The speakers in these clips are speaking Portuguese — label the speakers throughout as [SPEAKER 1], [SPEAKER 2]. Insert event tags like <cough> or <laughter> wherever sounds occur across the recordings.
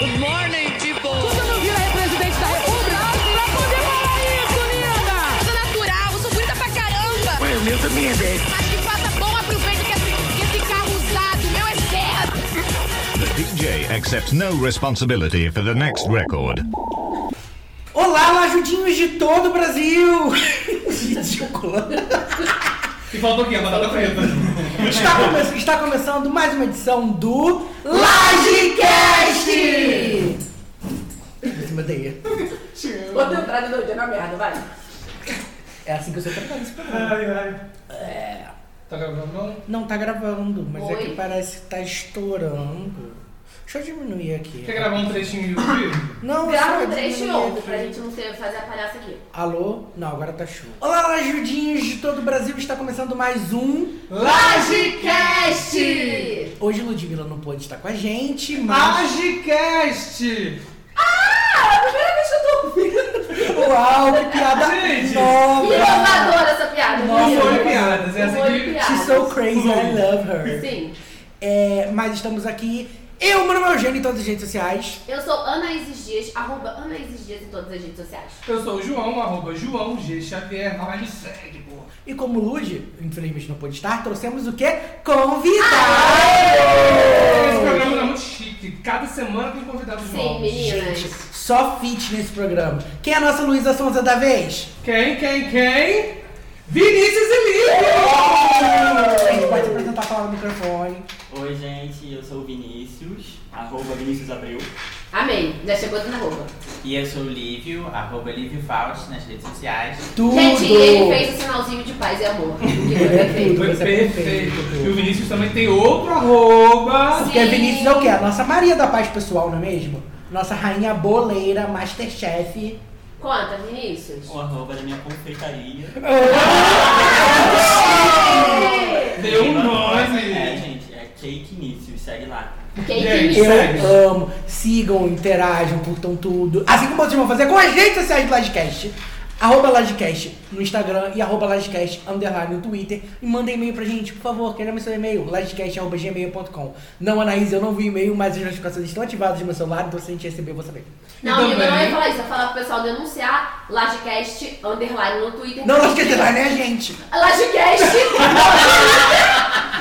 [SPEAKER 1] Good morning, people!
[SPEAKER 2] Você não vira presidente da República pra poder falar isso, linda!
[SPEAKER 3] sou natural, eu sou bonita pra caramba.
[SPEAKER 1] Ué, o meu também é 10.
[SPEAKER 3] Mas que falta bom aproveita que esse, que esse carro usado, meu é zero.
[SPEAKER 4] The DJ accepts no responsibility for the next record.
[SPEAKER 5] Olá, lajudinhos de todo o Brasil! <laughs> Ridículo.
[SPEAKER 6] E faltou o quê? A batata frita.
[SPEAKER 5] Está, come- está começando mais uma edição do LajeCast! Você me odeia.
[SPEAKER 7] Vou tentar de novo, na merda, vai.
[SPEAKER 5] É assim que eu sou tratado nesse programa.
[SPEAKER 6] Ai, ai. Tá gravando não?
[SPEAKER 5] Não, tá gravando, mas é
[SPEAKER 7] Oi?
[SPEAKER 5] que parece que tá estourando. Deixa eu diminuir aqui.
[SPEAKER 6] Quer gravar um trechinho do vídeo?
[SPEAKER 5] Não,
[SPEAKER 7] Grava
[SPEAKER 5] só
[SPEAKER 7] um trecho e
[SPEAKER 5] diminuir
[SPEAKER 7] outro
[SPEAKER 5] aqui.
[SPEAKER 7] pra gente não ter, fazer a palhaça aqui.
[SPEAKER 5] Alô? Não, agora tá show. Olá, lajudinhos de todo o Brasil! Está começando mais um...
[SPEAKER 6] LajeCast!
[SPEAKER 5] Hoje Ludmilla não pôde estar com a gente, mas...
[SPEAKER 6] LajeCast!
[SPEAKER 7] Ah, a primeira vez que eu tô ouvindo.
[SPEAKER 5] Uau, que piada
[SPEAKER 6] Gente!
[SPEAKER 5] nova!
[SPEAKER 7] Inovadora essa piada.
[SPEAKER 5] Nossa,
[SPEAKER 6] Não
[SPEAKER 7] menino.
[SPEAKER 6] foi piadas, é
[SPEAKER 7] Humor
[SPEAKER 6] assim
[SPEAKER 7] e
[SPEAKER 6] que...
[SPEAKER 7] piada.
[SPEAKER 5] She's so crazy, I love her.
[SPEAKER 7] Sim.
[SPEAKER 5] É, mas estamos aqui, eu, meu nome é Eugênio, em todas as redes sociais.
[SPEAKER 7] Eu sou Ana Isis Dias, arroba Ana Isis Dias em todas as redes sociais.
[SPEAKER 6] Eu sou o João, arroba João G. Xavier. Vai lá, me segue, pô.
[SPEAKER 5] E como o Lude, infelizmente não pôde estar, trouxemos o quê? Convidados!
[SPEAKER 6] Esse programa tá muito chique. Cada semana tem um convidados
[SPEAKER 7] Sim,
[SPEAKER 6] novos.
[SPEAKER 7] meninas.
[SPEAKER 5] Só fit nesse programa. Quem é a nossa Luísa Sonza da vez?
[SPEAKER 6] Quem, quem, quem? Vinícius e
[SPEAKER 5] A gente pode se apresentar falar no microfone.
[SPEAKER 8] Oi, gente, eu sou o Vinícius, arroba Vinícius Abreu.
[SPEAKER 7] Amém. Já chegou dando roupa.
[SPEAKER 9] E eu sou o Lívio, arroba Lívio Faust nas redes sociais.
[SPEAKER 5] Tudo!
[SPEAKER 7] Gente, e ele fez o sinalzinho de paz e amor.
[SPEAKER 5] <laughs>
[SPEAKER 7] Que foi perfeito.
[SPEAKER 6] Foi
[SPEAKER 5] Você é
[SPEAKER 6] perfeito.
[SPEAKER 5] perfeito.
[SPEAKER 6] E o Vinícius também tem outro arroba.
[SPEAKER 7] assim.
[SPEAKER 5] Porque a Vinícius é o quê? A nossa Maria da Paz Pessoal, não é mesmo? Nossa rainha boleira, masterchef.
[SPEAKER 7] Conta, Vinícius.
[SPEAKER 8] O arroba da minha confeitaria.
[SPEAKER 6] Deu um
[SPEAKER 8] É,
[SPEAKER 6] nome.
[SPEAKER 8] gente, é Cake Inícios, segue
[SPEAKER 9] <laughs>
[SPEAKER 8] lá.
[SPEAKER 7] Quem
[SPEAKER 6] Gente,
[SPEAKER 7] que
[SPEAKER 5] Eu
[SPEAKER 7] isso?
[SPEAKER 6] Segue.
[SPEAKER 5] amo. Sigam, interajam, curtam tudo. Assim como vocês vão fazer com as redes sociais do é Lajcast. Arroba Lajcast no Instagram e arroba Lajcast underline no Twitter. E manda e-mail pra gente, por favor. Queremos seu e-mail. Lajcast.gmail.com Não, Anaís, eu não vi o e-mail, mas as notificações estão ativadas no meu celular. Então se a gente receber, eu vou saber.
[SPEAKER 7] Não, amigo, eu não
[SPEAKER 6] também-
[SPEAKER 7] ia falar isso. Eu ia falar pro pessoal denunciar Lajcast Underline no Twitter.
[SPEAKER 5] Não, Lajcast underline é a gente. <laughs>
[SPEAKER 7] Lajcast!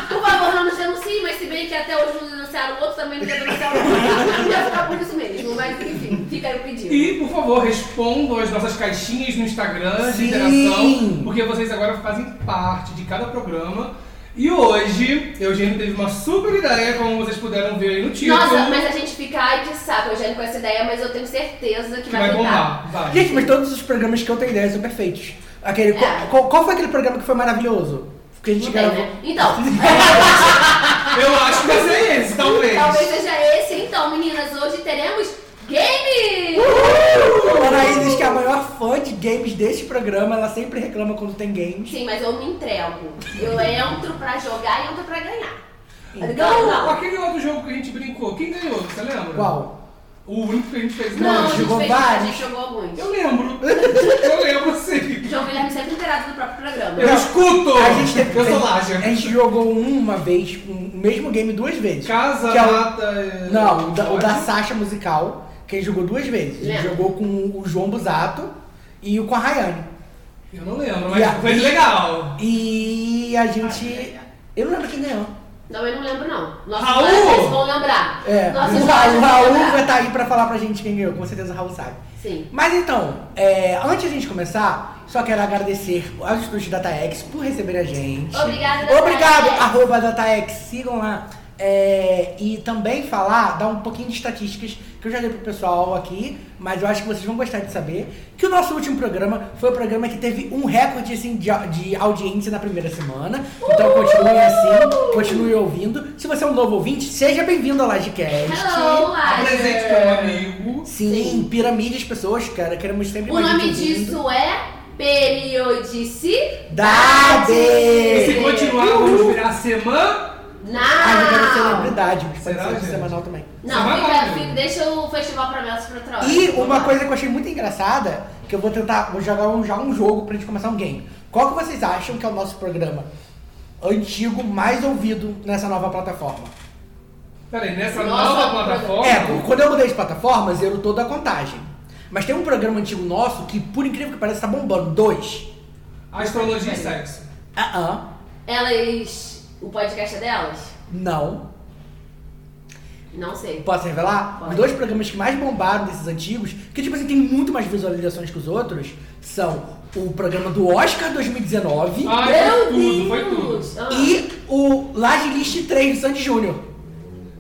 [SPEAKER 7] Por favor, não nos denuncie, mas se bem que até hoje não denunciaram o outro, também não quer denunciar o outro. Ia ficar por isso mesmo, mas enfim, fica aí o pedido.
[SPEAKER 6] E, por favor, respondam as nossas caixinhas no Instagram de
[SPEAKER 5] Sim.
[SPEAKER 6] interação, porque vocês agora fazem parte de cada programa. E hoje, Eugênio teve uma super ideia, como vocês puderam ver aí no título.
[SPEAKER 7] Nossa, mas a gente fica, ai que saco, eu já não com essa ideia, mas eu tenho certeza que
[SPEAKER 6] que vai
[SPEAKER 7] vai voltar.
[SPEAKER 6] bombar. Vai.
[SPEAKER 5] Gente, mas todos os programas que eu tenho ideia são perfeitos. Aquele, qual- qual, qual foi aquele programa que foi maravilhoso? Que a gente
[SPEAKER 7] É. Não tem,
[SPEAKER 5] gravou.
[SPEAKER 7] né? Então,
[SPEAKER 6] Eu acho que vai ser esse, talvez. <laughs>
[SPEAKER 7] <laughs> talvez seja esse. Então, meninas, hoje teremos games!
[SPEAKER 5] A Anaís que é a maior fã de games deste programa, ela sempre reclama quando tem games.
[SPEAKER 7] Sim, mas eu me entrego. Eu entro pra jogar e entro pra ganhar.
[SPEAKER 6] Não,
[SPEAKER 5] Então,
[SPEAKER 7] Não, não.
[SPEAKER 6] Aquele outro jogo que a gente brincou, quem ganhou? Você lembra?
[SPEAKER 5] Qual?
[SPEAKER 6] O único que a gente fez
[SPEAKER 7] Não, a
[SPEAKER 6] hoje.
[SPEAKER 7] gente
[SPEAKER 5] jogou
[SPEAKER 7] fez, a
[SPEAKER 5] vários.
[SPEAKER 7] gente jogou muito.
[SPEAKER 6] Eu lembro. Eu lembro sim.
[SPEAKER 7] João Guilherme sempre inteirado do próprio programa.
[SPEAKER 6] Eu escuto!
[SPEAKER 5] A gente, teve-
[SPEAKER 6] eu sou Laja.
[SPEAKER 5] a gente jogou um uma vez, um- o mesmo game duas vezes.
[SPEAKER 6] Casa,
[SPEAKER 5] Que é o-
[SPEAKER 6] mata.
[SPEAKER 5] Não, o da, o da Sasha Musical, que a gente jogou duas vezes. A gente
[SPEAKER 7] Lembra?
[SPEAKER 5] jogou com o João Busato e o com a Rayane.
[SPEAKER 6] Eu não lembro, mas
[SPEAKER 5] E a-
[SPEAKER 6] foi legal.
[SPEAKER 5] E a gente. Eu não lembro quem ganhou.
[SPEAKER 7] Não, eu não lembro, não. Nossa,
[SPEAKER 6] Raul!
[SPEAKER 7] vocês vão lembrar.
[SPEAKER 5] É,
[SPEAKER 7] Nossa,
[SPEAKER 5] o
[SPEAKER 7] vocês
[SPEAKER 5] Raul, o
[SPEAKER 7] vão
[SPEAKER 5] Raul
[SPEAKER 6] é
[SPEAKER 7] lembrar.
[SPEAKER 5] vai estar aí pra falar pra gente quem ganhou, com certeza o Raul sabe.
[SPEAKER 7] Sim.
[SPEAKER 5] Mas então, é, antes de a gente começar, só quero agradecer aos estúdios DataX por receber a gente.
[SPEAKER 7] Obrigada,
[SPEAKER 5] DataX.
[SPEAKER 7] DataX.
[SPEAKER 5] Obrigado, arroba DataX, sigam lá. É, e também falar, dar um pouquinho de estatísticas que eu já dei pro pessoal aqui, mas eu acho que vocês vão gostar de saber que o nosso último programa foi o programa que teve um recorde assim, de, au- de audiência na primeira semana. Então continue assim, continue ouvindo. Se você é um novo ouvinte, seja bem-vindo ao Lajcast.
[SPEAKER 7] Hello,
[SPEAKER 6] Presente
[SPEAKER 7] Lager.
[SPEAKER 6] para um amigo.
[SPEAKER 5] Sim, piramide as pessoas, cara. Queremos sempre
[SPEAKER 7] O nome
[SPEAKER 5] gente ouvindo.
[SPEAKER 7] disso é periodicidade.
[SPEAKER 6] E
[SPEAKER 5] Dade!
[SPEAKER 6] se continuar, vamos virar a semana.
[SPEAKER 5] Ah, eu quero
[SPEAKER 7] Não.
[SPEAKER 5] celebridade, mas
[SPEAKER 6] Será,
[SPEAKER 5] pode ser
[SPEAKER 6] gente?
[SPEAKER 5] semanal também.
[SPEAKER 7] Não,
[SPEAKER 6] Semana,
[SPEAKER 7] fica,
[SPEAKER 6] né?
[SPEAKER 7] fica- deixa o festival pra nós pra outra hora.
[SPEAKER 5] E
[SPEAKER 7] Vamos
[SPEAKER 5] uma
[SPEAKER 7] lá.
[SPEAKER 5] coisa que eu achei muito engraçada, que eu vou tentar, vou jogar um, já um jogo pra gente começar um game. Qual que vocês acham que é o nosso programa antigo mais ouvido nessa nova plataforma?
[SPEAKER 6] Peraí, nessa
[SPEAKER 7] Nossa,
[SPEAKER 6] nova
[SPEAKER 7] pro-
[SPEAKER 6] plataforma.
[SPEAKER 5] É, quando eu mudei de plataforma, zerou toda a contagem. Mas tem um programa antigo nosso que, por incrível que pareça, tá bombando. Dois.
[SPEAKER 6] Astrologia e sexo.
[SPEAKER 5] Ah, ah.
[SPEAKER 7] Elas. O podcast é delas?
[SPEAKER 5] Não.
[SPEAKER 7] Não sei.
[SPEAKER 5] Posso revelar?
[SPEAKER 7] Pode.
[SPEAKER 5] Os dois programas que mais bombaram desses antigos, que tipo assim, tem muito mais visualizações que os outros, são o programa do Oscar 2019
[SPEAKER 6] Ai, foi tudo, foi tudo.
[SPEAKER 7] Ah,
[SPEAKER 5] e o Laje List 3 do Sandy Júnior.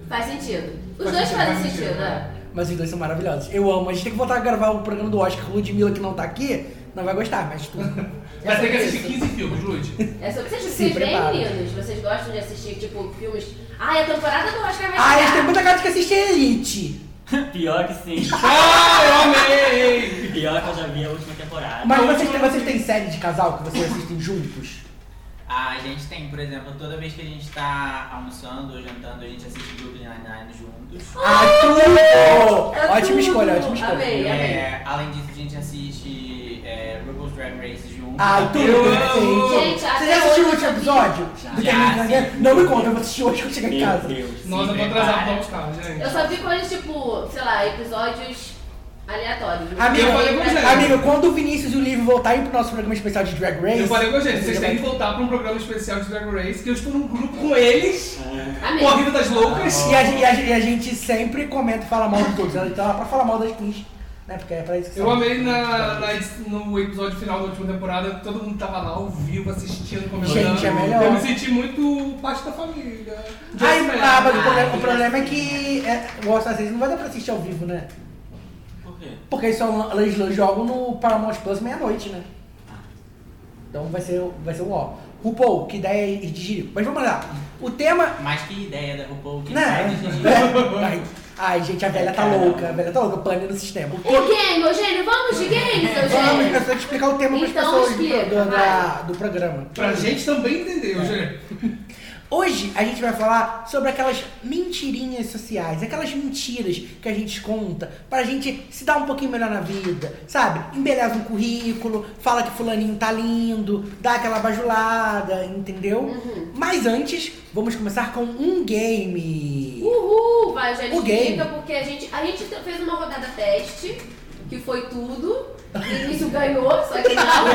[SPEAKER 7] Faz sentido. Os
[SPEAKER 6] Faz
[SPEAKER 7] dois
[SPEAKER 6] sentido,
[SPEAKER 7] fazem
[SPEAKER 6] faz
[SPEAKER 7] sentido,
[SPEAKER 6] sentido,
[SPEAKER 7] né?
[SPEAKER 5] Mas os dois são maravilhosos. Eu amo. A gente tem que voltar a gravar o programa do Oscar. Ludmilla, que não tá aqui, não vai gostar, mas tudo.
[SPEAKER 6] <laughs> Vai ter que
[SPEAKER 7] isso.
[SPEAKER 6] assistir 15 filmes, Lud.
[SPEAKER 7] É sobre vocês,
[SPEAKER 5] Se
[SPEAKER 7] vocês bem
[SPEAKER 5] prepara.
[SPEAKER 7] meninos. Vocês gostam de assistir, tipo, filmes. Ah, é a temporada do Oscar vai
[SPEAKER 5] ah, eles
[SPEAKER 7] chegar.
[SPEAKER 5] têm muita cara de que assiste Elite.
[SPEAKER 8] Pior que sim.
[SPEAKER 6] Ah, eu amei!
[SPEAKER 8] Pior que eu já vi a última temporada.
[SPEAKER 5] Mas vocês têm, vocês têm série de casal que vocês assistem juntos?
[SPEAKER 9] A gente tem, por exemplo, toda vez que a gente tá almoçando ou jantando, a gente assiste Brooklyn Nine-Nine juntos.
[SPEAKER 5] Ah, tudo!
[SPEAKER 7] É
[SPEAKER 5] ótima
[SPEAKER 7] tudo.
[SPEAKER 5] escolha, ótima escolha.
[SPEAKER 7] Amei, amei.
[SPEAKER 9] É, além disso, a gente assiste é, RuPaul's Drag Race juntos.
[SPEAKER 5] Ah, tudo
[SPEAKER 6] Eu
[SPEAKER 5] perfeito.
[SPEAKER 6] amo.
[SPEAKER 7] Gente,
[SPEAKER 5] Você
[SPEAKER 7] até
[SPEAKER 5] já assistiu o
[SPEAKER 7] hoje
[SPEAKER 5] último
[SPEAKER 7] eu vi.
[SPEAKER 5] episódio? Do
[SPEAKER 9] Já,
[SPEAKER 5] Terminando
[SPEAKER 9] sim.
[SPEAKER 5] Ganhando? Não me conta, eu vou assistir hoje quando chegar em
[SPEAKER 8] Meu
[SPEAKER 5] casa.
[SPEAKER 8] Deus.
[SPEAKER 6] Nossa, eu tô atrasado pra buscar, gente.
[SPEAKER 7] Eu só vi coisas, tipo, sei lá, episódios aleatórios.
[SPEAKER 5] Amiga,
[SPEAKER 6] Eu falei com você.
[SPEAKER 5] amiga, quando o Vinícius e o Livre voltarem pro nosso programa especial de Drag Race.
[SPEAKER 6] Eu falei com a gente, vocês
[SPEAKER 5] vai-
[SPEAKER 6] têm que voltar pra um programa especial de Drag Race, que eu estou num grupo com eles,
[SPEAKER 7] Amei.
[SPEAKER 6] com a Vida das Loucas.
[SPEAKER 5] E a, gente- e a gente- e a gente sempre comenta e fala mal de todos. Ela tá lá pra falar mal das queens, né? Porque é pra isso que
[SPEAKER 6] Eu
[SPEAKER 5] são.
[SPEAKER 6] amei na, na edi- no episódio final da última temporada, todo mundo tava lá ao vivo, assistindo, comentando.
[SPEAKER 5] Gente, é melhor.
[SPEAKER 6] Eu me senti muito parte da família.
[SPEAKER 5] Ai,
[SPEAKER 6] Just
[SPEAKER 5] ah,
[SPEAKER 6] Friends.
[SPEAKER 5] mas o problema, o problema é que é, o All Star 6 não vai dar pra assistir ao vivo, né?
[SPEAKER 8] Por quê?
[SPEAKER 5] Porque eles só eles jogam no Paramount Plus meia-noite, né? Então vai ser, vai ser o ó. RuPaul, que ideia e digírio. Mas vamos lá. O tema
[SPEAKER 9] Mas que ideia da RuPaul que
[SPEAKER 5] Não,
[SPEAKER 9] faz
[SPEAKER 5] <laughs>
[SPEAKER 9] a gente-
[SPEAKER 5] é. Ai, Ai, gente, a velha tá louca. A velha tá louca. Pane no sistema.
[SPEAKER 7] E game, Eugênio? Vamos de games,
[SPEAKER 5] Vamos,
[SPEAKER 7] Eugênio?
[SPEAKER 5] eu tenho que explicar o tema para as
[SPEAKER 7] Então
[SPEAKER 5] pessoas do,
[SPEAKER 7] explica,
[SPEAKER 5] do- da-
[SPEAKER 7] vai.
[SPEAKER 5] do programa.
[SPEAKER 6] Pra gente também entender,
[SPEAKER 5] É.
[SPEAKER 6] Eugênio.
[SPEAKER 5] Hoje a gente vai falar sobre aquelas mentirinhas sociais, aquelas mentiras que a gente conta pra gente se dar um pouquinho melhor na vida, sabe? Embeleza um currículo, fala que fulaninho tá lindo, dá aquela bajulada, entendeu? Mas antes, vamos começar com um game.
[SPEAKER 7] Uh! Uhul! Vai, Eugênio,
[SPEAKER 5] O game.
[SPEAKER 7] explica, porque a gente, a gente fez uma rodada teste, que foi tudo. E início ganhou, só que
[SPEAKER 5] <laughs>
[SPEAKER 7] não.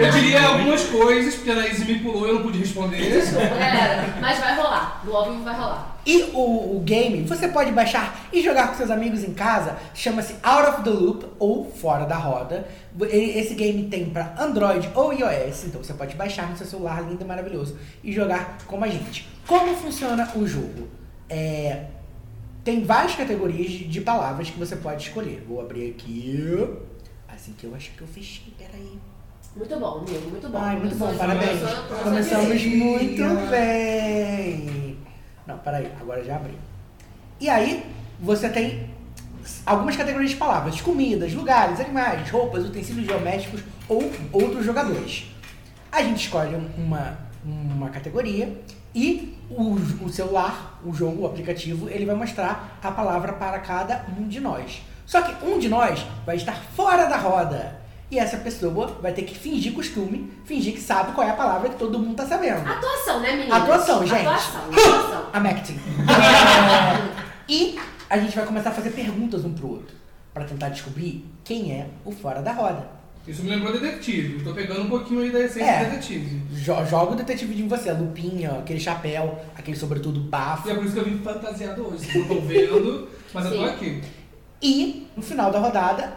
[SPEAKER 6] Eu diria algumas coisas, porque a Anaíse me pulou eu não pude responder.
[SPEAKER 7] Desculpa, galera. Mas vai rolar. Do ao vivo vai rolar.
[SPEAKER 5] E o, o game você pode baixar e jogar com seus amigos em casa. Chama-se Out of the Loop ou Fora da Roda. E- Esse game tem para Android ou iOS, então você pode baixar no seu celular lindo e maravilhoso e jogar como a gente. Como funciona o jogo? É, tem várias categorias de, de palavras que você pode escolher. Vou abrir aqui. Assim que eu acho que eu fechei, peraí.
[SPEAKER 7] Muito bom, amigo, muito bom.
[SPEAKER 5] Ai, muito
[SPEAKER 7] Eu
[SPEAKER 5] bom,
[SPEAKER 7] sou-
[SPEAKER 5] parabéns.
[SPEAKER 7] eu sou- eu sou-
[SPEAKER 5] Começamos muito bem. Não, peraí, agora já abri. E aí, você tem algumas categorias de palavras: comidas, lugares, animais, roupas, utensílios geométricos ou outros jogadores. A gente escolhe uma, uma categoria e o, o celular, o jogo, o aplicativo, ele vai mostrar a palavra para cada um de nós. Só que um de nós vai estar fora da roda. E essa pessoa vai ter que fingir costume, fingir que sabe qual é a palavra que todo mundo tá sabendo.
[SPEAKER 7] Atuação, né, menina?
[SPEAKER 5] Atuação, gente.
[SPEAKER 7] Atuação,
[SPEAKER 5] <laughs>
[SPEAKER 7] atuação.
[SPEAKER 5] I'm acting.
[SPEAKER 7] É.
[SPEAKER 5] e a gente vai começar a fazer perguntas um pro outro para tentar descobrir quem é o fora da roda.
[SPEAKER 6] Isso me lembrou detetive. Tô pegando um pouquinho aí da essência
[SPEAKER 5] É.
[SPEAKER 6] do detetive.
[SPEAKER 5] Jo- Joga o detetive de você, a lupinha, aquele chapéu, aquele sobretudo bafo.
[SPEAKER 6] E é por isso que eu vim fantasiado hoje. Vocês não estão vendo, mas eu tô
[SPEAKER 7] Sim.
[SPEAKER 6] aqui.
[SPEAKER 5] E no final da rodada,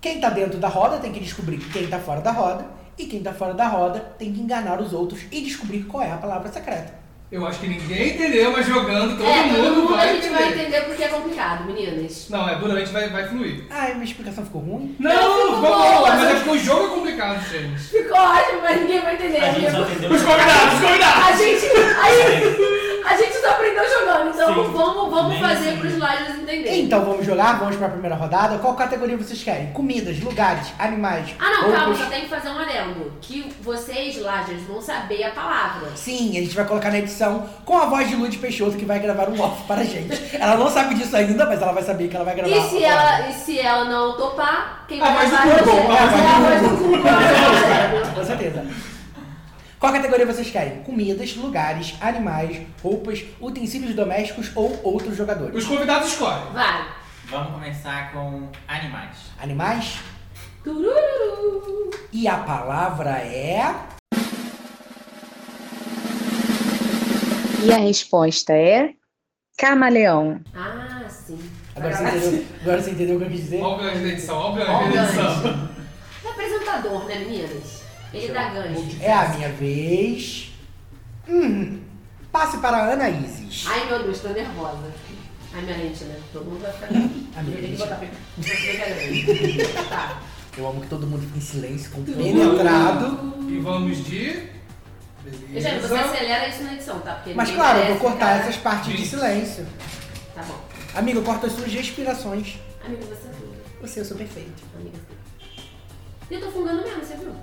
[SPEAKER 5] quem tá dentro da roda tem que descobrir quem tá fora da roda. E quem tá fora da roda tem que enganar os outros e descobrir qual é a palavra secreta.
[SPEAKER 6] Eu acho que ninguém entendeu, mas jogando todo
[SPEAKER 7] é,
[SPEAKER 6] mundo,
[SPEAKER 7] todo mundo a
[SPEAKER 6] vai
[SPEAKER 7] gente vai
[SPEAKER 6] entender.
[SPEAKER 7] entender porque é complicado, meninas.
[SPEAKER 6] Não, é durante vai, vai fluir.
[SPEAKER 5] Ai, minha explicação ficou ruim?
[SPEAKER 6] Não,
[SPEAKER 7] ficou
[SPEAKER 6] ficou
[SPEAKER 7] bom,
[SPEAKER 6] bom, mas
[SPEAKER 7] mas-
[SPEAKER 6] é porque o jogo é complicado, gente.
[SPEAKER 7] Ficou ótimo, mas ninguém vai entender.
[SPEAKER 8] A gente
[SPEAKER 7] amigo.
[SPEAKER 8] só entendeu.
[SPEAKER 6] Os convidados, os convidados!
[SPEAKER 7] A gente, a gente, a gente só aprendeu jogando, então
[SPEAKER 8] Sim.
[SPEAKER 7] vamos, vamos
[SPEAKER 8] Nem
[SPEAKER 7] fazer
[SPEAKER 8] sim.
[SPEAKER 7] pros lajes entenderem.
[SPEAKER 5] Então vamos jogar, vamos pra primeira rodada. Qual categoria vocês querem? Comidas, lugares, animais.
[SPEAKER 7] Ah não, calma,
[SPEAKER 5] roupas?
[SPEAKER 7] só tem que fazer um adendo. Que vocês, lajes, vão saber a palavra.
[SPEAKER 5] Sim, a gente vai colocar na edição com a voz de Lud Peixoto que vai gravar um off para a gente. Ela não sabe disso ainda, mas ela vai saber que ela vai gravar.
[SPEAKER 7] E se, ela, e se ela não topar, quem
[SPEAKER 6] Ah,
[SPEAKER 7] vai
[SPEAKER 6] mas
[SPEAKER 7] levar
[SPEAKER 6] o
[SPEAKER 7] é
[SPEAKER 6] Google,
[SPEAKER 7] você.
[SPEAKER 6] ah, mas
[SPEAKER 7] É
[SPEAKER 8] <laughs>
[SPEAKER 7] a
[SPEAKER 6] o
[SPEAKER 7] voz do Google.
[SPEAKER 5] Com certeza. Qual categoria vocês querem? Comidas, lugares, animais, roupas, utensílios domésticos ou outros jogadores?
[SPEAKER 6] Os convidados escolhem.
[SPEAKER 7] Vai.
[SPEAKER 9] Vamos começar com animais.
[SPEAKER 5] Animais?
[SPEAKER 7] Tururu.
[SPEAKER 5] E a palavra é.
[SPEAKER 10] E a resposta é camaleão.
[SPEAKER 7] Ah, sim.
[SPEAKER 5] Agora você entendeu, agora você entendeu o que eu quis dizer?
[SPEAKER 6] Olha o gancho da edição, olha o
[SPEAKER 7] Ó
[SPEAKER 6] gancho
[SPEAKER 7] o
[SPEAKER 6] da edição.
[SPEAKER 7] gancho. É apresentador, né, meninas? Ele dá gancho.
[SPEAKER 5] É a minha vez. Hum, passe para a Ana Isis.
[SPEAKER 7] Ai, meu Deus, tô nervosa. Ai, minha lente, né? Todo mundo
[SPEAKER 5] <laughs>
[SPEAKER 7] vai ficar... A
[SPEAKER 5] minha
[SPEAKER 7] Tem
[SPEAKER 5] lente.
[SPEAKER 7] que botar pra... pra-
[SPEAKER 5] <laughs>
[SPEAKER 7] Tá.
[SPEAKER 5] Eu amo que todo mundo fique em silêncio,
[SPEAKER 6] Uhum.
[SPEAKER 5] compenetrado.
[SPEAKER 6] E vamos de.
[SPEAKER 7] Eu já- você é acelera isso na edição, tá? Porque
[SPEAKER 5] Mas
[SPEAKER 7] ninguém
[SPEAKER 5] claro, eu vou
[SPEAKER 7] merece
[SPEAKER 5] cortar
[SPEAKER 7] ficar-
[SPEAKER 5] essas partes de silêncio.
[SPEAKER 7] Tá bom.
[SPEAKER 5] Amigo, eu corto as suas respirações.
[SPEAKER 7] Amiga, você é tudo.
[SPEAKER 5] Você, eu sou perfeito.
[SPEAKER 7] Amiga. E eu tô fungando mesmo, você viu?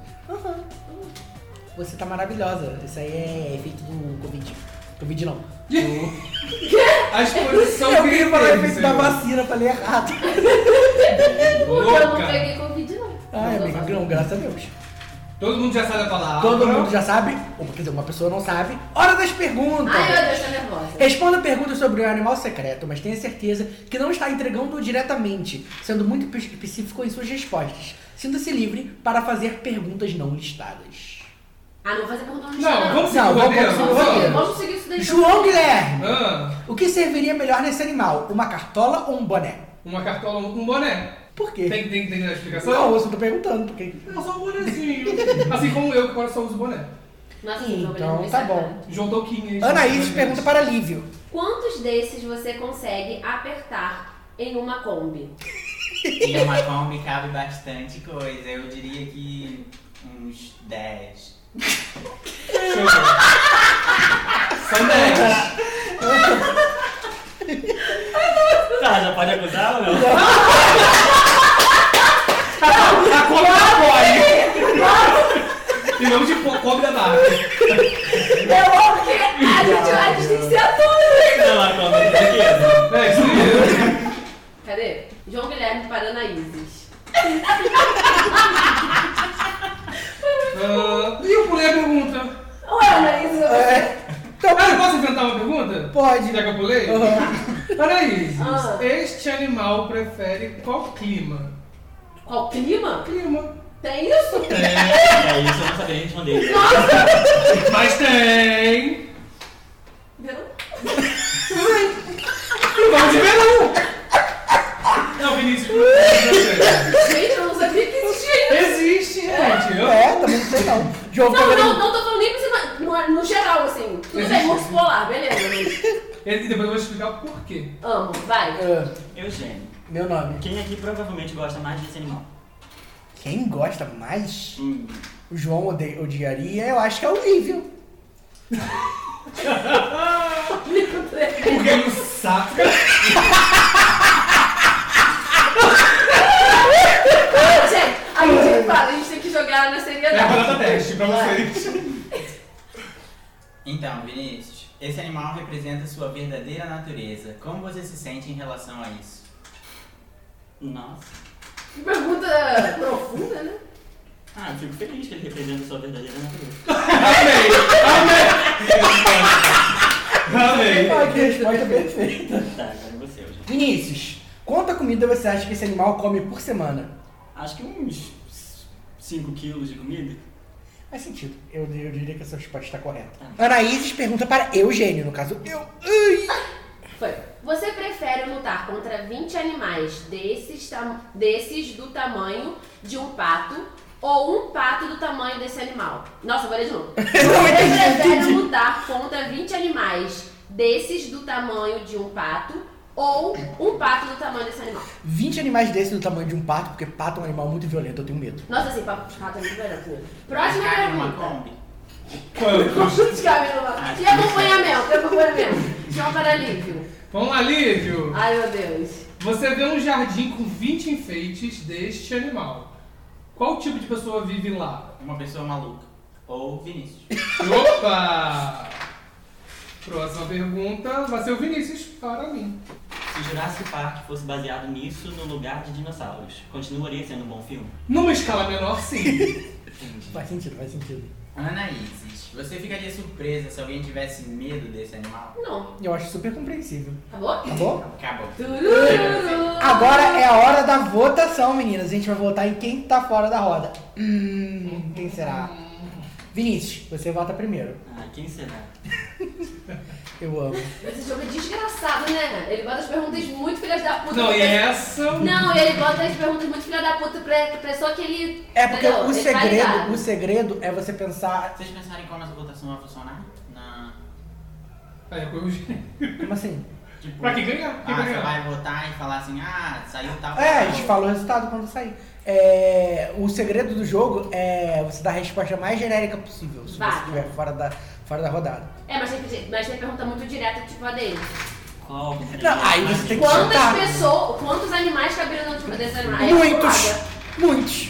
[SPEAKER 5] Você tá maravilhosa. Isso aí é efeito do Covid. Covid não.
[SPEAKER 6] <laughs> A exposição
[SPEAKER 5] eu queria falar
[SPEAKER 6] gritando,
[SPEAKER 5] efeito da
[SPEAKER 6] senhor.
[SPEAKER 5] vacina, falei errado.
[SPEAKER 7] Eu não
[SPEAKER 6] Louca!
[SPEAKER 7] peguei Covid, não.
[SPEAKER 5] Ai, amigo, não, graças a Deus.
[SPEAKER 6] Todo mundo já sabe a palavra.
[SPEAKER 5] Todo mundo já sabe, ou quer dizer, uma pessoa não sabe. Hora das perguntas!
[SPEAKER 7] Ai, meu Deus, tô nervosa.
[SPEAKER 5] Responda perguntas sobre o animal secreto, mas tenha certeza que não está entregando diretamente, sendo muito pe- específico em suas respostas. Sinta-se livre para fazer perguntas não listadas.
[SPEAKER 7] Ah, não vou fazer pergunta no
[SPEAKER 6] Não, vamos seguir
[SPEAKER 5] Não,
[SPEAKER 6] o
[SPEAKER 5] vamos
[SPEAKER 6] roteiro.
[SPEAKER 5] seguir o
[SPEAKER 6] vamos.
[SPEAKER 5] roteiro.
[SPEAKER 7] Vamos seguir isso daí. então.
[SPEAKER 5] João Guilherme!
[SPEAKER 6] Ah,
[SPEAKER 5] O que serviria melhor nesse animal? Uma cartola ou um boné?
[SPEAKER 6] uma cartola, um boné.
[SPEAKER 5] Por quê?
[SPEAKER 6] Tem, tem, tem que dar explicação?
[SPEAKER 5] Não, eu só tô perguntando, porque.
[SPEAKER 6] Não, só um bonezinho. assim como eu, que agora só uso boné.
[SPEAKER 7] Nossa, João Guilherme, é
[SPEAKER 5] Então,
[SPEAKER 7] me
[SPEAKER 5] tá
[SPEAKER 7] saca.
[SPEAKER 5] bom.
[SPEAKER 6] João Toquinha.
[SPEAKER 5] Ana Isis pergunta para Lívio.
[SPEAKER 7] Quantos desses você consegue apertar em uma Kombi?
[SPEAKER 9] E uma Kombi cabe bastante coisa. Eu diria que uns 10.
[SPEAKER 6] São 10.
[SPEAKER 8] Tá, já pode acusar ou não?
[SPEAKER 6] A Kombi da Boy. E não de po- Kombi da Barbie.
[SPEAKER 7] Eu amo que a gente, a gente tem que ser ator.
[SPEAKER 8] Não, a Kombi é pequena.
[SPEAKER 6] É, isso aí.
[SPEAKER 7] Cadê? João Guilherme Paranaíses.
[SPEAKER 6] Ah, E eu pulei a pergunta.
[SPEAKER 7] Ué, Anaíses, eu
[SPEAKER 5] É. Então,
[SPEAKER 6] Ah, eu posso inventar uma pergunta?
[SPEAKER 5] Pode.
[SPEAKER 6] Já que eu pulei?
[SPEAKER 5] Aham.
[SPEAKER 6] Anaíses,
[SPEAKER 7] Ah.
[SPEAKER 6] este animal prefere qual clima?
[SPEAKER 7] Qual clima?
[SPEAKER 6] Clima.
[SPEAKER 7] Tem isso?
[SPEAKER 8] É isso, eu não sabia responder.
[SPEAKER 6] Mas tem!
[SPEAKER 7] Verão?
[SPEAKER 6] Clima de verão! Não, É Vinícius, não
[SPEAKER 7] Gente, eu não sabia que existia isso.
[SPEAKER 6] existe, gente! Eu-
[SPEAKER 5] é, também não sei não. João
[SPEAKER 7] Não,
[SPEAKER 5] Guilherme-
[SPEAKER 7] não, não tô falando nem pra você, no, no geral, assim. Tudo bem, urso polar, beleza. mas
[SPEAKER 6] E depois eu vou explicar o porquê.
[SPEAKER 7] Amo, vai.
[SPEAKER 5] Ah,
[SPEAKER 8] Eugênio,
[SPEAKER 5] meu nome.
[SPEAKER 8] quem aqui provavelmente gosta mais desse animal?
[SPEAKER 5] Quem gosta mais?
[SPEAKER 8] Hum,
[SPEAKER 5] O João ode- odiaria, eu acho que é o Lívio.
[SPEAKER 6] Porque ele saca.
[SPEAKER 7] Gente, a gente fala, a gente tem que jogar na
[SPEAKER 6] É a
[SPEAKER 7] seriedade.
[SPEAKER 6] batata teste pra vocês.
[SPEAKER 9] Então, Vinícius, esse animal representa sua verdadeira natureza. Como você se sente em relação a isso?
[SPEAKER 8] nossa.
[SPEAKER 7] Que pergunta profunda, né?
[SPEAKER 8] Ah, eu fico feliz que ele representa a sua verdadeira natureza.
[SPEAKER 6] Amei!
[SPEAKER 5] Ah, que resposta perfeita.
[SPEAKER 8] <laughs> Tá, agora é você, Eugênio.
[SPEAKER 5] Vinícius, quanta comida você acha que esse animal come por semana?
[SPEAKER 8] Acho que uns 5 quilos de comida.
[SPEAKER 5] Faz sentido. Eu, eu diria que essa resposta está correta.
[SPEAKER 7] Tá.
[SPEAKER 5] Anaíses pergunta para Eugênio, no caso eu. Ai.
[SPEAKER 7] Foi. Você prefere lutar contra 20 animais desses, tam- desses do tamanho de um pato ou um pato do tamanho desse animal? Nossa, agora de novo. Você
[SPEAKER 5] entendi,
[SPEAKER 7] prefere
[SPEAKER 5] entendi.
[SPEAKER 7] lutar contra 20 animais desses do tamanho de um pato ou um pato do tamanho desse animal?
[SPEAKER 5] 20 animais desses do tamanho de um pato, porque pato é um animal muito violento, eu tenho medo.
[SPEAKER 7] Nossa, assim, pato de pato é muito melhor que eu. Próxima
[SPEAKER 9] Cabe numa
[SPEAKER 7] pergunta.
[SPEAKER 9] Kombi.
[SPEAKER 7] Conjunto de cabelo lá. E acompanhamento, e acompanhamento. João para Lívio.
[SPEAKER 6] Vamos lá, Lívio!
[SPEAKER 7] Ai, meu Deus.
[SPEAKER 6] Você vê um jardim com 20 enfeites deste animal. Qual tipo de pessoa vive lá?
[SPEAKER 9] Uma pessoa maluca. Ou Vinícius.
[SPEAKER 6] Opa! Próxima pergunta vai ser o Vinícius para mim.
[SPEAKER 8] Se Jurassic Park fosse baseado nisso no lugar de dinossauros, continuaria sendo um bom filme?
[SPEAKER 6] Numa escala menor, sim.
[SPEAKER 9] Entendi.
[SPEAKER 5] Faz sentido, faz sentido.
[SPEAKER 9] Ana Isis, você ficaria surpresa se alguém tivesse medo desse animal?
[SPEAKER 7] Não.
[SPEAKER 5] Eu acho super compreensível.
[SPEAKER 7] Acabou?
[SPEAKER 5] Tá bom?
[SPEAKER 9] Acabou.
[SPEAKER 7] Tururu.
[SPEAKER 5] Agora é a hora da votação, meninas. A gente vai votar em quem tá fora da roda. Hum, quem será? Vinícius, você vota primeiro.
[SPEAKER 8] Ah, quem será?
[SPEAKER 5] Eu amo.
[SPEAKER 7] Esse jogo é desgraçado, né? Ele bota as perguntas muito filhas da puta.
[SPEAKER 6] Não,
[SPEAKER 7] pra-
[SPEAKER 6] e
[SPEAKER 5] é
[SPEAKER 6] essa.
[SPEAKER 7] Não, e ele bota as perguntas muito filha da puta pra, pra só que ele.
[SPEAKER 5] É porque
[SPEAKER 7] entendeu?
[SPEAKER 5] o
[SPEAKER 7] Ele tá vai ligar.
[SPEAKER 5] segredo, o segredo é você pensar.
[SPEAKER 9] Vocês pensaram em como essa votação vai funcionar? Na...
[SPEAKER 6] Aí, eu-
[SPEAKER 5] Como assim?
[SPEAKER 9] Tipo,
[SPEAKER 6] Pra quem ganhar? Quem
[SPEAKER 9] ah, você
[SPEAKER 6] ganhar?
[SPEAKER 9] vai votar e falar assim, ah, saiu tal.
[SPEAKER 5] É, a
[SPEAKER 9] tal.
[SPEAKER 5] gente fala o resultado quando sair. É, o segredo do jogo é você dar a resposta mais genérica possível, se você
[SPEAKER 7] Vai.
[SPEAKER 5] estiver fora da, fora da rodada.
[SPEAKER 7] É, mas tem, mas tem pergunta muito direta, tipo a dele.
[SPEAKER 5] Tá.
[SPEAKER 8] Qual?
[SPEAKER 5] Não, aí você tem que
[SPEAKER 7] Quantas
[SPEAKER 5] chutar.
[SPEAKER 7] pessoas, quantos animais caberam no tipo desse animal? Aí é foda.
[SPEAKER 5] Muitos! Né? Muitos!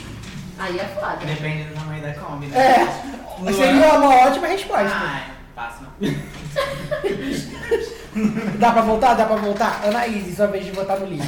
[SPEAKER 7] Aí é foda.
[SPEAKER 9] Depende do tamanho da Kombi, né?
[SPEAKER 5] É,
[SPEAKER 9] Não
[SPEAKER 5] seria uma ótima resposta.
[SPEAKER 9] Ah, é fácil.
[SPEAKER 5] Dá pra voltar? Dá pra voltar? Anaíse, sua vez de votar no livro.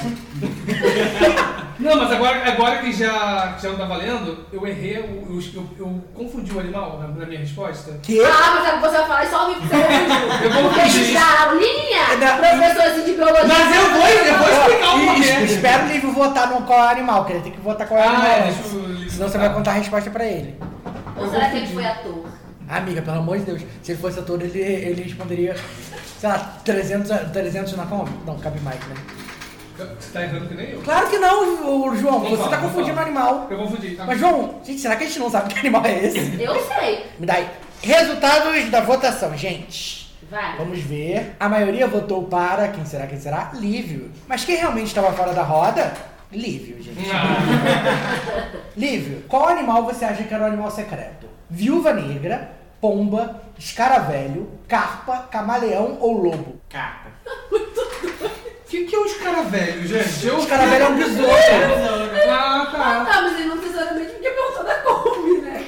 [SPEAKER 6] Não, mas agora, agora que já, que já não tá valendo, eu errei, eu, eu, eu- eu confundi o animal na, na minha resposta.
[SPEAKER 5] Que?
[SPEAKER 7] Ah, mas é- você vai falar isso ao vivo, você
[SPEAKER 5] <laughs>
[SPEAKER 6] Eu vou
[SPEAKER 7] vai
[SPEAKER 6] fingir.
[SPEAKER 7] Linha!
[SPEAKER 5] Não.
[SPEAKER 7] Professorzinho de biologia.
[SPEAKER 6] Mas eu vou, eu vou explicar o
[SPEAKER 5] E- e-
[SPEAKER 6] porquê.
[SPEAKER 5] Espero o livro votar no qual é o animal, que ele tem que votar qual é o
[SPEAKER 6] Ah,
[SPEAKER 5] animal.
[SPEAKER 6] é,
[SPEAKER 5] antes.
[SPEAKER 6] deixa o livro
[SPEAKER 5] Senão você
[SPEAKER 6] votar.
[SPEAKER 5] vai contar a resposta pra ele.
[SPEAKER 7] Ou será que ele foi ator?
[SPEAKER 5] Amiga, pelo amor de Deus, se ele fosse ator, ele, ele responderia, sei lá, 300, a- 300 na Kombi? Não, cabe mais, né?
[SPEAKER 6] Você tá errando que nem eu.
[SPEAKER 5] Claro que não, ô, João,
[SPEAKER 6] Não
[SPEAKER 5] você
[SPEAKER 6] fala,
[SPEAKER 5] tá
[SPEAKER 6] não
[SPEAKER 5] confundindo o
[SPEAKER 6] fala.
[SPEAKER 5] animal.
[SPEAKER 6] Eu confundi. tá?
[SPEAKER 5] Mas, João, gente, será que a gente não sabe que animal é esse?
[SPEAKER 7] Eu sei.
[SPEAKER 5] Me dá aí. Resultados da votação, gente.
[SPEAKER 7] Vai.
[SPEAKER 5] Vamos ver. A maioria votou para. Quem será? Quem será? Lívio. Mas quem realmente estava fora da roda? Lívio, gente.
[SPEAKER 6] Ah,
[SPEAKER 5] Lívio, qual animal você acha que era o animal secreto? Viúva negra, pomba, escaravelho, carpa, camaleão ou lobo?
[SPEAKER 9] Capa.
[SPEAKER 6] O que, que é os caras velhos, gente? Eu...
[SPEAKER 5] Escaravelho é um besouro.
[SPEAKER 6] Ah,
[SPEAKER 7] Ah,
[SPEAKER 6] tá.
[SPEAKER 7] tá, mas ele não necessariamente porque perguntou da Kombi, né?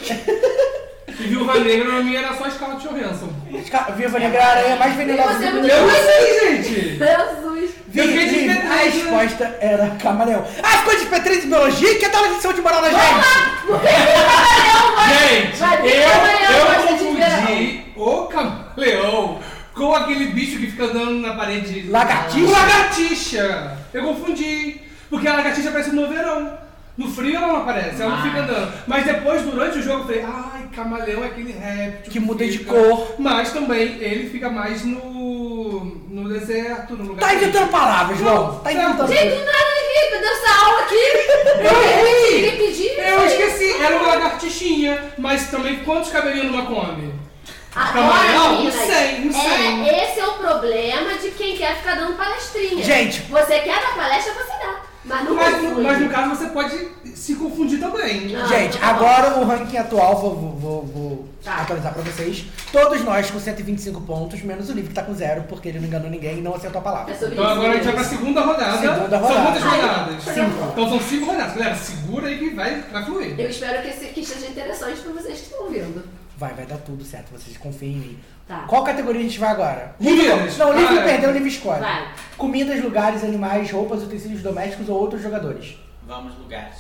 [SPEAKER 6] E Viúva Negra na minha era só Scarlett Johansson.
[SPEAKER 5] Esca- Viúva negra é a aranha mais venenosa
[SPEAKER 7] Você é
[SPEAKER 5] do
[SPEAKER 7] não-
[SPEAKER 5] mundo.
[SPEAKER 6] Eu não sei, gente.
[SPEAKER 7] Jesus.
[SPEAKER 5] Vi,
[SPEAKER 6] Eu fiquei
[SPEAKER 5] vi,
[SPEAKER 6] despetrado,
[SPEAKER 5] a
[SPEAKER 6] né?
[SPEAKER 5] resposta era camaleão. Ah, ficou de P3 em biologia? Que tal a lição de moral da
[SPEAKER 7] Vamos
[SPEAKER 5] gente?
[SPEAKER 7] lá! Por que que o Camaleão vai?
[SPEAKER 6] Gente,
[SPEAKER 7] Vai ter
[SPEAKER 5] é
[SPEAKER 7] camaleão,
[SPEAKER 6] eu,
[SPEAKER 7] vai
[SPEAKER 6] eu
[SPEAKER 7] ser de
[SPEAKER 6] confundi o camaleão com aquele bicho que fica andando na parede.
[SPEAKER 5] Lagartixa?
[SPEAKER 6] Com lagartixa! Eu confundi. Porque a lagartixa aparece no verão. No frio ela não aparece, ela não
[SPEAKER 5] Ah.
[SPEAKER 6] fica andando. Mas depois, durante o jogo, eu falei, ai, camaleão é aquele réptil.
[SPEAKER 5] Que muda de
[SPEAKER 6] fica."
[SPEAKER 5] cor.
[SPEAKER 6] Mas também ele fica mais no. no deserto, no lugar.
[SPEAKER 5] Tá
[SPEAKER 6] que-
[SPEAKER 5] inventando palavras, João. Tá inventando.
[SPEAKER 7] Gente, do nada ele veio dessa aula aqui. Eu errei. Ele pediu.
[SPEAKER 6] Eu esqueci, era uma lagartixinha, mas também quantos cabelinhos numa Kombi? Camaleão?
[SPEAKER 7] Agora,
[SPEAKER 6] Não
[SPEAKER 7] meninas,
[SPEAKER 6] sei, não sei.
[SPEAKER 7] É, esse é o problema de quem quer ficar dando palestrinha.
[SPEAKER 5] Gente.
[SPEAKER 7] Você quer dar palestra, você dá. Mas não
[SPEAKER 6] Mas,
[SPEAKER 7] confunde.
[SPEAKER 6] mas no caso você pode se confundir também.
[SPEAKER 7] Ah,
[SPEAKER 5] Gente,
[SPEAKER 7] tá bom.
[SPEAKER 5] agora o ranking atual, vou, vou- vou- vou
[SPEAKER 7] Tá.
[SPEAKER 5] atualizar pra vocês. Todos nós com 125 pontos, menos o livro que tá com zero, porque ele não enganou ninguém e não acertou a
[SPEAKER 7] É
[SPEAKER 5] palavra.
[SPEAKER 7] sobre
[SPEAKER 6] Então
[SPEAKER 7] isso,
[SPEAKER 6] agora a gente vai pra
[SPEAKER 7] meninas.
[SPEAKER 6] segunda rodada.
[SPEAKER 5] Segunda
[SPEAKER 6] São
[SPEAKER 5] rodada.
[SPEAKER 6] quantas
[SPEAKER 7] Ai,
[SPEAKER 6] rodadas?
[SPEAKER 7] cinco.
[SPEAKER 6] Então são cinco rodadas. Galera, segura aí que vai, vai fluir.
[SPEAKER 7] Eu espero que, esse, que seja interessante pra vocês que estão vendo.
[SPEAKER 5] Vai, vai dar tudo certo, vocês confiem em mim.
[SPEAKER 7] Tá.
[SPEAKER 5] Qual categoria a gente vai agora?
[SPEAKER 6] Comidas.
[SPEAKER 5] Não, livro
[SPEAKER 6] Vai.
[SPEAKER 5] perdeu, livro escolhe.
[SPEAKER 7] Vai.
[SPEAKER 5] Comidas, lugares, animais, roupas, utensílios domésticos ou outros jogadores.
[SPEAKER 9] Vamos lugares.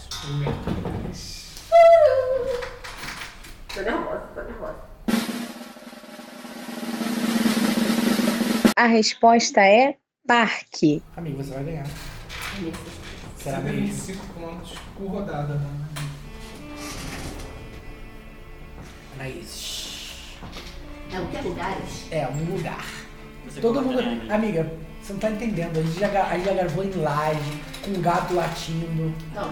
[SPEAKER 7] Tô nervosa, tô nervosa.
[SPEAKER 10] A resposta é parque.
[SPEAKER 5] Amigo, você vai ganhar. Será
[SPEAKER 6] Você tem
[SPEAKER 5] mesmo?
[SPEAKER 6] cinco pontos por rodada.
[SPEAKER 5] Anaís.
[SPEAKER 7] É o que é lugares?
[SPEAKER 5] É, um lugar.
[SPEAKER 8] Você
[SPEAKER 5] Todo
[SPEAKER 8] coloca
[SPEAKER 5] mundo.
[SPEAKER 8] na minha.
[SPEAKER 5] Amiga, você não tá entendendo. A gente já, gra- a gente já gravou em live, com um gato latindo.
[SPEAKER 7] Então,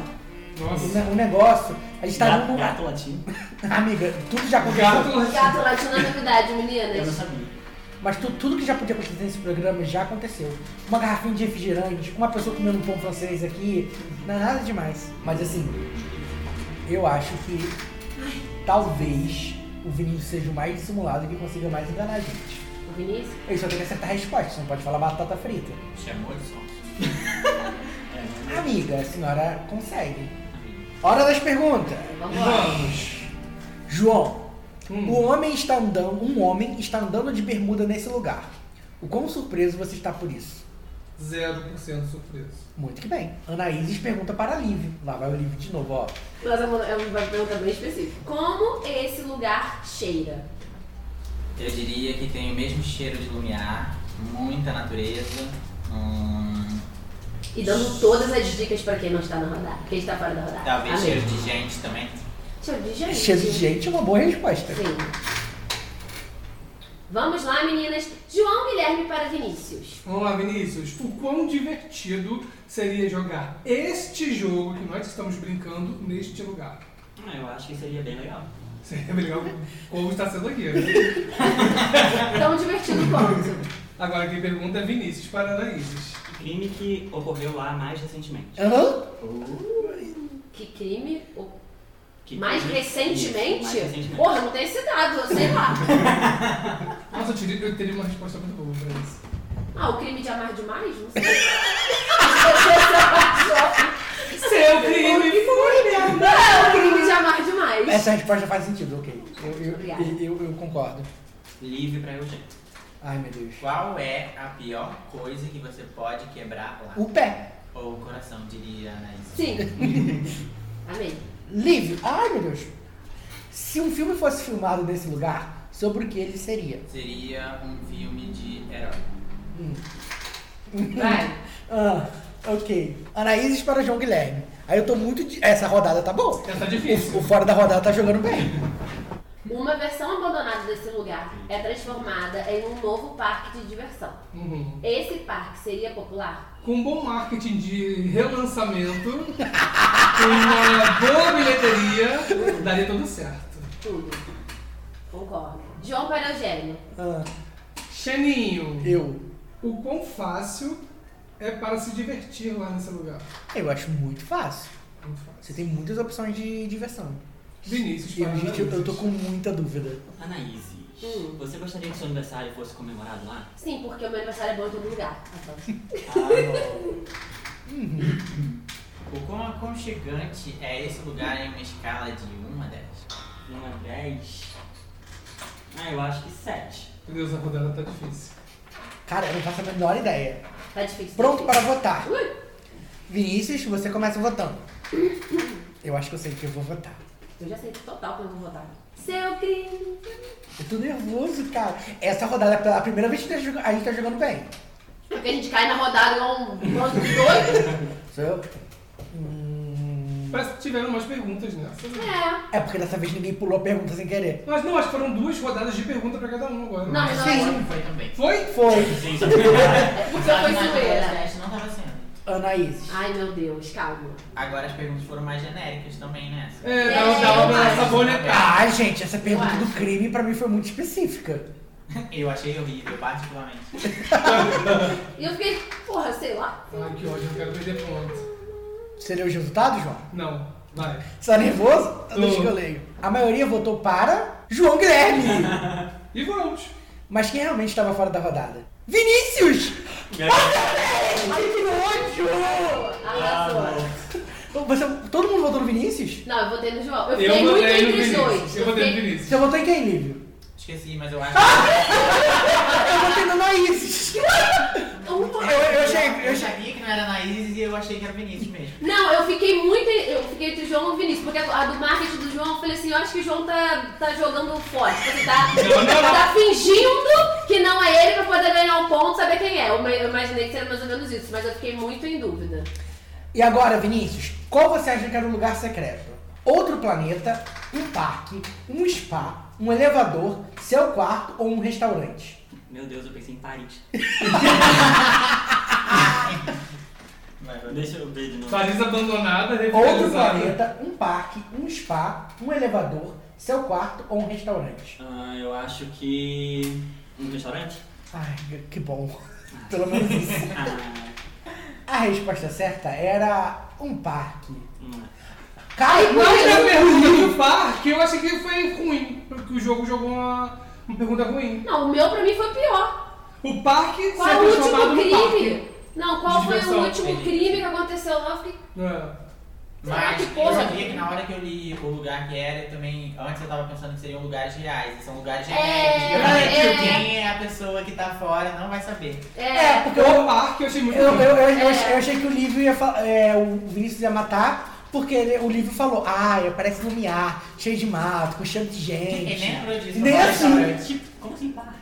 [SPEAKER 5] O,
[SPEAKER 6] Nossa.
[SPEAKER 5] ne- o negócio, a gente tá
[SPEAKER 8] Gato-
[SPEAKER 5] num lugar.
[SPEAKER 8] Gato latino?
[SPEAKER 5] <laughs> Amiga, tudo já aconteceu.
[SPEAKER 6] Gato
[SPEAKER 7] gato latino é novidade,
[SPEAKER 8] Eu não
[SPEAKER 7] meninas.
[SPEAKER 8] sabia.
[SPEAKER 5] Mas tu- tudo que já podia acontecer nesse programa já aconteceu. Uma garrafinha de refrigerante, uma pessoa comendo um pão francês aqui. Não é nada demais. Mas assim, eu acho que talvez o Vinícius seja o mais dissimulado e que consiga mais enganar a gente.
[SPEAKER 7] O Vinícius?
[SPEAKER 5] Ele só tem que acertar a resposta, você não pode falar batata frita.
[SPEAKER 9] Chamou de som.
[SPEAKER 5] Amiga, a senhora consegue. Hora das perguntas.
[SPEAKER 7] Vambora.
[SPEAKER 6] Vamos.
[SPEAKER 5] João,
[SPEAKER 6] Hum.
[SPEAKER 5] o homem está um andando, um homem está andando de bermuda nesse lugar. O quão surpreso você está por isso?
[SPEAKER 6] 0% surpreso.
[SPEAKER 5] Muito que bem. Anaíses pergunta para a Liv. Lá vai o Liv de novo, ó.
[SPEAKER 7] Mas é uma é uma pergunta bem específica. Como esse lugar cheira?
[SPEAKER 9] Eu diria que tem o mesmo cheiro de lumiar, muita natureza. Hum,
[SPEAKER 7] E dando todas as dicas pra quem não está na rodada. Quem está fora da rodada.
[SPEAKER 8] Tá
[SPEAKER 9] talvez
[SPEAKER 5] Ah,
[SPEAKER 7] Amém.
[SPEAKER 9] cheiro de gente também.
[SPEAKER 7] Cheiro de gente.
[SPEAKER 5] Cheio de gente é uma boa resposta.
[SPEAKER 7] Sim. Vamos lá, meninas. João Guilherme para Vinícius.
[SPEAKER 6] Vamos lá, Vinícius. O quão divertido seria jogar este jogo que nós estamos brincando neste lugar?
[SPEAKER 8] Ah, eu acho que seria bem legal.
[SPEAKER 6] Seria bem legal como está sendo aqui. né?
[SPEAKER 5] <laughs>
[SPEAKER 7] Tão divertido quanto.
[SPEAKER 6] Agora quem pergunta é Vinícius para Anaíses.
[SPEAKER 8] O crime que ocorreu lá mais recentemente.
[SPEAKER 5] Aham.
[SPEAKER 7] Que crime? O-
[SPEAKER 8] Que
[SPEAKER 7] mais
[SPEAKER 8] crime-
[SPEAKER 7] recentemente?
[SPEAKER 8] Isso, mais recentemente.
[SPEAKER 7] Porra, não tem esse dado, eu sei
[SPEAKER 8] <laughs>
[SPEAKER 7] lá.
[SPEAKER 6] Nossa, eu teria, eu teria uma resposta muito boa pra isso.
[SPEAKER 7] Ah, o crime de amar demais? Não sei.
[SPEAKER 8] <laughs>
[SPEAKER 6] Seu crime foi
[SPEAKER 7] Não, É o crime de amar demais.
[SPEAKER 8] É
[SPEAKER 5] Essa resposta faz sentido, ok. Eu,
[SPEAKER 7] Obrigada.
[SPEAKER 5] eu, eu, eu concordo.
[SPEAKER 8] Livre pra Eugênio.
[SPEAKER 5] Ai, meu Deus.
[SPEAKER 9] Qual é a pior coisa que você pode quebrar lá?
[SPEAKER 5] O pé.
[SPEAKER 9] Ou o coração, diria a Anaís.
[SPEAKER 7] Sim. <laughs> Amém.
[SPEAKER 5] Liv. Ai, meu Deus. Se um filme fosse filmado nesse lugar, sobre o que ele seria?
[SPEAKER 9] Seria um filme de herói.
[SPEAKER 7] Vai.
[SPEAKER 5] Ah, ok. Anaíses para João Guilherme. Aí eu tô muito. de- Essa rodada tá boa.
[SPEAKER 6] Essa tá difícil.
[SPEAKER 5] O fora da rodada tá jogando bem.
[SPEAKER 7] Uma versão abandonada desse lugar é transformada em um novo parque de diversão.
[SPEAKER 6] Uhum.
[SPEAKER 7] Esse parque seria popular?
[SPEAKER 6] Com um bom marketing de relançamento, <laughs> com uma boa bilheteria, daria tudo certo.
[SPEAKER 7] Tudo. Concordo. João para Eugênio.
[SPEAKER 5] Ah,
[SPEAKER 6] Xeninho,
[SPEAKER 5] eu.
[SPEAKER 6] o quão fácil é para se divertir lá nesse lugar?
[SPEAKER 5] Eu acho muito fácil.
[SPEAKER 6] Muito
[SPEAKER 5] Você
[SPEAKER 6] fácil.
[SPEAKER 5] tem muitas opções de diversão.
[SPEAKER 6] Vinícius,
[SPEAKER 5] E,
[SPEAKER 6] para
[SPEAKER 5] gente, eu, eu tô
[SPEAKER 6] Anaíses.
[SPEAKER 5] com muita dúvida.
[SPEAKER 8] Anaíse,
[SPEAKER 7] Hum.
[SPEAKER 8] você gostaria que seu aniversário fosse comemorado
[SPEAKER 7] <laughs>
[SPEAKER 8] lá?
[SPEAKER 7] Sim, porque o meu aniversário é bom em todo lugar.
[SPEAKER 9] O quão aconchegante é esse lugar em uma escala de 1 a 10?
[SPEAKER 8] Não é 10? Ah, eu acho que 7.
[SPEAKER 6] Meu Deus, a rodada tá difícil.
[SPEAKER 5] Cara, eu não faço a menor ideia.
[SPEAKER 7] Tá difícil.
[SPEAKER 5] Pronto para votar.
[SPEAKER 7] Ui,
[SPEAKER 5] Vinícius, você começa votando. Eu acho que eu sei que eu vou votar.
[SPEAKER 7] eu já sei total como eu vou votar. Seu crime.
[SPEAKER 5] Eu tô nervoso, cara. Essa rodada é pela primeira vez que a gente tá jogando- a gente tá jogando bem.
[SPEAKER 7] Porque a gente cai na rodada igual um monte de doido.
[SPEAKER 5] Sou eu? Hum...
[SPEAKER 6] Parece que tiveram mais perguntas nessa. né?
[SPEAKER 7] É.
[SPEAKER 5] É porque dessa vez ninguém pulou a pergunta sem querer.
[SPEAKER 6] Mas não, acho que foram duas rodadas de pergunta pra cada um agora.
[SPEAKER 7] Não, não,
[SPEAKER 9] Foi também.
[SPEAKER 6] Foi?
[SPEAKER 5] Foi
[SPEAKER 8] Sim,
[SPEAKER 9] <laughs>
[SPEAKER 8] só que-
[SPEAKER 7] é porque foi
[SPEAKER 9] Mas
[SPEAKER 7] zoeira.
[SPEAKER 9] Não tava sendo.
[SPEAKER 5] Anaíses.
[SPEAKER 7] Ai, meu Deus, calma.
[SPEAKER 9] Agora as perguntas foram mais genéricas também, né?
[SPEAKER 6] É, dava, dava pra
[SPEAKER 7] mas-
[SPEAKER 6] sabonetar.
[SPEAKER 5] Ah, gente, essa pergunta
[SPEAKER 7] Eu
[SPEAKER 5] do
[SPEAKER 7] acho.
[SPEAKER 5] crime pra mim foi muito específica.
[SPEAKER 9] Eu achei horrível, particularmente.
[SPEAKER 7] E eu fiquei, porra, sei lá.
[SPEAKER 6] Ai, que ódio, eu não quero perder ponto.
[SPEAKER 5] Você leu os resultados, João?
[SPEAKER 6] Não, vai.
[SPEAKER 5] Você tá nervoso? Então
[SPEAKER 6] Tô.
[SPEAKER 5] deixa que eu leio. A maioria votou para João Guilherme.
[SPEAKER 6] E vamos.
[SPEAKER 5] Mas quem realmente estava fora da rodada? Vinícius! Ai, que ódio!
[SPEAKER 7] Arrasou.
[SPEAKER 5] Você, todo mundo votou no Vinícius?
[SPEAKER 7] Não, eu votei no João.
[SPEAKER 6] Eu
[SPEAKER 7] Eu fiquei muito
[SPEAKER 6] votei no
[SPEAKER 7] entre os dois.
[SPEAKER 6] Vinícius. Eu votei no
[SPEAKER 7] fiquei-
[SPEAKER 6] Vinícius.
[SPEAKER 5] Você votou em quem, Lívio?
[SPEAKER 9] Esqueci, mas eu acho que.
[SPEAKER 5] Eu votei na Naís.
[SPEAKER 7] Um voto.
[SPEAKER 5] Eu, eu achei...
[SPEAKER 9] Eu
[SPEAKER 5] Eu achei...
[SPEAKER 9] sabia que não era Anaís e eu achei que era Vinícius mesmo.
[SPEAKER 7] Não, eu fiquei muito. Eu fiquei entre o João e o Vinícius, porque a do marketing do João, eu falei assim: eu acho que o João tá, tá jogando forte. Tipo assim,
[SPEAKER 6] <laughs>
[SPEAKER 7] tá, tá fingindo que não é ele pra poder ganhar um ponto, saber quem é. Eu, ma- eu imaginei que seria mais ou menos isso, mas eu fiquei muito em dúvida.
[SPEAKER 5] E agora, Vinícius, qual você acha que era o lugar secreto? Outro planeta, um parque, um spa, um elevador, seu quarto ou um restaurante?
[SPEAKER 8] Meu Deus, eu pensei em Paris.
[SPEAKER 9] <laughs> Mas eu-
[SPEAKER 8] Deixa eu ver de novo.
[SPEAKER 6] Paris abandonada,
[SPEAKER 5] Outro
[SPEAKER 6] revitalizada.
[SPEAKER 5] planeta, um parque, um spa, um elevador, seu quarto ou um restaurante?
[SPEAKER 8] Ah, eu acho que. Um restaurante?
[SPEAKER 5] Ai, que bom. <laughs> Pelo menos isso.
[SPEAKER 8] Ah,
[SPEAKER 5] A resposta certa era um parque.
[SPEAKER 8] não é.
[SPEAKER 5] Cara,
[SPEAKER 6] Não, a
[SPEAKER 5] não,
[SPEAKER 6] pergunta do parque, eu achei que foi ruim. Porque o jogo jogou uma, uma pergunta ruim.
[SPEAKER 7] Não, o meu pra mim foi pior.
[SPEAKER 6] O parque
[SPEAKER 7] Qual é
[SPEAKER 6] se
[SPEAKER 7] o último
[SPEAKER 6] transformado no
[SPEAKER 7] crime?
[SPEAKER 6] parque.
[SPEAKER 7] Não, qual
[SPEAKER 6] De
[SPEAKER 7] foi
[SPEAKER 6] diversão.
[SPEAKER 7] o último crime que aconteceu lá? Eu fiquei.
[SPEAKER 6] É.
[SPEAKER 9] Mas
[SPEAKER 3] que porra.
[SPEAKER 9] eu sabia que na hora que eu li o lugar que era, eu também. Antes eu tava pensando que seriam lugares reais. e São lugares genéricos.
[SPEAKER 7] é,
[SPEAKER 9] geralmente Quem é a pessoa que tá fora não vai saber.
[SPEAKER 5] É, porque eu,
[SPEAKER 6] O Mark eu achei muito
[SPEAKER 5] eu,
[SPEAKER 6] bonito.
[SPEAKER 5] eu, eu- eu achei- eu achei que o livro ia fa- é, o Vinícius ia matar, porque ele- o livro falou, ah, parece lumiar, cheio de mato, com cheiro de gente.
[SPEAKER 9] Ninguém nem
[SPEAKER 8] né?
[SPEAKER 9] lembrou disso.
[SPEAKER 5] Nem
[SPEAKER 9] eu
[SPEAKER 5] assim.
[SPEAKER 9] falei, Tipo, como assim parque?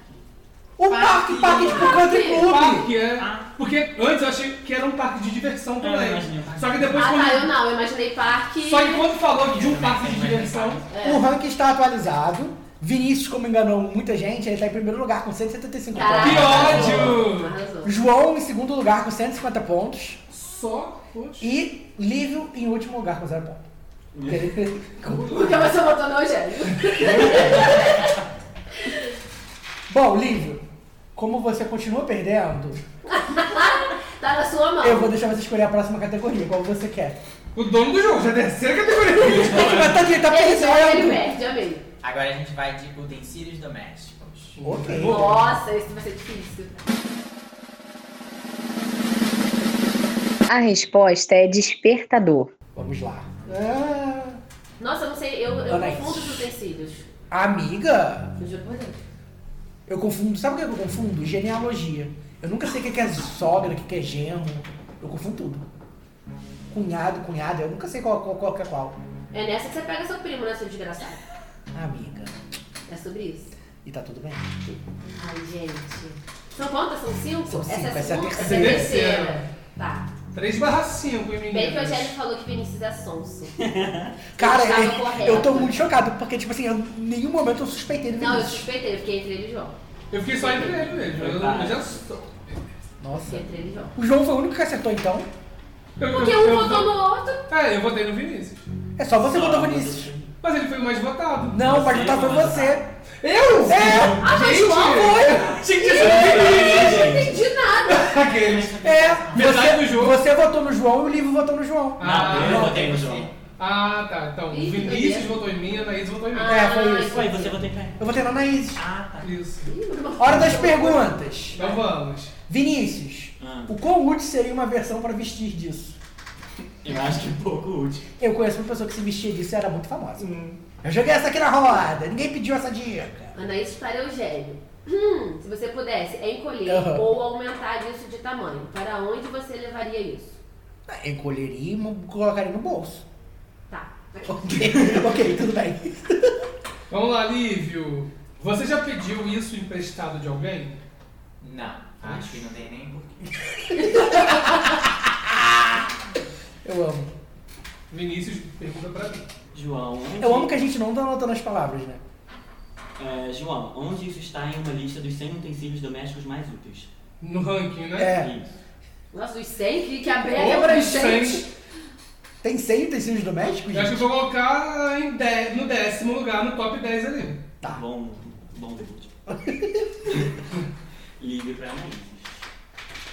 [SPEAKER 5] O parque, parque tipo country
[SPEAKER 6] O
[SPEAKER 5] club.
[SPEAKER 6] parque, é.
[SPEAKER 9] Ah.
[SPEAKER 6] Porque antes eu achei que era um parque de diversão
[SPEAKER 9] É, eu
[SPEAKER 6] também.
[SPEAKER 9] imaginei um parque.
[SPEAKER 6] Só que depois
[SPEAKER 7] Ah,
[SPEAKER 6] quando.
[SPEAKER 7] tá, eu não. Eu imaginei parque.
[SPEAKER 6] Só que quando falou de um
[SPEAKER 9] Eu
[SPEAKER 6] parque
[SPEAKER 9] também
[SPEAKER 6] de
[SPEAKER 9] imaginei
[SPEAKER 6] diversão.
[SPEAKER 9] parque.
[SPEAKER 5] O ranking está atualizado. Vinícius, como enganou muita gente, ele está em primeiro lugar com 175
[SPEAKER 7] Caraca,
[SPEAKER 6] Que
[SPEAKER 5] pontos.
[SPEAKER 6] ódio!
[SPEAKER 7] Ah, arrasou, arrasou.
[SPEAKER 5] João em segundo lugar com 150 pontos.
[SPEAKER 6] Só. Poxa.
[SPEAKER 5] E Lívio em último lugar com 0 ponto. Porque ele-
[SPEAKER 7] Porque você botou no Eugênio.
[SPEAKER 5] Bom, Lívio, como você continua perdendo,
[SPEAKER 7] Tá na sua mão.
[SPEAKER 5] eu vou deixar você escolher a próxima categoria, qual você quer.
[SPEAKER 6] O dono do jogo, já é a terceira
[SPEAKER 7] <laughs>
[SPEAKER 6] categoria.
[SPEAKER 5] Mas tá, tá
[SPEAKER 7] Ele perde, ele
[SPEAKER 5] perdendo.
[SPEAKER 7] perde, amei.
[SPEAKER 9] Agora a gente vai de utensílios domésticos.
[SPEAKER 5] Ok.
[SPEAKER 7] Nossa, esse vai ser difícil.
[SPEAKER 10] A resposta é despertador.
[SPEAKER 5] Vamos lá. Ah,
[SPEAKER 7] Nossa, eu não sei, eu, eu
[SPEAKER 5] Ana aí.
[SPEAKER 7] confundo os utensílios.
[SPEAKER 5] amiga,
[SPEAKER 7] Eu juro por Deus.
[SPEAKER 5] eu confundo. Sabe o que eu confundo? Genealogia. Eu nunca sei o que que é sogra, o que que é genro. Eu confundo tudo. Cunhado, cunhada, eu nunca sei qual, qual, qual que é qual.
[SPEAKER 7] É nessa que você pega seu primo, né, seu desgraçado?
[SPEAKER 5] Amiga.
[SPEAKER 7] É sobre isso.
[SPEAKER 5] E tá tudo bem.
[SPEAKER 7] Ai, gente. São quantas? São cinco?
[SPEAKER 5] São cinco,
[SPEAKER 7] Essa é a
[SPEAKER 5] essa é a
[SPEAKER 7] segunda?
[SPEAKER 5] terceira.
[SPEAKER 7] Tá.
[SPEAKER 6] 3 barra 5, hein,
[SPEAKER 7] Bem que o
[SPEAKER 6] meninas?
[SPEAKER 7] Eugênio falou que Vinícius
[SPEAKER 5] <laughs>
[SPEAKER 7] é sonso.
[SPEAKER 5] Cara,
[SPEAKER 7] Estava
[SPEAKER 5] eu,
[SPEAKER 7] correto.
[SPEAKER 5] eu tô muito chocado, porque, tipo assim, eu, em nenhum momento eu suspeitei do
[SPEAKER 7] Não, eu
[SPEAKER 5] Vinícius.
[SPEAKER 7] suspeitei, eu fiquei entre ele e o João.
[SPEAKER 6] Eu fiquei só entre ele mesmo. Eu, eu já sou.
[SPEAKER 5] Nossa.
[SPEAKER 7] Fiquei entre ele e o João.
[SPEAKER 5] O João foi o único que acertou, então.
[SPEAKER 6] Eu-
[SPEAKER 7] Porque
[SPEAKER 6] eu-
[SPEAKER 7] um
[SPEAKER 6] eu-
[SPEAKER 7] votou no outro.
[SPEAKER 6] É, eu votei no Vinícius.
[SPEAKER 5] É só você votar o Vinícius.
[SPEAKER 6] Mas ele foi o mais votado.
[SPEAKER 5] Não, pode votar foi você. Eu? É,
[SPEAKER 7] Ah, mas o João
[SPEAKER 5] foi.
[SPEAKER 6] Tinha que ter sido Vinícius.
[SPEAKER 7] Eu não entendi nada.
[SPEAKER 6] Aqueles.
[SPEAKER 5] É,
[SPEAKER 6] Metade
[SPEAKER 5] você,
[SPEAKER 6] do jogo.
[SPEAKER 5] você votou no João e o Livro votou no João.
[SPEAKER 6] Ah,
[SPEAKER 8] não, eu
[SPEAKER 6] não.
[SPEAKER 8] votei no João.
[SPEAKER 6] Ah, tá. Então, o
[SPEAKER 7] Ih,
[SPEAKER 6] Vinícius
[SPEAKER 7] doideira.
[SPEAKER 6] votou em mim, a Anaís votou em mim.
[SPEAKER 7] Ah.
[SPEAKER 5] É, foi isso.
[SPEAKER 8] Ué, você votei em quem?
[SPEAKER 5] Eu votei na Anaís.
[SPEAKER 9] Ah, tá.
[SPEAKER 6] Isso.
[SPEAKER 5] Hora das perguntas.
[SPEAKER 6] Então vamos.
[SPEAKER 5] Vinícius,
[SPEAKER 8] Ah.
[SPEAKER 5] o quão útil seria uma versão pra vestir disso?
[SPEAKER 8] Eu acho que um pouco útil.
[SPEAKER 5] Eu conheço uma pessoa que se vestia disso e era muito famosa.
[SPEAKER 6] Hum.
[SPEAKER 5] Eu joguei essa aqui na roda, ninguém pediu essa dica.
[SPEAKER 7] Anaís para Eugênio. Hum, se você pudesse encolher
[SPEAKER 5] Aham.
[SPEAKER 7] ou aumentar isso de tamanho, para onde você levaria isso?
[SPEAKER 5] Ah, Encolheria e mo- colocaria no bolso. <laughs>
[SPEAKER 7] Tá.
[SPEAKER 5] Ok, ok, tudo bem.
[SPEAKER 6] Vamos lá, Lívio. Você já pediu isso emprestado de alguém?
[SPEAKER 9] Não, acho que não tem nem porquê.
[SPEAKER 5] Eu amo.
[SPEAKER 6] Vinícius pergunta pra mim.
[SPEAKER 8] João. onde-
[SPEAKER 5] Eu amo que a gente não tá anotando as palavras, né?
[SPEAKER 8] É, João, onde isso está em uma lista dos 100 utensílios domésticos mais úteis?
[SPEAKER 6] No ranking, né?
[SPEAKER 5] É,
[SPEAKER 8] Isso.
[SPEAKER 7] Nossa, os 100 que, que a Bea é
[SPEAKER 6] Outros
[SPEAKER 7] abrangente.
[SPEAKER 6] 100.
[SPEAKER 5] tem 100 utensílios domésticos?
[SPEAKER 6] Eu acho que
[SPEAKER 5] Gente?
[SPEAKER 6] eu vou colocar em dez- no décimo lugar, no top 10
[SPEAKER 7] <laughs>
[SPEAKER 6] ali.
[SPEAKER 5] Tá.
[SPEAKER 8] Bom, bom debut. Ligue pra Anaís.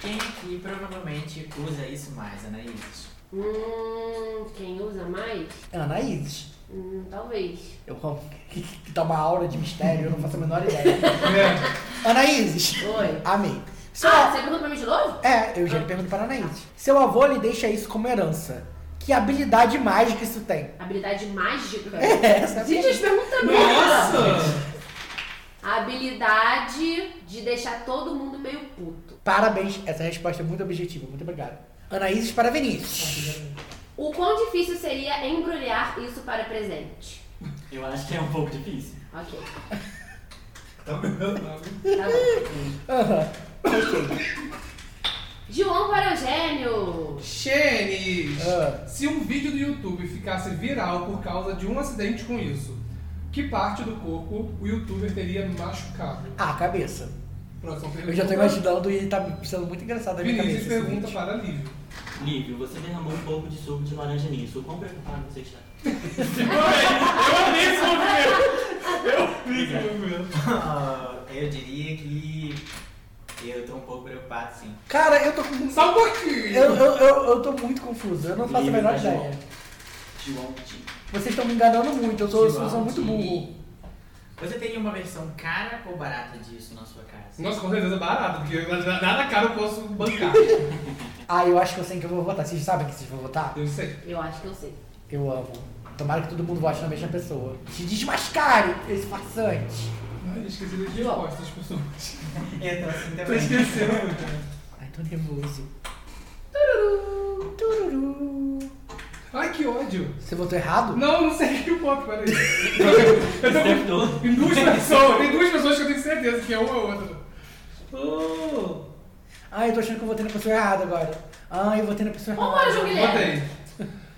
[SPEAKER 9] Quem aqui provavelmente usa isso mais, Anaís?
[SPEAKER 7] Hum, quem usa mais?
[SPEAKER 5] Ah, Anaís.
[SPEAKER 7] Hum, talvez.
[SPEAKER 5] Eu amo. Que tá uma aura de mistério, eu não faço a menor ideia. <laughs>
[SPEAKER 6] É.
[SPEAKER 5] Anaíses.
[SPEAKER 7] Oi.
[SPEAKER 5] Amei. Seu
[SPEAKER 7] Ah,
[SPEAKER 5] a-
[SPEAKER 7] você pergunta pra mim de novo?
[SPEAKER 5] É, eu já lhe pergunto para a Anaíses. Seu avô lhe deixa isso como herança. Que habilidade mágica isso tem? <laughs>
[SPEAKER 7] Habilidade mágica?
[SPEAKER 5] Essa é a
[SPEAKER 7] Gente, as perguntas merda.
[SPEAKER 6] Nossa!
[SPEAKER 7] A habilidade de deixar todo mundo meio puto.
[SPEAKER 5] Parabéns, essa resposta é muito objetiva. Muito obrigado. Anaíses para Vinícius.
[SPEAKER 7] O quão difícil seria embrulhar isso para presente?
[SPEAKER 8] Eu acho que é um pouco difícil.
[SPEAKER 7] Ok, tá
[SPEAKER 6] Tá bom.
[SPEAKER 7] bom.
[SPEAKER 5] Aham.
[SPEAKER 7] João para Eugênio.
[SPEAKER 6] Xênis!
[SPEAKER 5] Ah.
[SPEAKER 6] Se um vídeo do YouTube ficasse viral por causa de um acidente com isso, que parte do corpo o youtuber teria machucado?
[SPEAKER 5] Ah, cabeça.
[SPEAKER 6] Próxima pergunta.
[SPEAKER 5] Eu já tô imaginando e tá sendo muito engraçado na minha
[SPEAKER 6] Vinícius
[SPEAKER 5] cabeça. assim, tipo, esse
[SPEAKER 6] pergunta
[SPEAKER 5] vídeo.
[SPEAKER 6] para Lívio.
[SPEAKER 8] Lívio, você derramou um pouco de suco de laranja nisso. O quão preocupado você está?
[SPEAKER 9] Ah, <laughs> eu diria que eu tô um pouco preocupado, sim.
[SPEAKER 5] Cara, eu tô com.
[SPEAKER 6] Só um pouquinho!
[SPEAKER 5] Eu, eu, eu, eu tô muito confuso, eu não faço a
[SPEAKER 8] Livre
[SPEAKER 5] menor
[SPEAKER 8] pra
[SPEAKER 5] ideia.
[SPEAKER 8] João. João Tim.
[SPEAKER 5] Vocês estão me enganando muito, eu sou, eu sou-
[SPEAKER 9] João
[SPEAKER 5] sou muito
[SPEAKER 9] Tim.
[SPEAKER 5] burro.
[SPEAKER 9] Você teria uma versão cara ou barata disso na sua casa?
[SPEAKER 5] <laughs>
[SPEAKER 6] Nossa, com certeza é barato, porque nada caro eu posso bancar.
[SPEAKER 5] Ah, eu acho que eu sei que eu vou votar. Vocês sabem que vocês vão votar?
[SPEAKER 6] Eu sei.
[SPEAKER 7] Eu acho que eu sei.
[SPEAKER 5] Eu amo. Tomara que todo mundo vote na mesma pessoa. Se desmascare, esse farsante.
[SPEAKER 6] Ai, esqueci das respostas, pessoas.
[SPEAKER 9] Eu tô assim
[SPEAKER 6] Tu
[SPEAKER 9] também.
[SPEAKER 6] esqueceu.
[SPEAKER 5] Ai, tô nervoso.
[SPEAKER 6] Tururu.
[SPEAKER 5] Tururu.
[SPEAKER 6] Ai, que ódio.
[SPEAKER 5] Você votou errado?
[SPEAKER 6] Não, não sei que é pop,
[SPEAKER 5] <laughs>
[SPEAKER 6] peraí. Eu tô com
[SPEAKER 8] Acertou.
[SPEAKER 6] tem duas pessoas, tem duas pessoas que eu tenho certeza que é uma ou outra.
[SPEAKER 8] Oh.
[SPEAKER 5] Ah, eu tô achando que eu votei na pessoa errada agora. Ah, eu votei na pessoa errada.
[SPEAKER 7] Como era o João Guilherme?
[SPEAKER 6] Botei.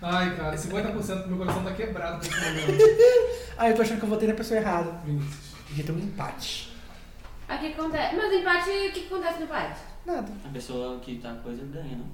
[SPEAKER 6] Ai, cara, 50% do meu coração tá quebrado nesse momento.
[SPEAKER 5] Ah, eu tô achando que eu votei na pessoa errada.
[SPEAKER 6] Vinícius.
[SPEAKER 5] Devia ter um empate.
[SPEAKER 7] Aí o que que acontece? Mas empate, o que que acontece no empate?
[SPEAKER 5] Nada.
[SPEAKER 8] A pessoa que tá com coisa ganha, não?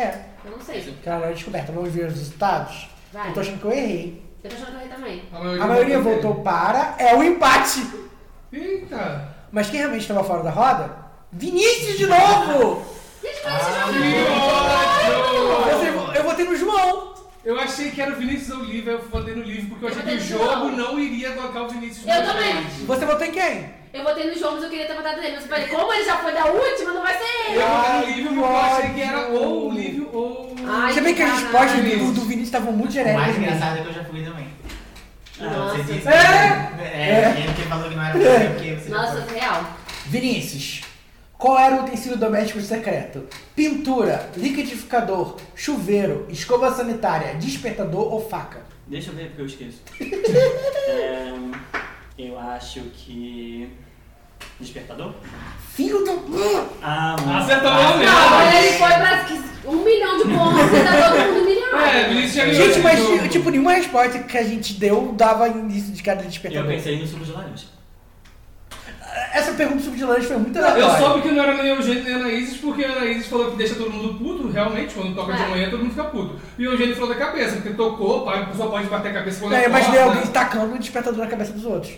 [SPEAKER 5] É,
[SPEAKER 7] Eu não sei.
[SPEAKER 5] cara, é descoberta. Vamos ver os resultados?
[SPEAKER 7] Vai.
[SPEAKER 5] Eu tô achando que eu errei.
[SPEAKER 7] Eu tô achando que eu errei também.
[SPEAKER 6] A
[SPEAKER 5] A maioria
[SPEAKER 6] votou
[SPEAKER 5] votou para. É o empate!
[SPEAKER 6] nele. Eita!
[SPEAKER 5] Mas quem realmente estava fora da roda? Vinícius de novo!
[SPEAKER 7] Gente, mas esse jogo
[SPEAKER 6] Que ódio!
[SPEAKER 5] Eu, sei- eu votei no João!
[SPEAKER 6] Eu achei que era o Vinícius ou o Livre, eu votei no Livre porque eu achei que
[SPEAKER 7] Eu
[SPEAKER 6] o
[SPEAKER 7] votei no
[SPEAKER 6] jogo
[SPEAKER 7] João.
[SPEAKER 6] não iria colocar o Vinícius
[SPEAKER 7] Eu
[SPEAKER 6] no
[SPEAKER 7] também.
[SPEAKER 6] jogo.
[SPEAKER 5] Você votou em quem?
[SPEAKER 7] Eu votei no João, mas eu queria ter votado nele. Mas eu falei, como ele já foi da última, não vai ser ele.
[SPEAKER 6] Eu votei
[SPEAKER 5] Ai,
[SPEAKER 6] no Livre
[SPEAKER 5] que
[SPEAKER 6] porque eu achei que
[SPEAKER 5] ódio.
[SPEAKER 6] era ou o Livre ou.
[SPEAKER 7] Ai,
[SPEAKER 5] Você vê que as
[SPEAKER 7] caralho.
[SPEAKER 5] respostas do, do Vinícius estavam muito
[SPEAKER 9] O mais
[SPEAKER 5] genéricas. mesmo.
[SPEAKER 9] engraçado é que eu já fui também. Ah,
[SPEAKER 7] Nossa.
[SPEAKER 9] Você disse
[SPEAKER 5] É?
[SPEAKER 9] É, ele que falou que não era pra você, porque você já
[SPEAKER 7] Nossa,
[SPEAKER 9] foi.
[SPEAKER 7] real.
[SPEAKER 5] Vinícius, qual era o utensílio doméstico secreto? Pintura, liquidificador, chuveiro, escova sanitária, despertador ou faca?
[SPEAKER 8] Deixa eu ver porque eu
[SPEAKER 9] <laughs>
[SPEAKER 8] esqueço. É, eu acho que. Despertador?
[SPEAKER 5] Filho do.
[SPEAKER 8] Ah, mano.
[SPEAKER 6] Acertou
[SPEAKER 8] Ah,
[SPEAKER 6] o meu!
[SPEAKER 7] Não, olha, ele foi pra que- um milhão de pontos, você tá todo mundo milionário.
[SPEAKER 6] É, Vinícius já ganhou.
[SPEAKER 5] Gente,
[SPEAKER 6] esse
[SPEAKER 5] mas
[SPEAKER 6] jogo.
[SPEAKER 5] tipo, nenhuma resposta que a gente deu dava início de cada
[SPEAKER 8] Eu
[SPEAKER 5] despertador.
[SPEAKER 8] pensei no suco de laranja.
[SPEAKER 5] Essa pergunta sobre de lanche foi muito
[SPEAKER 6] Eu
[SPEAKER 5] aleatória.
[SPEAKER 6] soube que não era nem o Eugênio nem a Anaíses, porque a Anaíses falou que deixa todo mundo puto, realmente, quando toca de
[SPEAKER 7] É.
[SPEAKER 6] manhã todo mundo fica puto. E o Eugênio falou da cabeça, porque tocou, pai, a pessoa pode bater a cabeça quando né?
[SPEAKER 5] Não, eu
[SPEAKER 6] acorda.
[SPEAKER 5] imaginei alguém tacando um despertador na cabeça dos outros.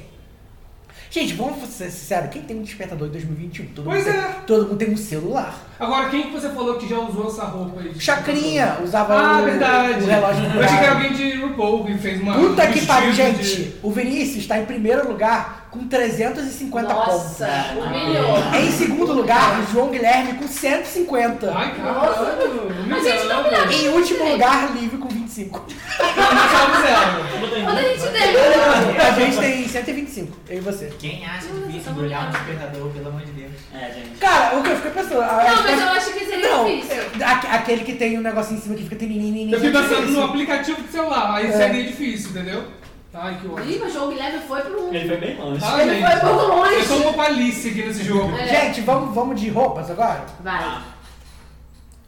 [SPEAKER 5] Gente, vamos ser sinceros, quem tem um despertador em 2021? Todo
[SPEAKER 6] Pois
[SPEAKER 5] mundo
[SPEAKER 6] é.
[SPEAKER 5] Tem, todo mundo tem um celular.
[SPEAKER 6] Agora, quem que você falou que já usou essa roupa aí?
[SPEAKER 5] Chacrinha usava
[SPEAKER 6] Ah,
[SPEAKER 5] o,
[SPEAKER 6] verdade.
[SPEAKER 5] o relógio do
[SPEAKER 6] Eu achei que
[SPEAKER 5] braço.
[SPEAKER 6] era alguém de RuPaul que fez uma.
[SPEAKER 5] Puta
[SPEAKER 6] um
[SPEAKER 5] que pariu,
[SPEAKER 6] vestido
[SPEAKER 5] gente.
[SPEAKER 6] de-
[SPEAKER 5] O Vinícius está em primeiro lugar com 350 pontos.
[SPEAKER 7] Nossa, um milhão.
[SPEAKER 5] Em segundo lugar, o João Guilherme com 150.
[SPEAKER 6] Ai,
[SPEAKER 7] Nossa.
[SPEAKER 6] caralho.
[SPEAKER 7] A gente tá humilhado.
[SPEAKER 5] Em último lugar, Livre com 25.
[SPEAKER 8] Eu
[SPEAKER 5] <laughs>
[SPEAKER 6] humilhado.
[SPEAKER 8] botei
[SPEAKER 7] Quando a
[SPEAKER 8] muito.
[SPEAKER 7] gente deu.
[SPEAKER 5] A gente tem 125, eu e você.
[SPEAKER 9] Quem acha difícil embrulhar um despertador, pelo amor de Deus?
[SPEAKER 8] É, gente.
[SPEAKER 5] Cara, o que eu fico pensando.
[SPEAKER 7] Não, mas eu acho que seria
[SPEAKER 5] Não, é,
[SPEAKER 7] difícil.
[SPEAKER 5] aque- aquele que tem um negocinho em cima que fica.
[SPEAKER 6] Eu fico pensando no
[SPEAKER 5] Não,
[SPEAKER 6] aplicativo do celular,
[SPEAKER 5] É.
[SPEAKER 6] aí seria difícil, entendeu? Ai, que ódio.
[SPEAKER 7] Ih, mas o João Guilherme foi pro.
[SPEAKER 8] Ele foi bem longe.
[SPEAKER 6] Ai,
[SPEAKER 7] Ele foi muito longe.
[SPEAKER 6] Eu sou um uma palice aqui nesse jogo.
[SPEAKER 7] É.
[SPEAKER 5] Gente, vamos, vamos de roupas agora?
[SPEAKER 7] Vai.
[SPEAKER 6] Ah,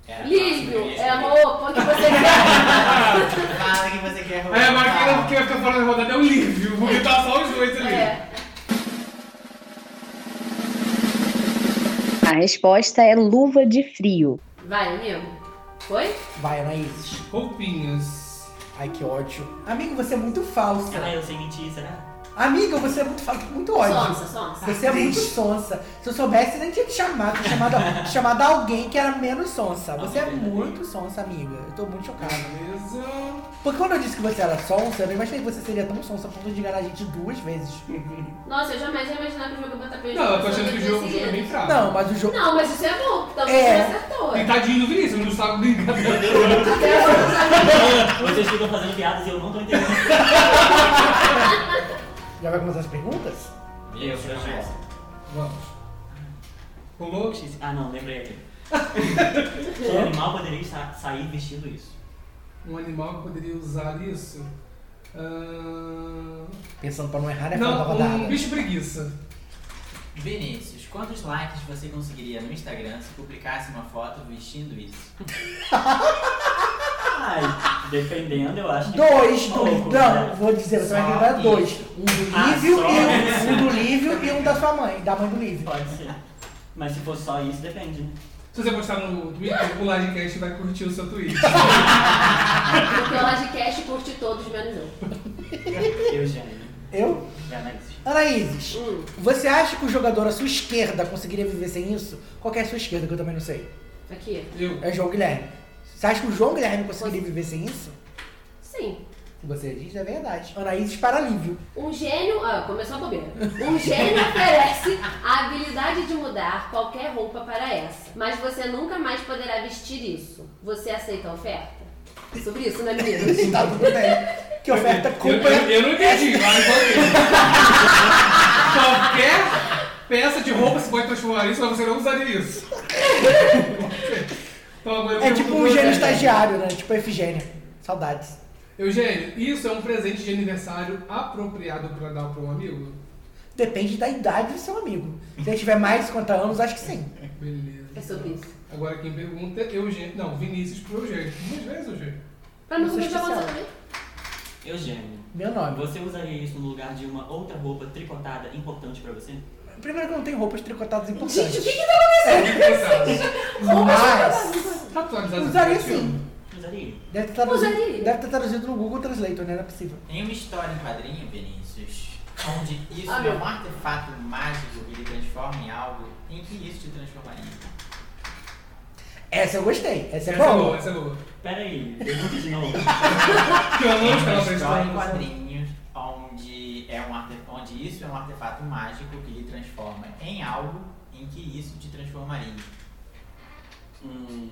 [SPEAKER 9] É,
[SPEAKER 6] tá.
[SPEAKER 7] Lívio,
[SPEAKER 9] próximo,
[SPEAKER 7] é a roupa que você
[SPEAKER 6] <laughs>
[SPEAKER 7] quer.
[SPEAKER 9] Fala que você quer roubar.
[SPEAKER 6] Aí a máquina É, que vai ficar fora da rodada é o Lívio, porque tá só os dois ali.
[SPEAKER 7] É.
[SPEAKER 10] A resposta é luva de frio.
[SPEAKER 7] Vai, amigo. Foi?
[SPEAKER 5] Vai, Anaís.
[SPEAKER 6] Roupinhas.
[SPEAKER 5] Ai, que ódio. Amigo, você é muito falso.
[SPEAKER 8] Ah, eu sei mentir, será?
[SPEAKER 5] Amiga, você é muito falso, muito ódio.
[SPEAKER 7] Sonsa, sonsa.
[SPEAKER 5] Você é muito sonsa. Se eu soubesse, nem tinha te chamado. Tinha
[SPEAKER 7] <laughs>
[SPEAKER 5] chamado, chamado alguém que era menos sonsa. Você é muito sonsa, amiga. Eu tô muito chocada.
[SPEAKER 6] Beleza.
[SPEAKER 5] Porque quando eu disse que você era sonsa, eu não imaginei que você seria tão sonsa a ponto de enganar a gente duas vezes.
[SPEAKER 7] Nossa, eu jamais ia imaginar que o jogo ia botar pra ele.
[SPEAKER 6] Não, eu tô achando que o jogo, o jogo é bem fraco. Tá.
[SPEAKER 5] Não, mas o jogo.
[SPEAKER 7] Não, mas isso é bom. Então
[SPEAKER 5] É.
[SPEAKER 7] você acertou.
[SPEAKER 6] E tadinho do Vinícius, não sabe brincadeira.
[SPEAKER 9] É.
[SPEAKER 8] Vocês ficam fazendo piadas e eu não tô entendendo.
[SPEAKER 5] Já vai começar as perguntas?
[SPEAKER 9] Eu sou essa.
[SPEAKER 6] Vamos. Rolou?
[SPEAKER 8] Ah, não, lembrei
[SPEAKER 9] <laughs>
[SPEAKER 8] aqui. Que animal poderia sa- sair vestindo isso?
[SPEAKER 6] Um animal que poderia usar isso? Ahn,
[SPEAKER 5] Pensando pra não errar, né? Fala da
[SPEAKER 6] Não, um
[SPEAKER 5] rodada.
[SPEAKER 6] bicho preguiça.
[SPEAKER 9] Vinícius, quantos likes você conseguiria no Instagram se publicasse uma foto vestindo isso?
[SPEAKER 8] <laughs> Ai, dependendo, eu acho que.
[SPEAKER 5] Dois, dois.
[SPEAKER 8] pouco,
[SPEAKER 5] Não,
[SPEAKER 8] né?
[SPEAKER 5] vou dizer, você vai
[SPEAKER 9] Só
[SPEAKER 5] lembrar dois.
[SPEAKER 9] isso.
[SPEAKER 5] Um do
[SPEAKER 8] Ah,
[SPEAKER 5] Lívio
[SPEAKER 8] só
[SPEAKER 5] e
[SPEAKER 8] isso.
[SPEAKER 5] um, um do Lívio e um da sua mãe, da mãe do Lívio.
[SPEAKER 8] Pode ser. Mas se for só isso, depende. né?
[SPEAKER 6] Se você postar no Twitter, o Lagecast vai curtir o seu tweet.
[SPEAKER 7] Porque o Lodcast curte todos, menos eu.
[SPEAKER 8] Eugênio.
[SPEAKER 5] Eu?
[SPEAKER 8] É, mas.
[SPEAKER 5] Anaíses,
[SPEAKER 7] Hum.
[SPEAKER 5] você acha que o jogador à sua esquerda conseguiria viver sem isso? Qual que é a sua esquerda, que eu também não sei?
[SPEAKER 7] Aqui.
[SPEAKER 6] Eu?
[SPEAKER 5] É João Guilherme. Você acha que o João Guilherme conseguiria viver sem isso?
[SPEAKER 7] Sim.
[SPEAKER 5] Você diz é verdade. Anaíses para alívio.
[SPEAKER 7] Um gênio. Ah, começou a bobeira. Um
[SPEAKER 6] <laughs>
[SPEAKER 7] gênio oferece a habilidade de mudar qualquer roupa para essa. Mas você nunca mais poderá vestir isso. Você aceita a oferta? Sobre isso, né, meninas?
[SPEAKER 5] Tá tudo bem. Que oferta
[SPEAKER 6] Eu,
[SPEAKER 5] completa.
[SPEAKER 6] eu não entendi, mas ok.
[SPEAKER 5] <laughs>
[SPEAKER 6] Qualquer peça de roupa você pode transformar isso, mas você não
[SPEAKER 5] <laughs>
[SPEAKER 6] usaria isso. Então, agora eu
[SPEAKER 5] É
[SPEAKER 6] pergunto
[SPEAKER 5] tipo um
[SPEAKER 6] pra
[SPEAKER 5] gênio
[SPEAKER 6] você.
[SPEAKER 5] estagiário, né? Tipo a Efigênia. Saudades.
[SPEAKER 6] Eugênio, isso é um presente de aniversário apropriado pra dar pra um amigo?
[SPEAKER 5] Depende da idade do seu amigo. Se ele tiver mais de 50 anos, acho que sim.
[SPEAKER 7] É
[SPEAKER 6] Beleza.
[SPEAKER 7] sobre isso.
[SPEAKER 6] Agora quem pergunta é Eugênio. Não, Vinícius pro Eugênio. Duas
[SPEAKER 5] <laughs>
[SPEAKER 6] vezes, Eugênio.
[SPEAKER 7] Pra mim,
[SPEAKER 5] Você
[SPEAKER 7] como já
[SPEAKER 5] especial.
[SPEAKER 7] aconteceu também?
[SPEAKER 8] Eugênio,
[SPEAKER 5] Meu nome.
[SPEAKER 8] você usaria isso no lugar de uma outra roupa tricotada importante pra você?
[SPEAKER 5] Primeiro que eu não tenho roupas tricotadas
[SPEAKER 7] Gente, o que
[SPEAKER 5] importantes.
[SPEAKER 7] que tá acontecendo?
[SPEAKER 6] Pensado.
[SPEAKER 5] Mas,
[SPEAKER 6] Tá atualizado esse
[SPEAKER 5] usaria
[SPEAKER 6] aplicativo?
[SPEAKER 5] sim.
[SPEAKER 8] Usaria?
[SPEAKER 5] Deve ter, traduzido,
[SPEAKER 7] Usaria.
[SPEAKER 5] deve ter traduzido no Google Translator, né? Não é possível.
[SPEAKER 9] Tem uma história em quadrinho, Vinícius, onde isso
[SPEAKER 7] Ah,
[SPEAKER 9] é
[SPEAKER 7] meu.
[SPEAKER 9] um artefato mágico que ele transforma em algo em que isso te transformaria.
[SPEAKER 5] Essa eu gostei. Essa é
[SPEAKER 6] Essa é boa,
[SPEAKER 5] boa.
[SPEAKER 6] essa é boa.
[SPEAKER 8] Peraí, pergunta de novo.
[SPEAKER 6] Que eu não estava
[SPEAKER 9] Uma história em
[SPEAKER 6] prestando atenção.
[SPEAKER 9] quadrinhos onde, é um arte- onde isso é um artefato mágico que lhe transforma em algo em que isso te transformaria.
[SPEAKER 8] Hum,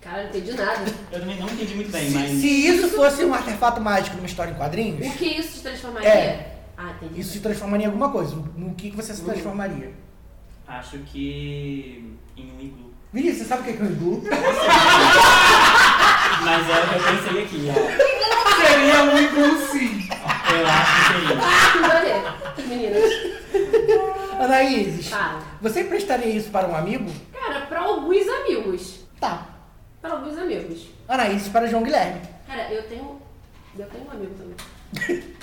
[SPEAKER 7] Cara, não entendi nada.
[SPEAKER 8] eu também não entendi muito bem, mas.
[SPEAKER 5] Se, se isso fosse um artefato mágico numa história em quadrinhos,
[SPEAKER 7] O que isso te transformaria?
[SPEAKER 5] É.
[SPEAKER 7] Ah, entendi. <laughs>
[SPEAKER 5] isso se transformaria em alguma coisa. No que que você se transformaria?
[SPEAKER 8] Acho que. em um iglu.
[SPEAKER 5] Vinícius, você sabe o que é um
[SPEAKER 7] <laughs>
[SPEAKER 5] iglu?
[SPEAKER 8] Mas é o que eu pensei aqui, ó.
[SPEAKER 6] Seria um iglu sim.
[SPEAKER 8] Eu acho que seria.
[SPEAKER 7] Olha, meninas,
[SPEAKER 5] Anaíses,
[SPEAKER 7] fala.
[SPEAKER 5] você emprestaria isso para um amigo?
[SPEAKER 7] Cara, pra alguns amigos.
[SPEAKER 5] Tá.
[SPEAKER 7] Pra alguns amigos.
[SPEAKER 5] Anaíses para João Guilherme.
[SPEAKER 7] Cara, eu tenho. Eu tenho um amigo também.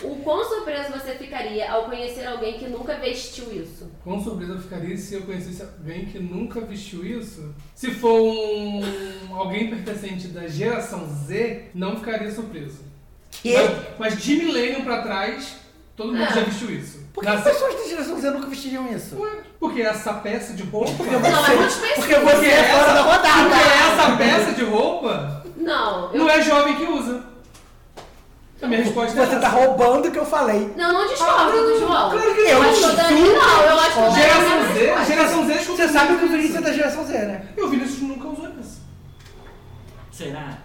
[SPEAKER 7] O quão surpreso você ficaria ao conhecer alguém que nunca vestiu isso?
[SPEAKER 6] Quão surpresa eu ficaria se eu conhecesse alguém que nunca vestiu isso? Se for um, alguém pertencente da geração Z, não ficaria surpreso.
[SPEAKER 5] Que?
[SPEAKER 6] Mas, mas de milênio pra trás, todo mundo já vestiu isso.
[SPEAKER 5] Por que as
[SPEAKER 6] Nasce-
[SPEAKER 5] pessoas da geração Z nunca vestiriam isso?
[SPEAKER 6] Ué, Porque essa peça de roupa.
[SPEAKER 7] Não, mas muito
[SPEAKER 5] Porque
[SPEAKER 7] específico.
[SPEAKER 5] você é fora da rodada.
[SPEAKER 6] Porque essa peça de roupa
[SPEAKER 7] Não, eu...
[SPEAKER 6] não é jovem que usa. A minha resposta é
[SPEAKER 5] Você tá
[SPEAKER 6] essa.
[SPEAKER 5] roubando o que eu falei.
[SPEAKER 7] não, não discordo do João.
[SPEAKER 6] Claro que
[SPEAKER 5] eu
[SPEAKER 7] eu acho que o Dani
[SPEAKER 5] super
[SPEAKER 7] não, eu acho que o Dani
[SPEAKER 6] Geração
[SPEAKER 7] não.
[SPEAKER 6] Z, geração Z, desculpa.
[SPEAKER 5] Você sabe que o Vinícius é da geração Z, né?
[SPEAKER 6] E o Vinícius nunca usou isso.
[SPEAKER 8] Será?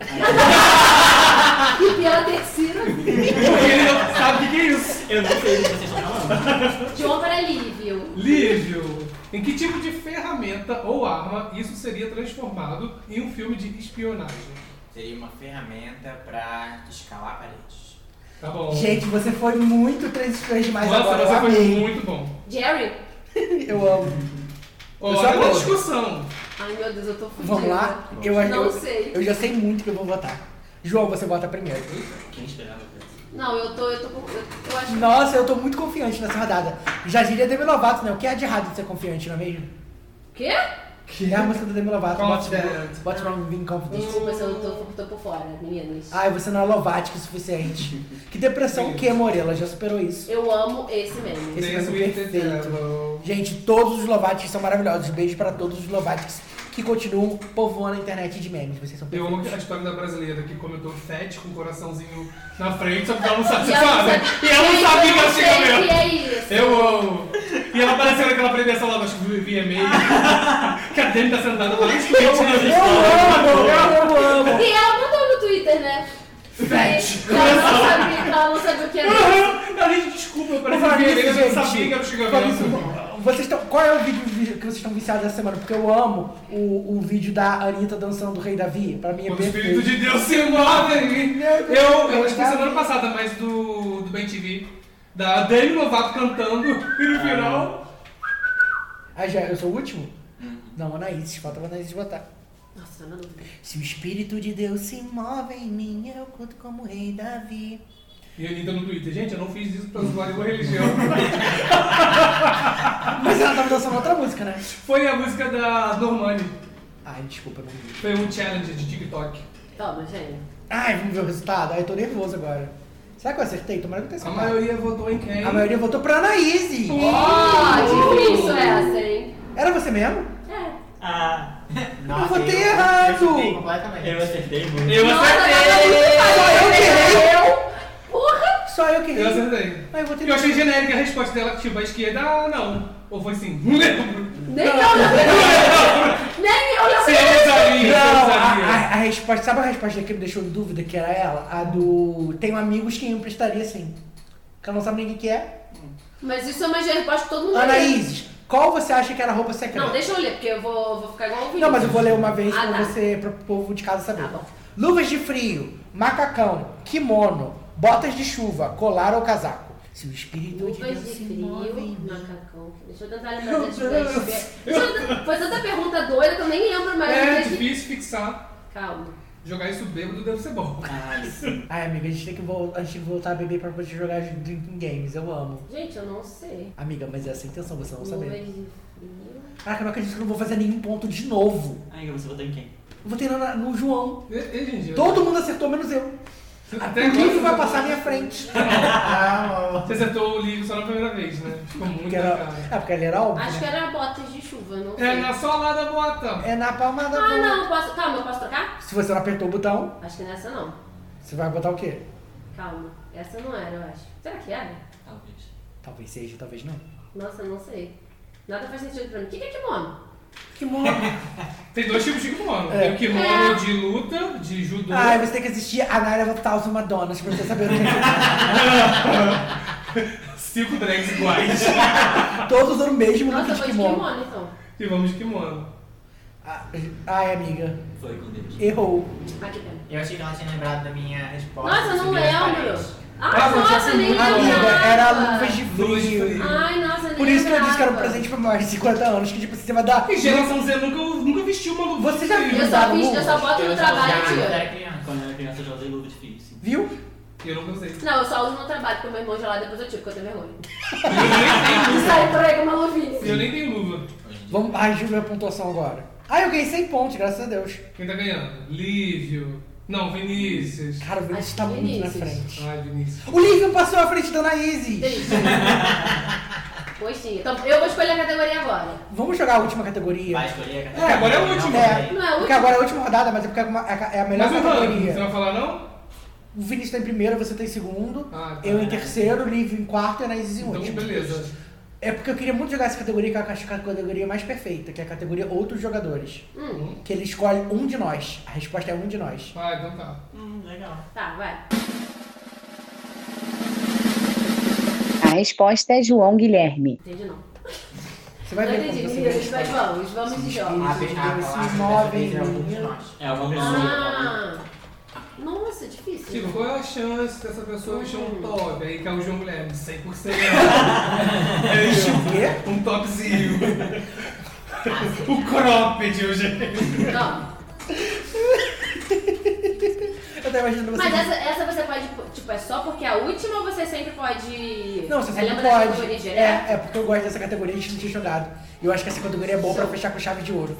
[SPEAKER 7] E pela terceira,
[SPEAKER 6] Porque ele não sabe o que que é isso.
[SPEAKER 8] Eu não sei do que vocês estão falando.
[SPEAKER 7] João para Lívio.
[SPEAKER 6] Lívio, em que tipo de ferramenta ou arma isso seria transformado em um filme de espionagem?
[SPEAKER 9] Seria uma ferramenta pra escalar paredes.
[SPEAKER 6] Tá bom.
[SPEAKER 5] Gente, você foi muito três estrelas demais
[SPEAKER 6] Nossa,
[SPEAKER 5] agora. Eu
[SPEAKER 6] você foi
[SPEAKER 5] amei.
[SPEAKER 6] muito bom.
[SPEAKER 7] Jerry.
[SPEAKER 5] Eu amo. Eu sou
[SPEAKER 6] Olha a
[SPEAKER 5] boa.
[SPEAKER 6] discussão.
[SPEAKER 7] Ai meu Deus, eu tô fudida.
[SPEAKER 5] Vamos lá? Eu,
[SPEAKER 7] Não
[SPEAKER 5] eu,
[SPEAKER 7] sei.
[SPEAKER 5] eu já sei muito que eu vou votar. João, você vota primeiro.
[SPEAKER 8] Quem esperava por isso?
[SPEAKER 7] Não, eu tô, eu tô, com- eu, eu acho que...
[SPEAKER 5] Nossa, eu tô muito confiante nessa rodada. Já diria Demi Lovato, né? O que há de errado de ser confiante, não é mesmo?
[SPEAKER 7] Quê?
[SPEAKER 5] É a música do Demi Lovato. What's
[SPEAKER 6] Confident.
[SPEAKER 5] wrong- What's wrong with being confident?
[SPEAKER 7] Desculpa se eu tô, tô por fora, meninas.
[SPEAKER 5] Ai, você não é lovática o suficiente. Que depressão o quê, Morela? Já superou isso.
[SPEAKER 7] Eu amo esse meme.
[SPEAKER 5] Esse
[SPEAKER 6] Dance
[SPEAKER 5] mesmo
[SPEAKER 6] with the
[SPEAKER 5] perfeito.
[SPEAKER 6] devil.
[SPEAKER 5] Gente, todos os Lovatics são maravilhosos. Beijo pra todos os Lovatics que continuam povoando a internet de memes. Vocês são
[SPEAKER 6] Eu amo a
[SPEAKER 5] perfeitos.
[SPEAKER 6] história da brasileira que comentou fat com um coraçãozinho na frente, só que ela não sabe
[SPEAKER 7] E
[SPEAKER 6] se
[SPEAKER 7] ela não
[SPEAKER 6] sabe.
[SPEAKER 7] sabe-
[SPEAKER 6] E ela
[SPEAKER 7] Gente,
[SPEAKER 6] não sabia que
[SPEAKER 7] eu
[SPEAKER 6] ela
[SPEAKER 7] não sei
[SPEAKER 6] tinha
[SPEAKER 7] o que
[SPEAKER 6] mesmo.
[SPEAKER 7] é isso.
[SPEAKER 6] Eu amo. E ela apareceu naquela premiação lá, acho que via meio.
[SPEAKER 7] <laughs>
[SPEAKER 6] que a Dani tá sentada lá.
[SPEAKER 5] Eu amo, eu amo.
[SPEAKER 7] E ela mandou no Twitter, né?
[SPEAKER 6] Fat.
[SPEAKER 7] E Ela não sabia, ela não sabia o que é era.
[SPEAKER 6] Aham, A gente desculpa, eu
[SPEAKER 5] Por
[SPEAKER 6] parecia
[SPEAKER 5] falar
[SPEAKER 6] que
[SPEAKER 5] nisso,
[SPEAKER 6] eu não
[SPEAKER 5] gente, é
[SPEAKER 6] sabia que era o
[SPEAKER 5] por
[SPEAKER 6] xingamento.
[SPEAKER 5] isso, vocês estão, qual é o vídeo vi- que vocês estão viciados essa semana? Porque eu amo o, o vídeo da Anitta dançando o Rei Davi. Pra mim é
[SPEAKER 6] Quando o Espírito
[SPEAKER 5] perfeito.
[SPEAKER 6] de Deus se move em mim.
[SPEAKER 5] Meu Deus,
[SPEAKER 6] Eu, eu
[SPEAKER 5] meu
[SPEAKER 6] acho que foi
[SPEAKER 5] Deus.
[SPEAKER 6] semana passada, mas do, do Ben TV. Da Demi Lovato cantando <laughs> e no final.
[SPEAKER 5] Ah, já, eu sou o último? Não, Anaís, falta a Anaís botar.
[SPEAKER 7] Nossa, não. Você
[SPEAKER 5] Se o Espírito de Deus se move em mim, eu canto como o Rei Davi.
[SPEAKER 6] E a Anitta no Twitter. Gente, eu não fiz isso pra zoar nenhuma
[SPEAKER 5] <laughs>
[SPEAKER 6] religião.
[SPEAKER 5] Mas ela tava dançando outra música, né?
[SPEAKER 6] Foi a música da Normani.
[SPEAKER 5] Ai, desculpa, não vi.
[SPEAKER 6] Foi um challenge de TikTok.
[SPEAKER 7] Toma, gente.
[SPEAKER 5] Ai, vamos ver o resultado. Ai, eu tô nervoso agora. Será que eu acertei? Tomara que eu tenha
[SPEAKER 6] A
[SPEAKER 5] acertado.
[SPEAKER 6] maioria votou em quem?
[SPEAKER 5] A maioria votou pra Anaíse.
[SPEAKER 7] Ó, difícil essa, hein?
[SPEAKER 5] Era você mesmo?
[SPEAKER 7] É.
[SPEAKER 8] Ah,
[SPEAKER 5] eu votei errado.
[SPEAKER 9] Eu chutei completamente.
[SPEAKER 8] eu acertei muito.
[SPEAKER 6] Eu
[SPEAKER 7] Nossa,
[SPEAKER 6] acertei!
[SPEAKER 7] ela é muito fácil.
[SPEAKER 5] Só eu que errei.
[SPEAKER 7] Pô,
[SPEAKER 5] Ah, eu queria.
[SPEAKER 6] Eu acertei.
[SPEAKER 5] Ah, eu vou ter
[SPEAKER 6] Eu achei genérica a resposta dela, tipo, a esquerda, ah, não. Ou foi assim, <laughs> não lembro.
[SPEAKER 7] Nem eu não Nem eu não
[SPEAKER 6] Você não sabia, você
[SPEAKER 5] Não,
[SPEAKER 6] não
[SPEAKER 5] a,
[SPEAKER 6] sabia.
[SPEAKER 5] a- a resposta, sabe a resposta que me deixou em dúvida, que era ela? A do. Tenho amigos que me emprestaria sim. Que ela não sabe nem o que que é.
[SPEAKER 7] Mas isso é uma resposta que todo mundo
[SPEAKER 5] Ana
[SPEAKER 7] tem.
[SPEAKER 5] Isis, qual você acha que era a roupa secreta?
[SPEAKER 7] Não, deixa eu ler, porque eu vou, vou ficar igual o vídeo.
[SPEAKER 5] Não, mas eu vou ler uma vez
[SPEAKER 7] Ah,
[SPEAKER 5] pra
[SPEAKER 7] tá.
[SPEAKER 5] você, pro povo de casa saber.
[SPEAKER 7] Tá bom.
[SPEAKER 5] Luvas de frio, macacão, kimono, botas de chuva, colar ou casaco. Se o espírito de
[SPEAKER 7] Luvas
[SPEAKER 5] Deus
[SPEAKER 7] de
[SPEAKER 5] se move em
[SPEAKER 7] frio,
[SPEAKER 5] mim.
[SPEAKER 7] macacão. Deixa eu tentar lembrar das coisas. Foi tanta pergunta doida que eu nem lembro mais.
[SPEAKER 6] É
[SPEAKER 7] Mas-
[SPEAKER 6] difícil fixar.
[SPEAKER 7] Calma.
[SPEAKER 6] Jogar isso bêbado deve ser bom.
[SPEAKER 9] Ai, sim.
[SPEAKER 5] Ai, amiga, a gente tem que voltar, a gente tem que voltar a beber pra poder jogar drinking games. Eu amo.
[SPEAKER 7] Gente, eu não sei.
[SPEAKER 5] Amiga, mas essa é a intenção, você não
[SPEAKER 7] Luvas
[SPEAKER 5] saber.
[SPEAKER 7] de frio.
[SPEAKER 5] Caraca, eu não acredito que eu não vou fazer nenhum ponto de novo.
[SPEAKER 8] Ai, você votou em quem?
[SPEAKER 5] Eu Vou treinar na- no João.
[SPEAKER 6] E, e, gente,
[SPEAKER 5] Todo mundo acertou, menos eu. O
[SPEAKER 6] Até agora
[SPEAKER 5] livro
[SPEAKER 6] você
[SPEAKER 5] vai
[SPEAKER 6] acertou-
[SPEAKER 5] passar à minha frente.
[SPEAKER 6] Você acertou o livro só na primeira vez, né?
[SPEAKER 5] <laughs>
[SPEAKER 6] Ficou muito
[SPEAKER 5] Porque
[SPEAKER 6] na
[SPEAKER 5] era,
[SPEAKER 6] cara.
[SPEAKER 5] é, porque ele era óbvio.
[SPEAKER 7] Acho que
[SPEAKER 5] né?
[SPEAKER 7] era botas de chuva, não sei.
[SPEAKER 6] É na solada bota.
[SPEAKER 5] É na palmada
[SPEAKER 7] Ah,
[SPEAKER 5] do...
[SPEAKER 7] não, posso. Calma, eu posso trocar?
[SPEAKER 5] Se você não apertou o botão,
[SPEAKER 7] Acho que nessa não.
[SPEAKER 5] você vai botar o quê?
[SPEAKER 7] Calma. Essa não era, eu acho. Será que era?
[SPEAKER 8] Talvez.
[SPEAKER 5] Talvez seja, talvez não.
[SPEAKER 7] Nossa, não sei. Nada faz sentido pra mim. O que que é kimono?
[SPEAKER 5] Que mono.
[SPEAKER 6] Tem dois tipos de kimono.
[SPEAKER 5] É. Ah,
[SPEAKER 6] Tem o kimono de luta, de judô.
[SPEAKER 5] <laughs> Ai, você tem que assistir a Naira of Thousand Madonnas pra você saber o que é.
[SPEAKER 6] Cinco drags iguais. <laughs>
[SPEAKER 5] é. Todos usando o mesmo
[SPEAKER 7] Nossa,
[SPEAKER 5] look
[SPEAKER 7] eu
[SPEAKER 5] de
[SPEAKER 7] vou
[SPEAKER 5] é kimono.
[SPEAKER 7] de kimono, então.
[SPEAKER 6] e vamos de kimono.
[SPEAKER 5] Ah, Ai, amiga.
[SPEAKER 8] Foi com Deus.
[SPEAKER 5] Errou.
[SPEAKER 7] Aqui, pera.
[SPEAKER 9] Eu achei que ela tinha lembrado da minha resposta.
[SPEAKER 7] Nossa, eu não
[SPEAKER 9] subir as
[SPEAKER 7] lembro.
[SPEAKER 9] paredes.
[SPEAKER 7] Ah,
[SPEAKER 6] Ela
[SPEAKER 7] nossa,
[SPEAKER 6] tinha
[SPEAKER 7] nem
[SPEAKER 6] sido muito
[SPEAKER 5] Amiga,
[SPEAKER 7] lembrava.
[SPEAKER 5] assim, era luvas de
[SPEAKER 6] Luvas de
[SPEAKER 5] frio.
[SPEAKER 6] frio.
[SPEAKER 7] Ai, nossa, nem
[SPEAKER 5] Por isso que eu disse que era um
[SPEAKER 7] lembrava.
[SPEAKER 5] presente pra mais de 50 anos, que tipo, você vai dar...
[SPEAKER 6] E geração Z nunca, nunca vestiu uma luva.
[SPEAKER 5] Você já
[SPEAKER 6] de frio.
[SPEAKER 7] Eu
[SPEAKER 5] Usava
[SPEAKER 7] só, fiz, eu só
[SPEAKER 5] luvas?
[SPEAKER 7] boto no
[SPEAKER 9] Eu já
[SPEAKER 7] um trabalho,
[SPEAKER 9] usava
[SPEAKER 7] tio.
[SPEAKER 9] quando era criança.
[SPEAKER 8] Quando eu era criança, eu já usei luva de frio, sim.
[SPEAKER 5] Viu?
[SPEAKER 6] Eu nunca usei.
[SPEAKER 7] Não, eu só uso no trabalho, porque meu irmão já lá depois eu tiro, porque eu tenho vergonha.
[SPEAKER 6] Eu nem tenho
[SPEAKER 7] E
[SPEAKER 6] luva.
[SPEAKER 7] sai por aí com uma luvinha.
[SPEAKER 6] Eu nem tenho luva.
[SPEAKER 5] Vamos... Ai, Ju, minha pontuação agora. Ai, eu ganhei 100 pontos, graças a Deus.
[SPEAKER 6] Quem tá ganhando? Lívio. Não, Vinícius.
[SPEAKER 5] Cara, o Vinícius
[SPEAKER 7] Acho
[SPEAKER 5] tá
[SPEAKER 7] que
[SPEAKER 5] muito na
[SPEAKER 7] Vinícius.
[SPEAKER 5] frente.
[SPEAKER 6] Ai, Vinícius.
[SPEAKER 5] O Lívio passou à frente da Ana Isis.
[SPEAKER 7] Triste. Coxinha. Então, eu vou escolher a categoria agora.
[SPEAKER 5] Vamos jogar a última categoria?
[SPEAKER 9] Vai escolher a
[SPEAKER 6] É, agora é o último.
[SPEAKER 5] É.
[SPEAKER 7] Não é a
[SPEAKER 5] Porque
[SPEAKER 7] última?
[SPEAKER 5] agora é a última rodada, mas é porque é uma- é a melhor
[SPEAKER 6] Mas o Rami,
[SPEAKER 5] categoria.
[SPEAKER 6] você vai falar não?
[SPEAKER 5] O Vinícius tá em primeiro, você tá em segundo,
[SPEAKER 6] Ah, tá.
[SPEAKER 5] eu em terceiro, o Livre em quarto e a Anaíses em
[SPEAKER 6] Então,
[SPEAKER 5] último.
[SPEAKER 6] beleza.
[SPEAKER 5] É porque eu queria muito jogar essa categoria, que eu acho que é a categoria mais perfeita, que é a categoria Outros Jogadores.
[SPEAKER 7] Hum,
[SPEAKER 5] Que ele escolhe um de nós. A resposta é um de nós.
[SPEAKER 6] Ah, então tá.
[SPEAKER 8] Hum, legal.
[SPEAKER 7] tá, vai.
[SPEAKER 10] A resposta é João Guilherme.
[SPEAKER 7] Entendi não.
[SPEAKER 5] Você vai
[SPEAKER 7] não
[SPEAKER 5] ver como
[SPEAKER 7] entendi.
[SPEAKER 5] você vê a
[SPEAKER 7] Vinícius, mas
[SPEAKER 5] resposta.
[SPEAKER 7] vamos, vamos de jogo.
[SPEAKER 9] A pescada
[SPEAKER 5] Eles
[SPEAKER 9] lá,
[SPEAKER 5] se
[SPEAKER 9] dessa
[SPEAKER 5] movem,
[SPEAKER 9] vez era um de
[SPEAKER 5] menino.
[SPEAKER 9] nós.
[SPEAKER 8] É uma pessoa.
[SPEAKER 7] Ah, nossa, difícil.
[SPEAKER 6] Tipo, qual é a chance dessa pessoa vestir um top? Aí caiu o João Guilherme, 100%.
[SPEAKER 5] <laughs> Vestiu o quê?
[SPEAKER 6] um topzinho. o cropped, eu já...
[SPEAKER 7] Não.
[SPEAKER 5] Eu tô imaginando você.
[SPEAKER 7] Mas essa, essa você pode, tipo, é só porque é a última ou você sempre pode...
[SPEAKER 5] Não, você sempre
[SPEAKER 7] lembra da
[SPEAKER 5] pode.
[SPEAKER 7] categoria geral?
[SPEAKER 5] É, é porque eu gosto dessa categoria, a gente não tinha jogado. E eu acho que essa categoria é boa pra fechar com chave de ouro.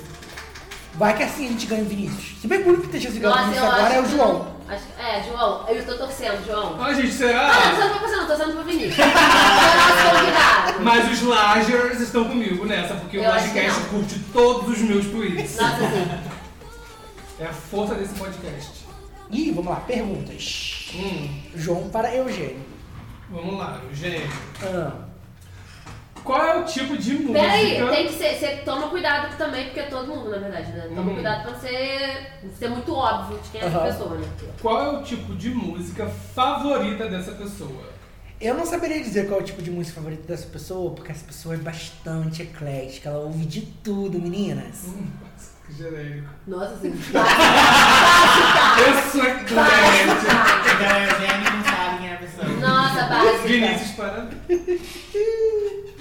[SPEAKER 5] Vai que assim a gente ganha o Vinícius. Se bem que o único que tem chance de ganhar o
[SPEAKER 7] Nossa, eu
[SPEAKER 5] Vinícius agora
[SPEAKER 7] acho
[SPEAKER 5] é o
[SPEAKER 7] que
[SPEAKER 5] João.
[SPEAKER 7] não- acho- é, João, eu tô torcendo, João.
[SPEAKER 6] Ah, gente,
[SPEAKER 7] Ah, não,
[SPEAKER 6] será?
[SPEAKER 7] tô sendo pra você não, tô sendo pra Vinícius. É o nosso convidado.
[SPEAKER 6] <laughs> Mas os Lagers estão comigo nessa, porque o
[SPEAKER 7] Eu acho que
[SPEAKER 6] Lagecast
[SPEAKER 7] não.
[SPEAKER 6] curte todos os meus tweets.
[SPEAKER 7] Nossa, sim.
[SPEAKER 6] É a força desse podcast.
[SPEAKER 5] Ih, vamos lá, perguntas.
[SPEAKER 6] Hum,
[SPEAKER 5] João para Eugênio.
[SPEAKER 6] vamos lá, gente.
[SPEAKER 5] Ah,
[SPEAKER 6] Qual é o tipo de música?
[SPEAKER 7] Peraí, tem que ser. Você toma cuidado também, porque é todo mundo, na verdade, né? Toma
[SPEAKER 6] Uhum.
[SPEAKER 7] cuidado pra você ser muito óbvio de quem é essa
[SPEAKER 5] Aham.
[SPEAKER 7] pessoa, né?
[SPEAKER 6] Qual é o tipo de música favorita dessa pessoa?
[SPEAKER 5] eu não saberia dizer qual é o tipo de música favorita dessa pessoa, porque essa pessoa é bastante eclética. Ela ouve de tudo, meninas.
[SPEAKER 6] Hum, nossa, que genérico.
[SPEAKER 7] Nossa, <laughs> assim.
[SPEAKER 6] Eu sou eclético.
[SPEAKER 9] Então o Eugênio não sabe quem é a pessoa.
[SPEAKER 7] Nossa, básica.
[SPEAKER 6] Vinícius para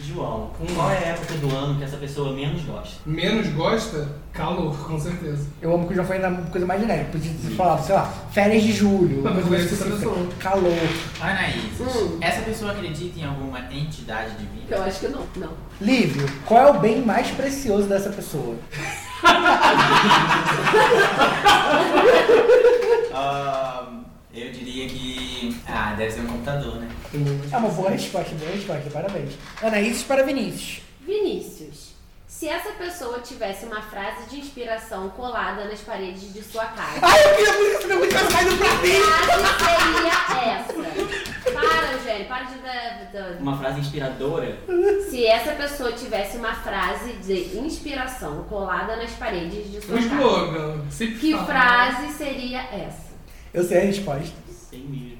[SPEAKER 8] João, qual é a época do ano que essa pessoa menos gosta?
[SPEAKER 6] menos gosta? Calor, com certeza.
[SPEAKER 5] Eu amo que o João foi na coisa mais genérica. Podia ter falado, sei lá, férias de julho.
[SPEAKER 6] Não, mas
[SPEAKER 5] uma coisa
[SPEAKER 6] conheço essa
[SPEAKER 5] específica.
[SPEAKER 6] pessoa.
[SPEAKER 5] Calor.
[SPEAKER 9] Anaís,
[SPEAKER 7] Hum.
[SPEAKER 9] essa pessoa acredita em alguma entidade divina?
[SPEAKER 7] Eu acho que não, não.
[SPEAKER 5] Lívio, qual é o bem mais precioso dessa pessoa?
[SPEAKER 9] Ahn, Ah, eu diria que. Ah, deve ser um computador, né?
[SPEAKER 5] É uma boa resposta, boa resposta, parabéns. Anaíses para Vinícius.
[SPEAKER 7] Vinícius, se essa pessoa tivesse uma frase de inspiração colada nas paredes de sua casa,
[SPEAKER 5] Ai, eu queria muito que essa pergunta tivesse caído pra mim!
[SPEAKER 7] que frase seria essa? Para, da-
[SPEAKER 8] Uma frase inspiradora.
[SPEAKER 7] Se essa pessoa tivesse uma frase de inspiração colada nas paredes de sua
[SPEAKER 6] Um
[SPEAKER 7] casa,
[SPEAKER 6] slogan. Sempre
[SPEAKER 7] que
[SPEAKER 6] fala.
[SPEAKER 7] frase seria essa?
[SPEAKER 5] Eu sei a resposta.
[SPEAKER 8] Sem mesmo.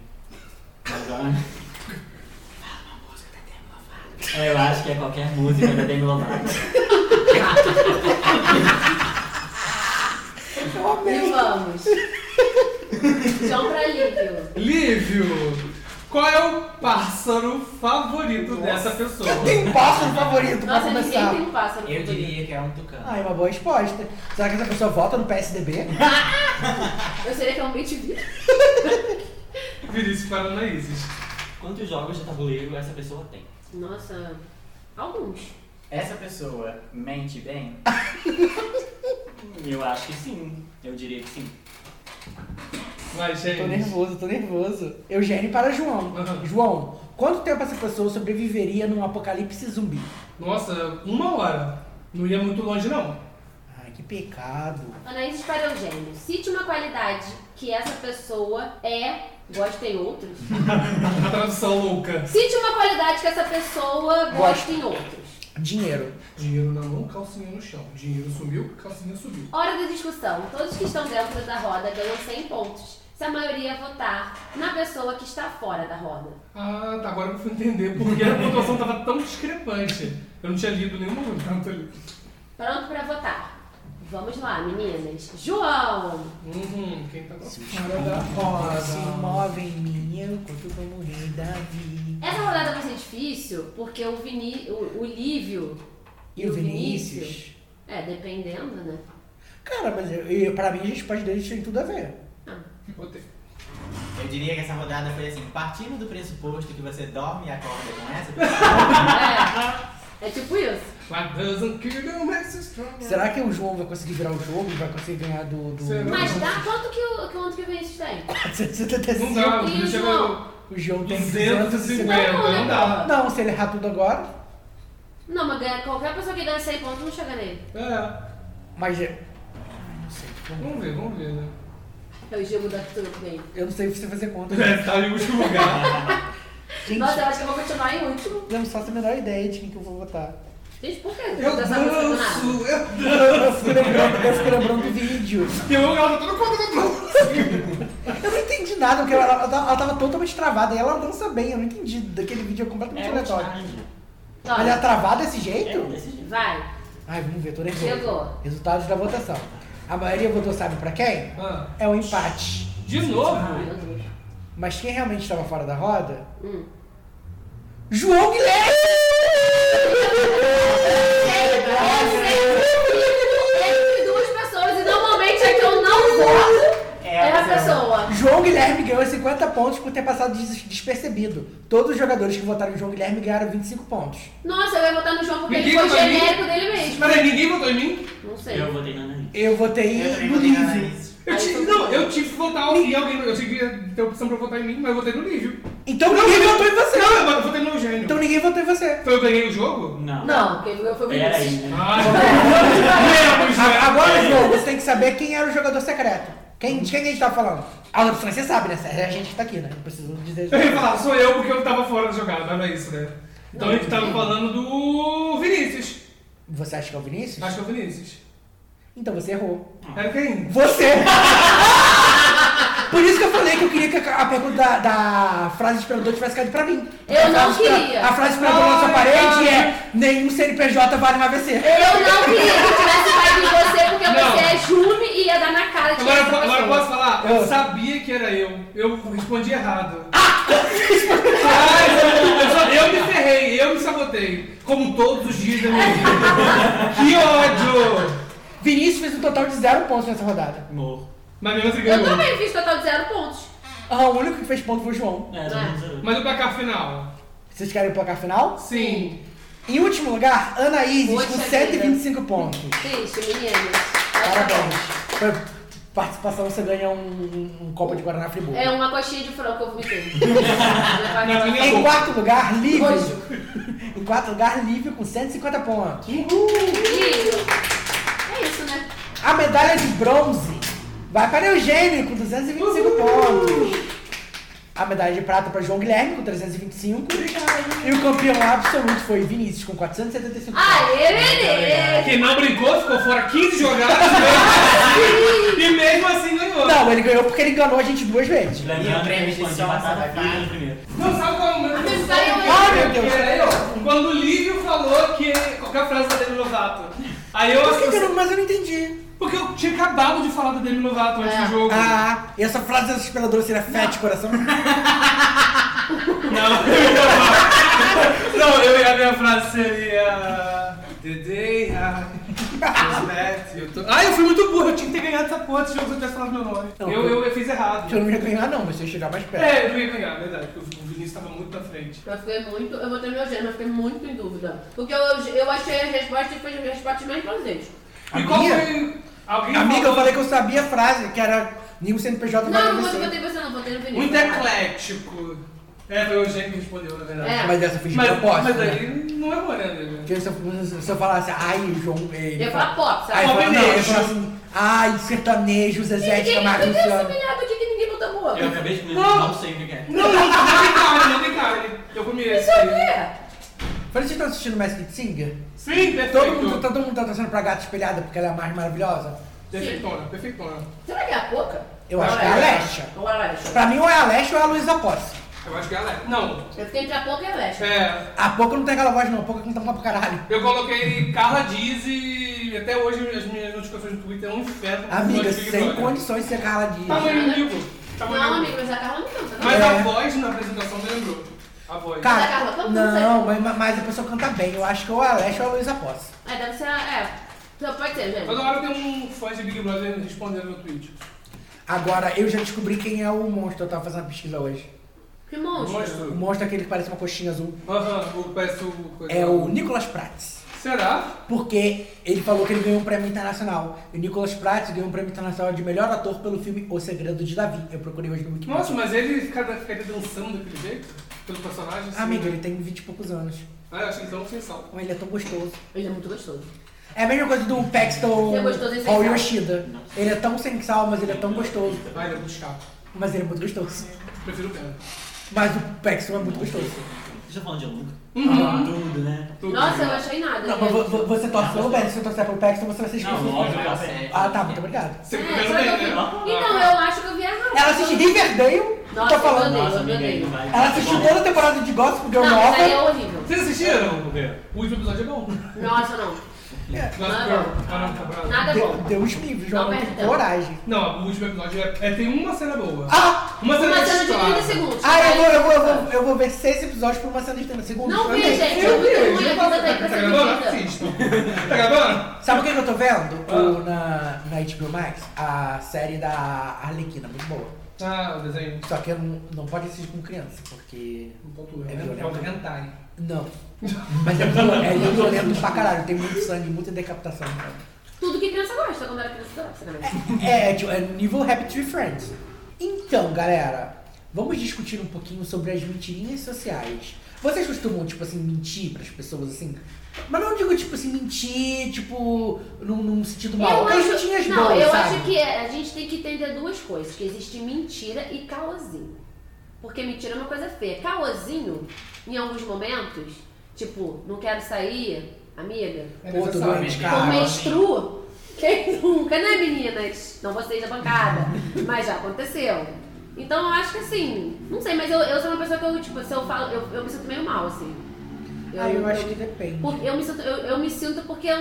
[SPEAKER 8] Agora.
[SPEAKER 9] tá
[SPEAKER 8] É, eu acho que é qualquer música da Demi Lovato.
[SPEAKER 7] E <laughs> vamos. João pra Lívio.
[SPEAKER 6] Lívio, qual é o pássaro favorito dessa pessoa?
[SPEAKER 5] Tem pássaro favorito pra
[SPEAKER 7] Nossa, ninguém
[SPEAKER 5] começar.
[SPEAKER 7] tem um pássaro.
[SPEAKER 9] Eu
[SPEAKER 7] favorito.
[SPEAKER 9] diria que é um tucano.
[SPEAKER 5] Ah, é uma boa resposta. Será que essa pessoa vota no PSDB?
[SPEAKER 7] Eu seria que é um bem de vida.
[SPEAKER 6] Vinícius Paranaíses.
[SPEAKER 8] Quantos jogos de tabuleiro essa pessoa tem?
[SPEAKER 7] Nossa, alguns.
[SPEAKER 9] Essa pessoa mente <laughs> bem?
[SPEAKER 8] Eu acho que sim. Eu diria que sim.
[SPEAKER 6] Vai,
[SPEAKER 5] Tô
[SPEAKER 6] gente.
[SPEAKER 5] nervoso, tô nervoso. Eugênio para João.
[SPEAKER 6] Uhum.
[SPEAKER 5] João, quanto tempo essa pessoa sobreviveria num apocalipse zumbi?
[SPEAKER 6] Nossa, uma hora. Não ia muito longe, não.
[SPEAKER 5] Ai, que pecado.
[SPEAKER 7] Anaíses para Eugênio. Cite uma qualidade que essa pessoa é. Gosta em outros?
[SPEAKER 6] A tradução louca.
[SPEAKER 7] Cite uma qualidade que essa pessoa gosta em outros.
[SPEAKER 5] Dinheiro.
[SPEAKER 6] Dinheiro na mão, calcinha no chão. Dinheiro sumiu, calcinha subiu.
[SPEAKER 7] Hora da discussão. Todos que estão dentro da roda ganham 100 pontos. Se a maioria votar na pessoa que está fora da roda.
[SPEAKER 6] Ah, tá, agora eu fui entender porque a pontuação tava tão discrepante. Eu não tinha lido nenhum momento ali.
[SPEAKER 7] Pronto para votar. Vamos lá, meninas. João!
[SPEAKER 6] Hum, quem tá com a cara
[SPEAKER 5] é
[SPEAKER 6] da
[SPEAKER 5] Se
[SPEAKER 6] roda?
[SPEAKER 5] move em mim, eu conto como o rei Davi.
[SPEAKER 7] Essa rodada vai ser difícil porque o, Vini, o, o Lívio
[SPEAKER 5] E o Vinícius?
[SPEAKER 7] É, dependendo, né?
[SPEAKER 5] Cara, mas eu, eu, pra mim as respostas deles têm tudo a ver.
[SPEAKER 6] Botei.
[SPEAKER 9] Eu diria que essa rodada foi assim, partindo do pressuposto que você dorme e acorda com essa pessoa,
[SPEAKER 7] É, é tipo isso.
[SPEAKER 6] What doesn't kill you makes you
[SPEAKER 7] É.
[SPEAKER 6] stronger.
[SPEAKER 5] Será que o João vai conseguir virar o jogo? Vai conseguir ganhar do. do... <laughs>
[SPEAKER 6] Será?
[SPEAKER 7] Mas dá quanto que o, quanto que o Vinícius tem?
[SPEAKER 6] Não
[SPEAKER 5] 475.
[SPEAKER 6] dá,
[SPEAKER 7] E o
[SPEAKER 6] não
[SPEAKER 7] João?
[SPEAKER 6] chegou.
[SPEAKER 5] O João um tem 250.
[SPEAKER 6] 250, não dá.
[SPEAKER 5] Não, se ele errar tudo agora.
[SPEAKER 7] Não, mas ganha- qualquer pessoa que ganha 100 pontos não chega nele.
[SPEAKER 6] É,
[SPEAKER 5] Mas eu-
[SPEAKER 6] vamos ver, vamos ver, né?
[SPEAKER 7] É o jogo da trupe aí.
[SPEAKER 5] eu não sei se você fazer conta. né?
[SPEAKER 6] Deve estar em último lugar. É.
[SPEAKER 5] Gente,
[SPEAKER 7] Nossa, eu acho que eu vou continuar em último.
[SPEAKER 5] eu não faço a menor ideia de quem que eu vou votar.
[SPEAKER 7] Gente, por que
[SPEAKER 6] Eu
[SPEAKER 7] essa música do nada?
[SPEAKER 6] danço, eu danço.
[SPEAKER 5] Eu fico lembrando, eu fico lembrando do vídeo.
[SPEAKER 6] E eu ela tá todo mundo.
[SPEAKER 5] <laughs> Eu não entendi nada, porque ela, ela, tava- ela tava totalmente travada. E ela dança bem, eu não entendi. Daquele vídeo é completamente
[SPEAKER 8] É
[SPEAKER 9] um
[SPEAKER 8] o
[SPEAKER 5] aleatório.
[SPEAKER 8] Charlie.
[SPEAKER 5] Ela é
[SPEAKER 7] Toma,
[SPEAKER 5] travada desse
[SPEAKER 8] É,
[SPEAKER 5] jeito?
[SPEAKER 8] desse jeito.
[SPEAKER 7] vai.
[SPEAKER 5] Ai, vamos ver, tô nervoso.
[SPEAKER 7] Chegou.
[SPEAKER 5] Resultados da votação. A maioria votou sabe pra quem?
[SPEAKER 6] Ah,
[SPEAKER 5] É o empate.
[SPEAKER 6] de novo?
[SPEAKER 7] Meu Deus.
[SPEAKER 5] Mas quem realmente estava fora da roda?
[SPEAKER 7] Hum.
[SPEAKER 5] João Guilherme!
[SPEAKER 7] Entre duas pessoas, e normalmente é que eu não voto é a pessoa.
[SPEAKER 5] João Guilherme ganhou 50 pontos por ter passado des- despercebido. Todos os jogadores que votaram em João Guilherme ganharam 25 pontos.
[SPEAKER 7] Nossa, eu ia votar no João porque ele
[SPEAKER 5] é
[SPEAKER 6] Ninguém
[SPEAKER 7] foi
[SPEAKER 6] votou em mim?
[SPEAKER 7] genérico dele mesmo.
[SPEAKER 6] Peraí, ninguém votou em mim?
[SPEAKER 7] Não sei.
[SPEAKER 8] Eu votei na Anaís.
[SPEAKER 5] Eu votei
[SPEAKER 6] É.
[SPEAKER 9] eu também
[SPEAKER 5] no
[SPEAKER 9] vou ligar na
[SPEAKER 5] Lívio.
[SPEAKER 9] Alice.
[SPEAKER 6] Eu
[SPEAKER 7] Aí
[SPEAKER 6] tive,
[SPEAKER 7] todo
[SPEAKER 6] não,
[SPEAKER 7] mundo.
[SPEAKER 6] eu tive que votar em alguém. Eu tive que ter opção pra votar em mim, mas eu votei no Lívio.
[SPEAKER 5] Então ninguém votou em você.
[SPEAKER 6] Não, eu votei no Eugênio.
[SPEAKER 5] Então ninguém votou em você.
[SPEAKER 6] Foi eu ganhei o jogo?
[SPEAKER 8] Não.
[SPEAKER 7] Não, quem ganhou foi o
[SPEAKER 8] Peraí,
[SPEAKER 7] Vinícius.
[SPEAKER 8] né?
[SPEAKER 6] Ah, Lemos, né?
[SPEAKER 5] Agora, João, você tem que saber quem era o jogador secreto. Quem, de quem a gente tá falando? Ah, não, você sabe, né? É a gente que tá aqui, né? Não preciso
[SPEAKER 6] <laughs>
[SPEAKER 5] dizer.
[SPEAKER 6] Eu ia falar, sou eu porque eu tava fora da jogada, não é isso, né? Então a gente tava falando do Vinícius.
[SPEAKER 5] Você acha que é o Vinícius?
[SPEAKER 6] Acho que é o Vinícius. É
[SPEAKER 5] Então você errou.
[SPEAKER 6] Era quem?
[SPEAKER 5] Você! Por isso que eu falei que eu queria que a a pergunta da, da frase inspiradora tivesse caído pra mim.
[SPEAKER 7] Eu
[SPEAKER 5] a
[SPEAKER 7] não
[SPEAKER 5] frase inspira-
[SPEAKER 7] queria.
[SPEAKER 5] A frase inspiradora na sua
[SPEAKER 6] Ai,
[SPEAKER 5] parede
[SPEAKER 6] ai.
[SPEAKER 5] é nenhum CNPJ vale um AVC.
[SPEAKER 7] Eu não queria que tivesse caído em você porque
[SPEAKER 6] Não.
[SPEAKER 7] você é Jume e ia dar na cara de é
[SPEAKER 6] Agora,
[SPEAKER 7] essa
[SPEAKER 6] agora eu
[SPEAKER 7] pessoa.
[SPEAKER 6] posso falar?
[SPEAKER 5] Ah.
[SPEAKER 6] Eu sabia que era eu. Eu respondi errado. Ah, eu, eu me ferrei, eu me sabotei. Como todos os dias da minha vida. Que ódio!
[SPEAKER 5] Vinícius fez um total de zero pontos nessa rodada.
[SPEAKER 8] Amor.
[SPEAKER 6] Mas mesmo assim
[SPEAKER 7] Eu
[SPEAKER 6] ganhou.
[SPEAKER 7] também fiz total de zero pontos.
[SPEAKER 5] Ah, o único que fez ponto foi o João.
[SPEAKER 8] É, todo mundo zerou.
[SPEAKER 6] Mas o placar final?
[SPEAKER 5] Vocês querem o placar final?
[SPEAKER 6] Sim.
[SPEAKER 5] Em último lugar, Anaíses
[SPEAKER 7] Poxa
[SPEAKER 5] com
[SPEAKER 7] vida.
[SPEAKER 5] 125 pontos.
[SPEAKER 7] Triste, meninas.
[SPEAKER 5] Parabéns. Por participação você ganha um, um copo de Guaraná Friburgo.
[SPEAKER 7] É uma coxinha de frango que
[SPEAKER 6] <laughs>
[SPEAKER 7] eu vomitei.
[SPEAKER 6] Na minha
[SPEAKER 5] Em quarto lugar, Lívio.
[SPEAKER 7] Nojo.
[SPEAKER 5] Em quarto lugar, Lívio com 150 pontos.
[SPEAKER 7] Lindo. É isso, né?
[SPEAKER 5] A medalha de bronze vai para Eugênio com 225 pontos. a medalha de prata para João Guilherme com 325. E o campeão absoluto foi Vinícius com 475 pontos.
[SPEAKER 7] Aê, Nenê!
[SPEAKER 6] Quem não brincou ficou fora 15
[SPEAKER 7] <laughs>
[SPEAKER 6] jogadas e mesmo assim ganhou.
[SPEAKER 5] Não, ele ganhou porque ele enganou a gente duas vezes.
[SPEAKER 8] Lembrando que a resposta matada foi no primeiro.
[SPEAKER 6] Não sabe qual é o meu Ah,
[SPEAKER 7] Mas vai, eu-
[SPEAKER 5] Ai, meu Deus.
[SPEAKER 6] Era eu. Quando o Lívio falou que qualquer frase da Demi Lovato. Aí eu.
[SPEAKER 5] Por que que eu não- Mas eu não entendi.
[SPEAKER 6] Porque eu tinha acabado de falar da Demi Lovato antes do jogo.
[SPEAKER 5] Ah, e essa frase da desesperadora seria fé de coração?
[SPEAKER 6] Não, <laughs> eu ia falar. Não, eu ia, a minha frase seria. The day I was met you to- Ai, eu fui muito burro, eu tinha que ter ganhado essa porra desse jogo se eu tivesse falado meu nome.
[SPEAKER 5] Não,
[SPEAKER 6] eu, eu, eu fiz errado.
[SPEAKER 5] <laughs> Eu não ia ganhar não, mas eu ia chegar mais perto.
[SPEAKER 6] É, eu não ia ganhar, verdade, porque o Vinícius tava muito na frente.
[SPEAKER 7] Eu fiquei muito, eu vou ter meu gênero, eu fiquei muito em dúvida. Porque eu, eu achei as respostas e foi as respostas mais presentes.
[SPEAKER 6] E
[SPEAKER 5] A
[SPEAKER 6] qual
[SPEAKER 5] minha?
[SPEAKER 6] foi. Alguém
[SPEAKER 5] É, Amiga, eu
[SPEAKER 6] falou-
[SPEAKER 5] falei que eu sabia a frase, que era Nimo CNPJ vai
[SPEAKER 7] Não, não
[SPEAKER 5] acontecer.
[SPEAKER 7] votei você, não, votei no
[SPEAKER 5] Um
[SPEAKER 7] Vinícius.
[SPEAKER 6] Muito eclético. É, foi o Eugênio que respondeu, na verdade.
[SPEAKER 7] É.
[SPEAKER 5] Mas dessa eu fiz de
[SPEAKER 6] Mas,
[SPEAKER 5] propósito.
[SPEAKER 6] mas
[SPEAKER 5] né?
[SPEAKER 6] aí não é morando, né?
[SPEAKER 5] Porque se eu, se eu falasse, ai, o João. Ele
[SPEAKER 7] Eu ia falar pop, sabe?
[SPEAKER 5] Aí eu
[SPEAKER 6] Pop
[SPEAKER 5] falava, não, eu
[SPEAKER 6] nejo.
[SPEAKER 5] falava assim, ai, sertanejo, Zezé de
[SPEAKER 7] Ninguém
[SPEAKER 5] Camargo e
[SPEAKER 7] eu tenho essa
[SPEAKER 5] Luciano.
[SPEAKER 7] humilhada aqui que ninguém botou a boca.
[SPEAKER 8] Eu acabei de comer, não sei o que que é.
[SPEAKER 6] Não, não, não tem carne, não tem carne. Eu comi esse.
[SPEAKER 7] Isso é
[SPEAKER 5] Falei, vocês estão assistindo Masked Singer?
[SPEAKER 6] Sim,
[SPEAKER 5] Todo mundo,
[SPEAKER 6] perfeito.
[SPEAKER 5] todo mundo tá torcendo pra gata espelhada porque ela é a mais maravilhosa?
[SPEAKER 6] Perfeitona, perfeitona.
[SPEAKER 7] o quê? Será que é a boca?
[SPEAKER 5] Eu acho que é a Alexia.
[SPEAKER 7] Ou a Alexa.
[SPEAKER 5] Pra mim, ou é a Leste ou é a Luísa Posse.
[SPEAKER 6] Eu acho que ela é. Não,
[SPEAKER 7] Eu fiquei entre a boca e a Alexa.
[SPEAKER 6] é.
[SPEAKER 5] A pouco não tem aquela voz, não. A pouco não tá pra caralho.
[SPEAKER 6] Eu coloquei Carla Diz e até hoje as minhas notificações no Twitter é um inferno. com
[SPEAKER 5] Amiga,
[SPEAKER 6] os Big
[SPEAKER 5] sem
[SPEAKER 6] Brother.
[SPEAKER 5] condições de ser Carla Dias.
[SPEAKER 7] Tá
[SPEAKER 6] Tamanho amigo.
[SPEAKER 5] tá
[SPEAKER 6] Tamanho
[SPEAKER 5] né?
[SPEAKER 7] Não,
[SPEAKER 6] amigo.
[SPEAKER 7] amigo, mas a Carla não canta, né? não.
[SPEAKER 6] Mas
[SPEAKER 5] É.
[SPEAKER 6] a voz na apresentação me lembrou. A voz.
[SPEAKER 7] Mas a Tá Carla
[SPEAKER 5] Cara,
[SPEAKER 7] Pantuza.
[SPEAKER 5] não, mas, mas a pessoa canta bem. Eu acho que ou é a Leste ou é a Luísa Posse.
[SPEAKER 7] É, deve ser a... É. Não, pode ser, gente.
[SPEAKER 6] Toda hora tem um fã de Big Brother respondendo no tweet.
[SPEAKER 5] Agora, eu já descobri quem é o monstro. Eu tava fazendo uma pesquisa hoje.
[SPEAKER 7] Que monstro.
[SPEAKER 5] O
[SPEAKER 6] Monstro.
[SPEAKER 5] monstro é aquele que parece uma coxinha azul.
[SPEAKER 6] Aham, o peço. o coisa.
[SPEAKER 5] É o Nicolas Prats.
[SPEAKER 6] Será?
[SPEAKER 5] Porque ele falou que ele ganhou um prêmio internacional. E o Nicolas Prats ganhou um prêmio internacional de melhor ator pelo filme O Segredo de Davi. Eu procurei hoje no Wikipedia.
[SPEAKER 6] Nossa, mas ele fica- ficaria dançando daquele jeito? Pelo personagem? Assim,
[SPEAKER 5] Amigo,
[SPEAKER 6] né?
[SPEAKER 5] ele tem vinte e poucos anos.
[SPEAKER 6] Ah, eu achei tão sem sal.
[SPEAKER 5] Mas ele é tão gostoso.
[SPEAKER 7] Ele é muito gostoso.
[SPEAKER 5] É a mesma coisa do Paxton
[SPEAKER 7] Ele é gostoso e sem
[SPEAKER 5] ou
[SPEAKER 7] sal.
[SPEAKER 5] Yoshida. Ele é tão sem sal, mas ele é tão gostoso.
[SPEAKER 6] Vai, ele é muito chato.
[SPEAKER 5] Mas ele é muito gostoso.
[SPEAKER 6] Prefiro o Pedro.
[SPEAKER 5] Mas o Paxton é muito gostoso.
[SPEAKER 8] Deixa eu falar de Luca.
[SPEAKER 6] Uhum.
[SPEAKER 8] Tudo, né?
[SPEAKER 6] Tudo.
[SPEAKER 7] Nossa, eu não achei nada.
[SPEAKER 5] Não, mas
[SPEAKER 7] gente.
[SPEAKER 5] vo- vo- você torce pelo Paxton. Se você torcer pelo Paxton, você vai ser
[SPEAKER 8] Não,
[SPEAKER 5] expulso.
[SPEAKER 8] lógico, tá certo.
[SPEAKER 5] Ah, tá. Muito obrigado.
[SPEAKER 6] Você
[SPEAKER 7] É,
[SPEAKER 6] comeu
[SPEAKER 7] só que eu
[SPEAKER 6] bem,
[SPEAKER 7] vi-
[SPEAKER 6] né?
[SPEAKER 7] Então, eu acho que eu vi errado.
[SPEAKER 5] Ela assiste Riverdale.
[SPEAKER 7] Nossa,
[SPEAKER 5] tô falando.
[SPEAKER 7] eu
[SPEAKER 8] Nossa,
[SPEAKER 7] odeio, eu
[SPEAKER 8] amiga, aí
[SPEAKER 7] odeio.
[SPEAKER 8] não vai.
[SPEAKER 5] Ela assistiu toda a temporada de Gossip Girl
[SPEAKER 7] Não,
[SPEAKER 5] nova.
[SPEAKER 7] mas aí é horrível.
[SPEAKER 6] Vocês assistiram?
[SPEAKER 8] O quê?
[SPEAKER 6] O último episódio é bom.
[SPEAKER 7] Nossa, não.
[SPEAKER 6] Nossa,
[SPEAKER 7] não.
[SPEAKER 6] Caramba, tá bravo.
[SPEAKER 7] Nada
[SPEAKER 5] Deu-
[SPEAKER 7] bom.
[SPEAKER 5] Deus livre, João.
[SPEAKER 7] Não,
[SPEAKER 5] não tem
[SPEAKER 7] perdão.
[SPEAKER 5] coragem.
[SPEAKER 6] Não, o último episódio é, é- tem uma cena boa.
[SPEAKER 5] Ah!
[SPEAKER 6] Uma cena,
[SPEAKER 7] Uma cena de
[SPEAKER 6] gostosa.
[SPEAKER 7] 30 segundos.
[SPEAKER 5] Ah, eu vou, eu vou, eu vou, eu vou ver seis episódios por uma cena de 30 segundos.
[SPEAKER 7] Não vi,
[SPEAKER 5] Ok.
[SPEAKER 7] gente. É
[SPEAKER 6] Eu vi,
[SPEAKER 7] muito
[SPEAKER 6] eu
[SPEAKER 7] ruim.
[SPEAKER 6] já
[SPEAKER 7] A vida
[SPEAKER 6] posso.
[SPEAKER 7] tá aí pra
[SPEAKER 6] Tá
[SPEAKER 7] ser
[SPEAKER 6] gravando?
[SPEAKER 7] vivida.
[SPEAKER 6] Assisto. Tá gravando?
[SPEAKER 5] Sabe o que que eu tô vendo? O- na, na HBO Max, a série da Arlequina, muito boa.
[SPEAKER 6] Ah, o desenho.
[SPEAKER 5] Só que eu não, não pode assistir com criança, porque.
[SPEAKER 6] Um ponto
[SPEAKER 5] É
[SPEAKER 6] é
[SPEAKER 5] violento.
[SPEAKER 6] um hentai.
[SPEAKER 5] Não. Mas é, viol- é violento pra caralho, tem muito sangue, muita decapitação.
[SPEAKER 7] Tudo que criança gosta quando era criança gosta, né?
[SPEAKER 5] <laughs> É, é, tipo, é nível Happy Tree Friends. Então, galera, vamos discutir um pouquinho sobre as mentirinhas sociais. Vocês costumam, tipo assim, mentir pras pessoas assim? Mas não digo, tipo assim, mentir, tipo, num, num sentido mal. Aquelas mentirinhas
[SPEAKER 7] não,
[SPEAKER 5] boas,
[SPEAKER 7] eu
[SPEAKER 5] sabe?
[SPEAKER 7] acho que é, a gente tem que entender duas coisas, que existe mentira e caosinho. Porque mentira é uma coisa feia. Caosinho, em alguns momentos, tipo, não quero sair, amiga,
[SPEAKER 6] É
[SPEAKER 5] Pô, tô
[SPEAKER 6] necessário.
[SPEAKER 5] doente,
[SPEAKER 7] eu
[SPEAKER 5] cara.
[SPEAKER 7] menstruo. Quem nunca, né, meninas? Não vocês da bancada, mas já aconteceu. Então eu acho que assim, não sei, mas eu, eu sou uma pessoa que eu, tipo, se eu falo, eu, eu me sinto meio mal, assim.
[SPEAKER 5] Aí Ah, eu acho que depende.
[SPEAKER 7] Porque eu me sinto, eu, eu me sinto porque eu,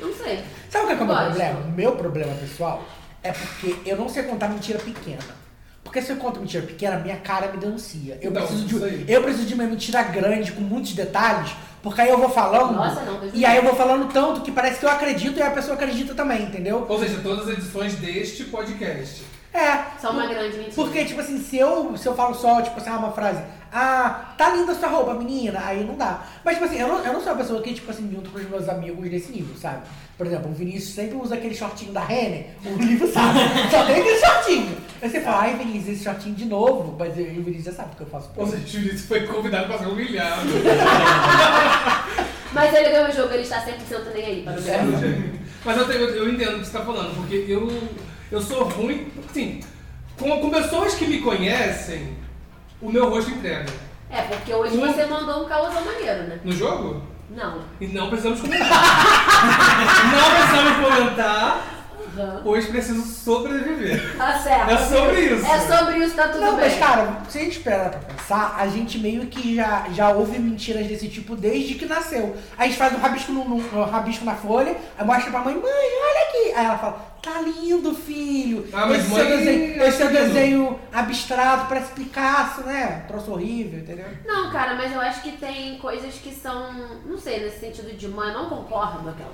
[SPEAKER 7] eu não sei.
[SPEAKER 5] Sabe o que é, que é o meu
[SPEAKER 7] Gosto.
[SPEAKER 5] problema? O meu problema pessoal é porque eu não sei contar mentira pequena. Porque se eu conto mentira pequena, minha cara me denuncia. Eu,
[SPEAKER 6] Então,
[SPEAKER 5] preciso,
[SPEAKER 6] isso
[SPEAKER 5] de,
[SPEAKER 6] aí.
[SPEAKER 5] eu preciso de uma mentira grande, com muitos detalhes, porque aí eu vou falando.
[SPEAKER 7] Nossa, não, Deus
[SPEAKER 5] e aí eu vou falando tanto que parece que eu acredito e a pessoa acredita também, entendeu?
[SPEAKER 6] Ou seja, todas as edições deste podcast.
[SPEAKER 5] É.
[SPEAKER 7] Só uma
[SPEAKER 5] por-
[SPEAKER 7] grande mentira.
[SPEAKER 5] Porque, tipo assim, se eu, se eu falo só, tipo assim, ah, uma frase, ah, tá linda sua roupa, menina, aí não dá. Mas, tipo assim, eu não, eu não sou uma pessoa que, tipo assim, junto com os meus amigos nesse nível, sabe? Por exemplo, o Vinícius sempre usa aquele shortinho da Renner, o livro sabe, só tem aquele shortinho. Aí você fala, ai, Vinícius, esse shortinho de novo, mas aí o Vinícius já sabe o que eu faço.
[SPEAKER 6] Ou seja, o Julito foi convidado pra ser humilhado.
[SPEAKER 7] Mas ele ganhou o jogo, ele está 100% nem aí para o
[SPEAKER 5] Sério?
[SPEAKER 7] jogo.
[SPEAKER 6] Mas eu, tenho- eu entendo o que você tá falando, porque eu, eu sou ruim. Assim, Com, com pessoas que me conhecem, o meu rosto entrega.
[SPEAKER 7] É, porque hoje
[SPEAKER 6] Um-
[SPEAKER 7] você mandou um caosão maneiro, né?
[SPEAKER 6] No jogo?
[SPEAKER 7] Não.
[SPEAKER 6] E não precisamos comentar. não precisamos comentar,
[SPEAKER 7] Aham.
[SPEAKER 6] pois preciso sobreviver.
[SPEAKER 7] Tá certo.
[SPEAKER 6] É sobre isso.
[SPEAKER 7] É sobre isso, tá tudo
[SPEAKER 5] Não,
[SPEAKER 7] bem.
[SPEAKER 5] mas cara, se a gente parar pra pensar, a gente meio que já, já ouve mentiras desse tipo desde que nasceu. A gente faz um rabisco, no, no- um rabisco na folha, aí mostra pra mãe, mãe, olha aqui. Aí ela fala, tá lindo, filho.
[SPEAKER 6] Ah, mas
[SPEAKER 5] esse
[SPEAKER 6] mãe,
[SPEAKER 5] seu desenho,
[SPEAKER 6] é
[SPEAKER 5] esse seu
[SPEAKER 6] aquilo."
[SPEAKER 5] desenho abstrato, parece Picasso, né? Troço horrível, entendeu?
[SPEAKER 7] Não, cara, mas eu acho que tem coisas que são. Não sei, nesse sentido de mãe, eu não concordo, aquela.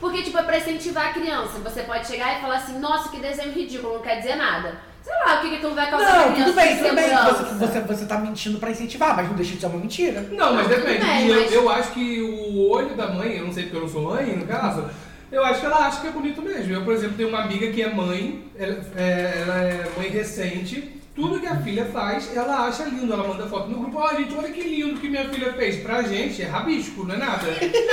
[SPEAKER 7] Porque, tipo, é pra incentivar a criança. Você pode chegar e falar assim, nossa, que desenho ridículo, não quer dizer nada. Sei lá, o que, que tu vai
[SPEAKER 5] Não,
[SPEAKER 7] causar na criança?
[SPEAKER 5] tudo bem, tudo bem.
[SPEAKER 7] Insegurança.
[SPEAKER 5] Você, você, você tá mentindo pra incentivar, mas não deixa de ser uma mentira.
[SPEAKER 6] Não, mas depende.
[SPEAKER 7] Tudo bem,
[SPEAKER 6] E eu,
[SPEAKER 7] mas-
[SPEAKER 6] eu acho que o olho da mãe, eu não sei porque eu não sou mãe, no caso, eu acho que ela acha que é bonito mesmo. Eu, por exemplo, tenho uma amiga que é mãe, ela é, ela é mãe recente. Tudo que a filha faz, ela acha lindo. Ela manda foto no grupo, ó, gente, olha que lindo que minha filha fez. Pra gente, é rabisco, não é nada.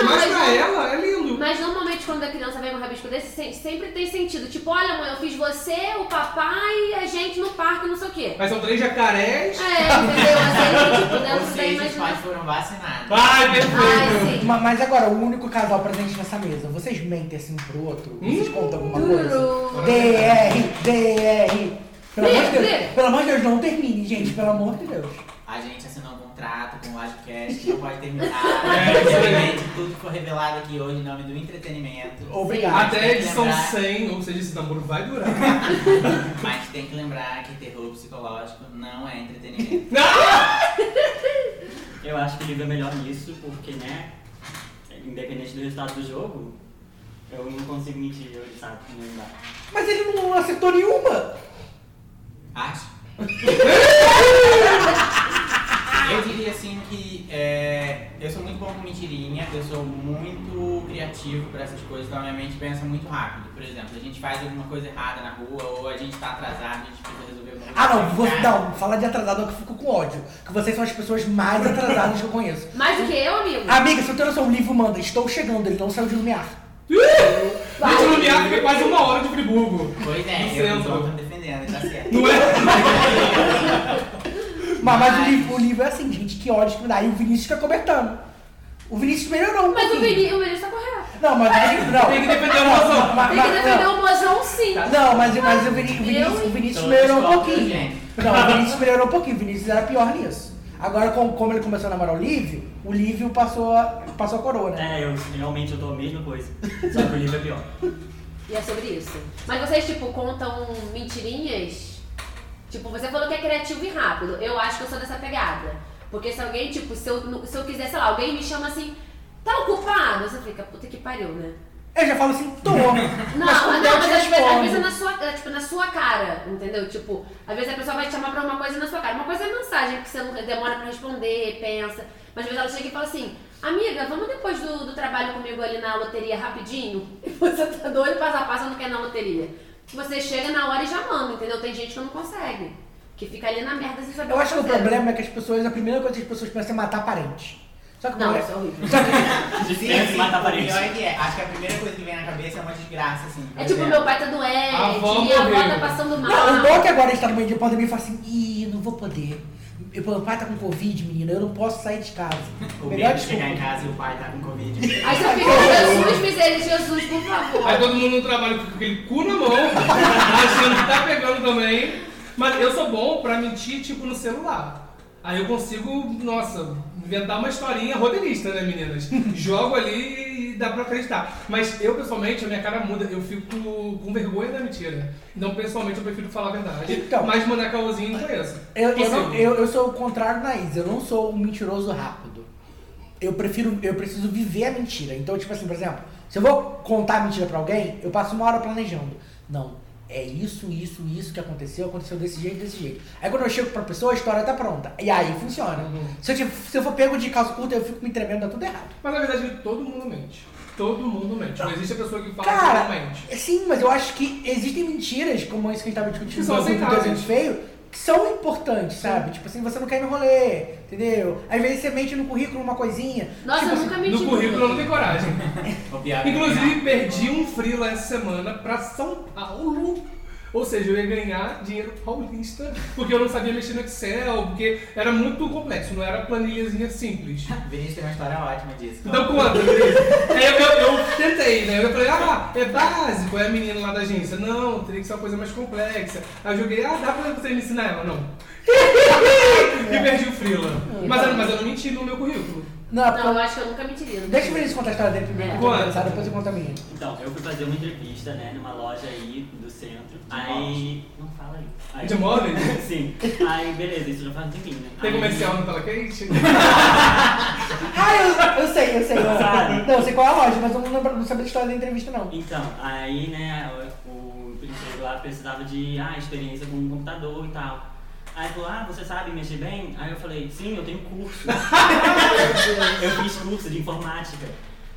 [SPEAKER 6] mas
[SPEAKER 7] mas um
[SPEAKER 6] pra
[SPEAKER 7] <laughs> não-
[SPEAKER 6] ela, é lindo.
[SPEAKER 7] Mas normalmente quando a criança vem com um rabisco desse, se- sempre tem sentido. Tipo, olha mãe, eu fiz você, o papai e a gente no parque, não sei o quê.
[SPEAKER 6] Mas são três jacarés.
[SPEAKER 7] É, entendeu? Assim, tipo,
[SPEAKER 9] Ou
[SPEAKER 7] dentro da
[SPEAKER 9] seja, os pais
[SPEAKER 7] imaginação.
[SPEAKER 9] foram vacinados.
[SPEAKER 6] Ai, perfeito.
[SPEAKER 7] Ai, sim.
[SPEAKER 5] Ma- Mas agora, o único casal presente nessa mesa, vocês mentem assim um pro outro? Vocês contam alguma coisa?
[SPEAKER 7] Duro.
[SPEAKER 5] DR, DR. Pelo amor de
[SPEAKER 7] Pri,
[SPEAKER 5] Deus,
[SPEAKER 7] Pri.
[SPEAKER 5] pelo amor de Deus, não termine, gente, pelo amor de Deus.
[SPEAKER 9] A gente assinou um contrato com o Lodcast que não pode terminar. Infelizmente, tudo que foi revelado aqui hoje em nome do entretenimento.
[SPEAKER 5] Obrigado.
[SPEAKER 6] Até a edição 100, ou seja, esse namoro vai
[SPEAKER 7] <laughs>
[SPEAKER 6] durar.
[SPEAKER 9] Mas tem que lembrar que terror psicológico não é entretenimento.
[SPEAKER 8] Eu acho que o livro é melhor nisso, porque, né, independente do resultado do jogo, eu não consigo mentir, eu sabe, não dá.
[SPEAKER 5] Mas ele não acertou nenhuma.
[SPEAKER 8] <laughs>
[SPEAKER 9] Acho. Eu diria assim que é, eu sou muito bom com mentirinha, eu sou muito criativo pra essas coisas, então minha mente pensa muito rápido. Por exemplo, a gente faz alguma coisa errada na rua, ou a gente tá atrasado, a gente precisa resolver alguma coisa.
[SPEAKER 5] Ah, não, você,
[SPEAKER 9] em casa.
[SPEAKER 5] não, fala de atrasado é que eu fico com ódio. Que vocês são as pessoas mais atrasadas que eu conheço.
[SPEAKER 7] Mais do que eu, amigo?
[SPEAKER 5] Amiga, se eu tenho noção, o livro manda, estou chegando, ele não saiu de lumiar.
[SPEAKER 7] Vai.
[SPEAKER 6] Gente, o Lumiar fica quase uma hora de Friburgo.
[SPEAKER 9] Pois
[SPEAKER 6] No
[SPEAKER 9] é, eu
[SPEAKER 6] centro.
[SPEAKER 9] não tô
[SPEAKER 8] <laughs>
[SPEAKER 9] defendendo, tá certo.
[SPEAKER 6] Não é?
[SPEAKER 5] <laughs> Mas, mas o, livro, o livro é assim, gente, que ódio que me dá. E o Vinícius fica cobertando. O Vinícius melhorou um
[SPEAKER 7] Mas o
[SPEAKER 5] pouquinho.
[SPEAKER 7] Vinícius, o Vinícius tá correto.
[SPEAKER 5] Não, mas o Vinícius não.
[SPEAKER 6] É. Tem que defender a moção.
[SPEAKER 5] Mas-
[SPEAKER 7] Tem que
[SPEAKER 5] mas-
[SPEAKER 7] defender
[SPEAKER 5] não.
[SPEAKER 7] o mozão sim.
[SPEAKER 5] Não, mas, mas o Vini- o Vinícius, o Vinícius
[SPEAKER 9] Então,
[SPEAKER 5] melhorou um
[SPEAKER 9] desculpa,
[SPEAKER 5] pouquinho.
[SPEAKER 9] gente.
[SPEAKER 5] Não, o Vinícius melhorou um pouquinho. O Vinícius era pior nisso. Agora, com- como, ele começou a namorar o Lívio, o Lívio passou a, passou a coroa, né?
[SPEAKER 8] É, eu realmente eu tô a mesma coisa, só que o livro é pior.
[SPEAKER 7] E é sobre isso. Mas vocês, tipo, contam mentirinhas? Tipo, você falou que é criativo e rápido. Eu acho que eu sou dessa pegada. Porque se alguém, tipo, se eu, se eu quiser, sei lá, alguém me chama assim, tá ocupado? Você fica, puta que pariu, né?
[SPEAKER 9] É.
[SPEAKER 5] Eu já falo assim,
[SPEAKER 9] <laughs>
[SPEAKER 5] tô.
[SPEAKER 7] Não,
[SPEAKER 5] mas quando
[SPEAKER 7] não,
[SPEAKER 5] eu
[SPEAKER 7] mas
[SPEAKER 5] te
[SPEAKER 7] às vezes, às vezes é
[SPEAKER 5] respondo.
[SPEAKER 7] na sua, é, tipo, na sua cara, entendeu? Tipo, às vezes a pessoa vai te chamar pra uma coisa na sua cara. Uma coisa é mensagem que você não demora pra responder, pensa. Mas às vezes ela chega e fala assim, amiga, vamos depois do, do trabalho comigo ali na loteria rapidinho? <laughs> E você tá doido, passo a passo, não quer ir na loteria. Você chega na hora e já manda, entendeu? Tem gente que não consegue. Que fica ali na merda sem saber
[SPEAKER 5] Eu
[SPEAKER 7] o tá
[SPEAKER 5] acho que o
[SPEAKER 7] fazer.
[SPEAKER 5] problema é que as pessoas, a primeira coisa que as pessoas pensam é matar parente. Só que o
[SPEAKER 7] Não,
[SPEAKER 5] problema-
[SPEAKER 7] isso é
[SPEAKER 5] <laughs>
[SPEAKER 7] horrível.
[SPEAKER 5] Só que-
[SPEAKER 9] <laughs> Sim, sim,
[SPEAKER 8] Mata a
[SPEAKER 9] o
[SPEAKER 8] parede.
[SPEAKER 9] pior é que é. Acho que a primeira coisa que vem na cabeça é uma desgraça, assim. por
[SPEAKER 7] É tipo,
[SPEAKER 9] exemplo.
[SPEAKER 7] meu pai tá
[SPEAKER 6] A avó
[SPEAKER 7] doente, minha avó
[SPEAKER 6] morreu.
[SPEAKER 7] tá passando mal.
[SPEAKER 5] Não, o
[SPEAKER 9] Ah.
[SPEAKER 5] bom é que agora a gente tá no meio de pandemia e fala assim, ih, não vou poder. Eu- Meu pai tá com Covid, menina, eu não posso sair de casa.
[SPEAKER 9] O
[SPEAKER 5] Melhor
[SPEAKER 9] medo de chegar em
[SPEAKER 5] desculpa.
[SPEAKER 9] casa e o pai tá com
[SPEAKER 8] <laughs>
[SPEAKER 9] Covid.
[SPEAKER 7] Aí
[SPEAKER 5] <laughs>
[SPEAKER 7] você fica, Jesus, misericórdia, Jesus, por favor.
[SPEAKER 6] Aí todo mundo no trabalho fica com aquele cu na mão, <laughs> achando que tá pegando também. Mas eu sou bom pra mentir, tipo, no celular. Aí eu consigo, nossa, inventar uma historinha roteirista, né, meninas? Jogo ali e dá pra acreditar. Mas eu, pessoalmente, a minha cara muda. Eu fico com vergonha da mentira. Então, pessoalmente, eu prefiro falar a verdade.
[SPEAKER 5] Então.
[SPEAKER 6] mas mandar caôzinho não conheço.
[SPEAKER 5] Eu, eu,
[SPEAKER 6] Consigo.
[SPEAKER 5] não- eu, eu sou o contrário da Isa, eu não sou um mentiroso rápido. Eu prefiro, eu preciso viver a mentira. Então, tipo assim, por exemplo, se eu vou contar a mentira pra alguém, eu passo uma hora planejando. Não, é isso, isso, isso que aconteceu, aconteceu desse jeito, desse jeito. Aí quando eu chego pra pessoa, a história tá pronta. E aí funciona. Se, eu, tive- se eu for pego de calça curta, eu fico me tremendo, tá tudo errado.
[SPEAKER 6] Mas na verdade, todo mundo mente. Todo mundo mente. Não existe a pessoa que fala
[SPEAKER 5] Tá. Cara,
[SPEAKER 6] que não mente.
[SPEAKER 5] sim, mas eu acho que existem mentiras, como isso que a gente tava discutindo
[SPEAKER 6] Que são
[SPEAKER 5] no assunto do
[SPEAKER 6] aceitáveis.
[SPEAKER 5] desenho feio, que são importantes, sabe? Tipo assim, você não quer ir no rolê, entendeu? Às vezes você mente no currículo uma coisinha.
[SPEAKER 7] Nossa,
[SPEAKER 5] tipo
[SPEAKER 7] eu
[SPEAKER 5] assim,
[SPEAKER 7] nunca
[SPEAKER 6] No
[SPEAKER 7] menti.
[SPEAKER 6] currículo eu não tenho coragem.
[SPEAKER 9] O pior é que-
[SPEAKER 6] Inclusive, perdi um freela essa semana pra São Paulo. Ou seja, eu ia ganhar dinheiro paulista, porque eu não sabia mexer no Excel, porque era muito complexo, não era planilhazinha simples.
[SPEAKER 9] Vinícius tem uma história ótima disso.
[SPEAKER 6] Então conta, Andrés. Aí eu, eu, eu tentei, né? Eu falei, ah, é básico, é a menina lá da agência. Não, teria que ser uma coisa mais complexa. Aí eu joguei, ah, dá pra você me ensinar ela? Não. <laughs> e perdi o Freela. Mas, eu- mas eu não menti no meu currículo.
[SPEAKER 5] Não,
[SPEAKER 7] Não, eu acho que eu nunca mentiria. não
[SPEAKER 5] deixa o Vinícius contar a história dele primeiro,
[SPEAKER 7] É.
[SPEAKER 5] que eu tô cansado, depois eu conto a minha.
[SPEAKER 8] Então, eu fui fazer uma entrevista, né, numa loja aí do centro. aí. Não fala aí. aí.
[SPEAKER 6] De móveis?
[SPEAKER 8] <laughs> Sim. Aí, beleza, isso já faz de mim, né?
[SPEAKER 6] Tem
[SPEAKER 8] Aí-
[SPEAKER 6] comercial no Tela Quente?
[SPEAKER 5] Ah, eu, eu sei, eu sei. eu-
[SPEAKER 8] Sabe?
[SPEAKER 5] Não, eu sei qual é a loja, mas eu não, lembro, não sabia a história da entrevista, não.
[SPEAKER 8] Então, aí, né, o, o emprego lá precisava de ah, experiência com computador e tal. Aí falou, ah, você sabe mexer bem? Aí eu falei, sim, eu tenho
[SPEAKER 9] <laughs>
[SPEAKER 8] curso. eu fiz curso de informática.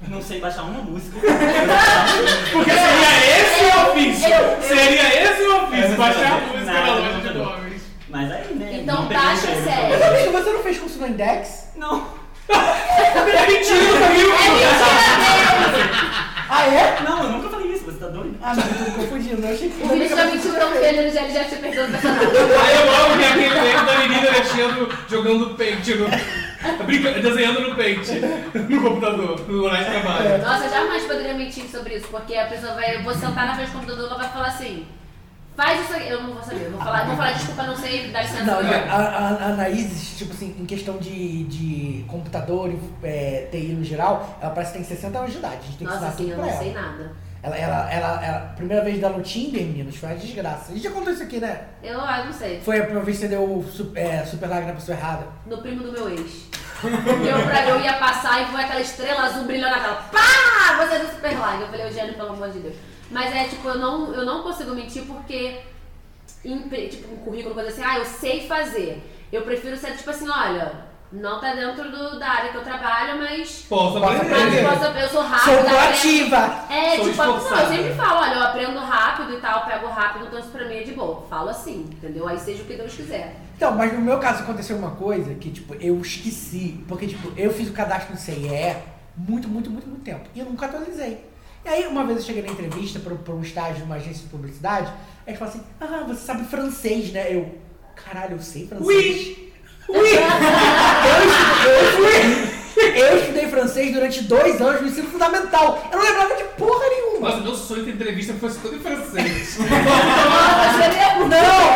[SPEAKER 8] Não sei baixar uma
[SPEAKER 9] <laughs>
[SPEAKER 8] música.
[SPEAKER 6] Porque seria esse o ofício!
[SPEAKER 7] eu- eu-
[SPEAKER 6] seria esse o
[SPEAKER 8] Eu
[SPEAKER 6] ofício!
[SPEAKER 8] não
[SPEAKER 6] Baixar a
[SPEAKER 8] sei.
[SPEAKER 6] música
[SPEAKER 8] Nada,
[SPEAKER 6] na
[SPEAKER 8] não
[SPEAKER 6] loja de
[SPEAKER 8] sei.
[SPEAKER 6] móveis.
[SPEAKER 8] Mas aí, né?
[SPEAKER 7] Então
[SPEAKER 8] não peguei
[SPEAKER 7] baixa
[SPEAKER 8] emprego.
[SPEAKER 7] sério.
[SPEAKER 5] Mas, amigo, você não fez curso no Index?
[SPEAKER 8] Não,
[SPEAKER 6] É mentira,
[SPEAKER 7] Mentira,
[SPEAKER 5] Ah, é?
[SPEAKER 8] não, eu nunca falei isso, você tá doido?
[SPEAKER 5] Ah, não, eu tô confundindo. Eu achei que
[SPEAKER 7] meu! O Vinícius já mentiu pra um ele já, ele já te perdeu o personagem.
[SPEAKER 6] Aí eu amo que é aquele meme da menina mexendo, jogando pente no. Tá brincando- desenhando no pente no computador, no horário de trabalho.
[SPEAKER 7] Nossa, eu jamais poderia mentir sobre isso, porque a pessoa vai. Eu vou sentar na frente do computador e ela vai falar assim. Faz isso aqui. Eu não vou saber, eu vou falar, eu vou falar desculpa, não sei, dá licença.
[SPEAKER 5] Não,
[SPEAKER 7] não.
[SPEAKER 5] a, a, a Anaís, tipo assim, em questão de, de computador e é, TI no geral, ela parece que tem 60 anos de idade. A gente tem que
[SPEAKER 7] Nossa,
[SPEAKER 5] ensinar
[SPEAKER 7] assim,
[SPEAKER 5] tudo
[SPEAKER 7] eu
[SPEAKER 5] pra
[SPEAKER 7] não
[SPEAKER 5] ela.
[SPEAKER 7] sei nada.
[SPEAKER 5] Ela, ela, ela, ela- primeira vez dela no Tinder, meninos, foi uma desgraça. A gente já contou isso aqui, né?
[SPEAKER 7] Eu ah, não sei.
[SPEAKER 5] Foi a vez que você deu super, é, super like na pessoa errada.
[SPEAKER 7] No primo do meu ex. Eu, pra, eu ia passar e foi aquela estrela azul brilhando na tela. Pá! Você deu super like. Eu falei, Eugênio, pelo amor de Deus. Mas é tipo, eu não, eu não consigo mentir porque em, pre- tipo, um currículo, coisa assim, ah, eu sei fazer. Eu prefiro ser tipo assim, olha, não tá dentro do, da área que eu trabalho,
[SPEAKER 5] <laughs>
[SPEAKER 7] mas.
[SPEAKER 6] Posso
[SPEAKER 7] Mas tipo,
[SPEAKER 6] aprender.
[SPEAKER 7] eu, posso- eu sou rápida.
[SPEAKER 5] Sou
[SPEAKER 7] aprendo-
[SPEAKER 5] proativa!
[SPEAKER 7] É,
[SPEAKER 6] Sou
[SPEAKER 7] tipo, não,
[SPEAKER 6] esforçada.
[SPEAKER 7] eu sempre falo, olha, eu aprendo rápido e tal, pego rápido, então isso pra mim é de boa. Falo assim, entendeu? Aí seja o que Deus quiser.
[SPEAKER 5] Então, mas no meu caso aconteceu uma coisa que, tipo, eu esqueci. Porque, tipo, eu fiz o cadastro no CIE muito, muito, muito, muito tempo. E eu nunca atualizei. E aí, uma vez eu cheguei na entrevista pra, um- pra um estágio numa agência de publicidade, aí eles falaram assim, ah, você sabe francês, né? Eu, caralho, eu sei francês.
[SPEAKER 6] Oui.
[SPEAKER 5] Oui! eu, estudei, eu estudei francês durante dois anos no ensino fundamental. Eu não lembrava de porra nenhuma.
[SPEAKER 6] Nossa, meu sonho de entrevista fosse todo em francês.
[SPEAKER 5] Não,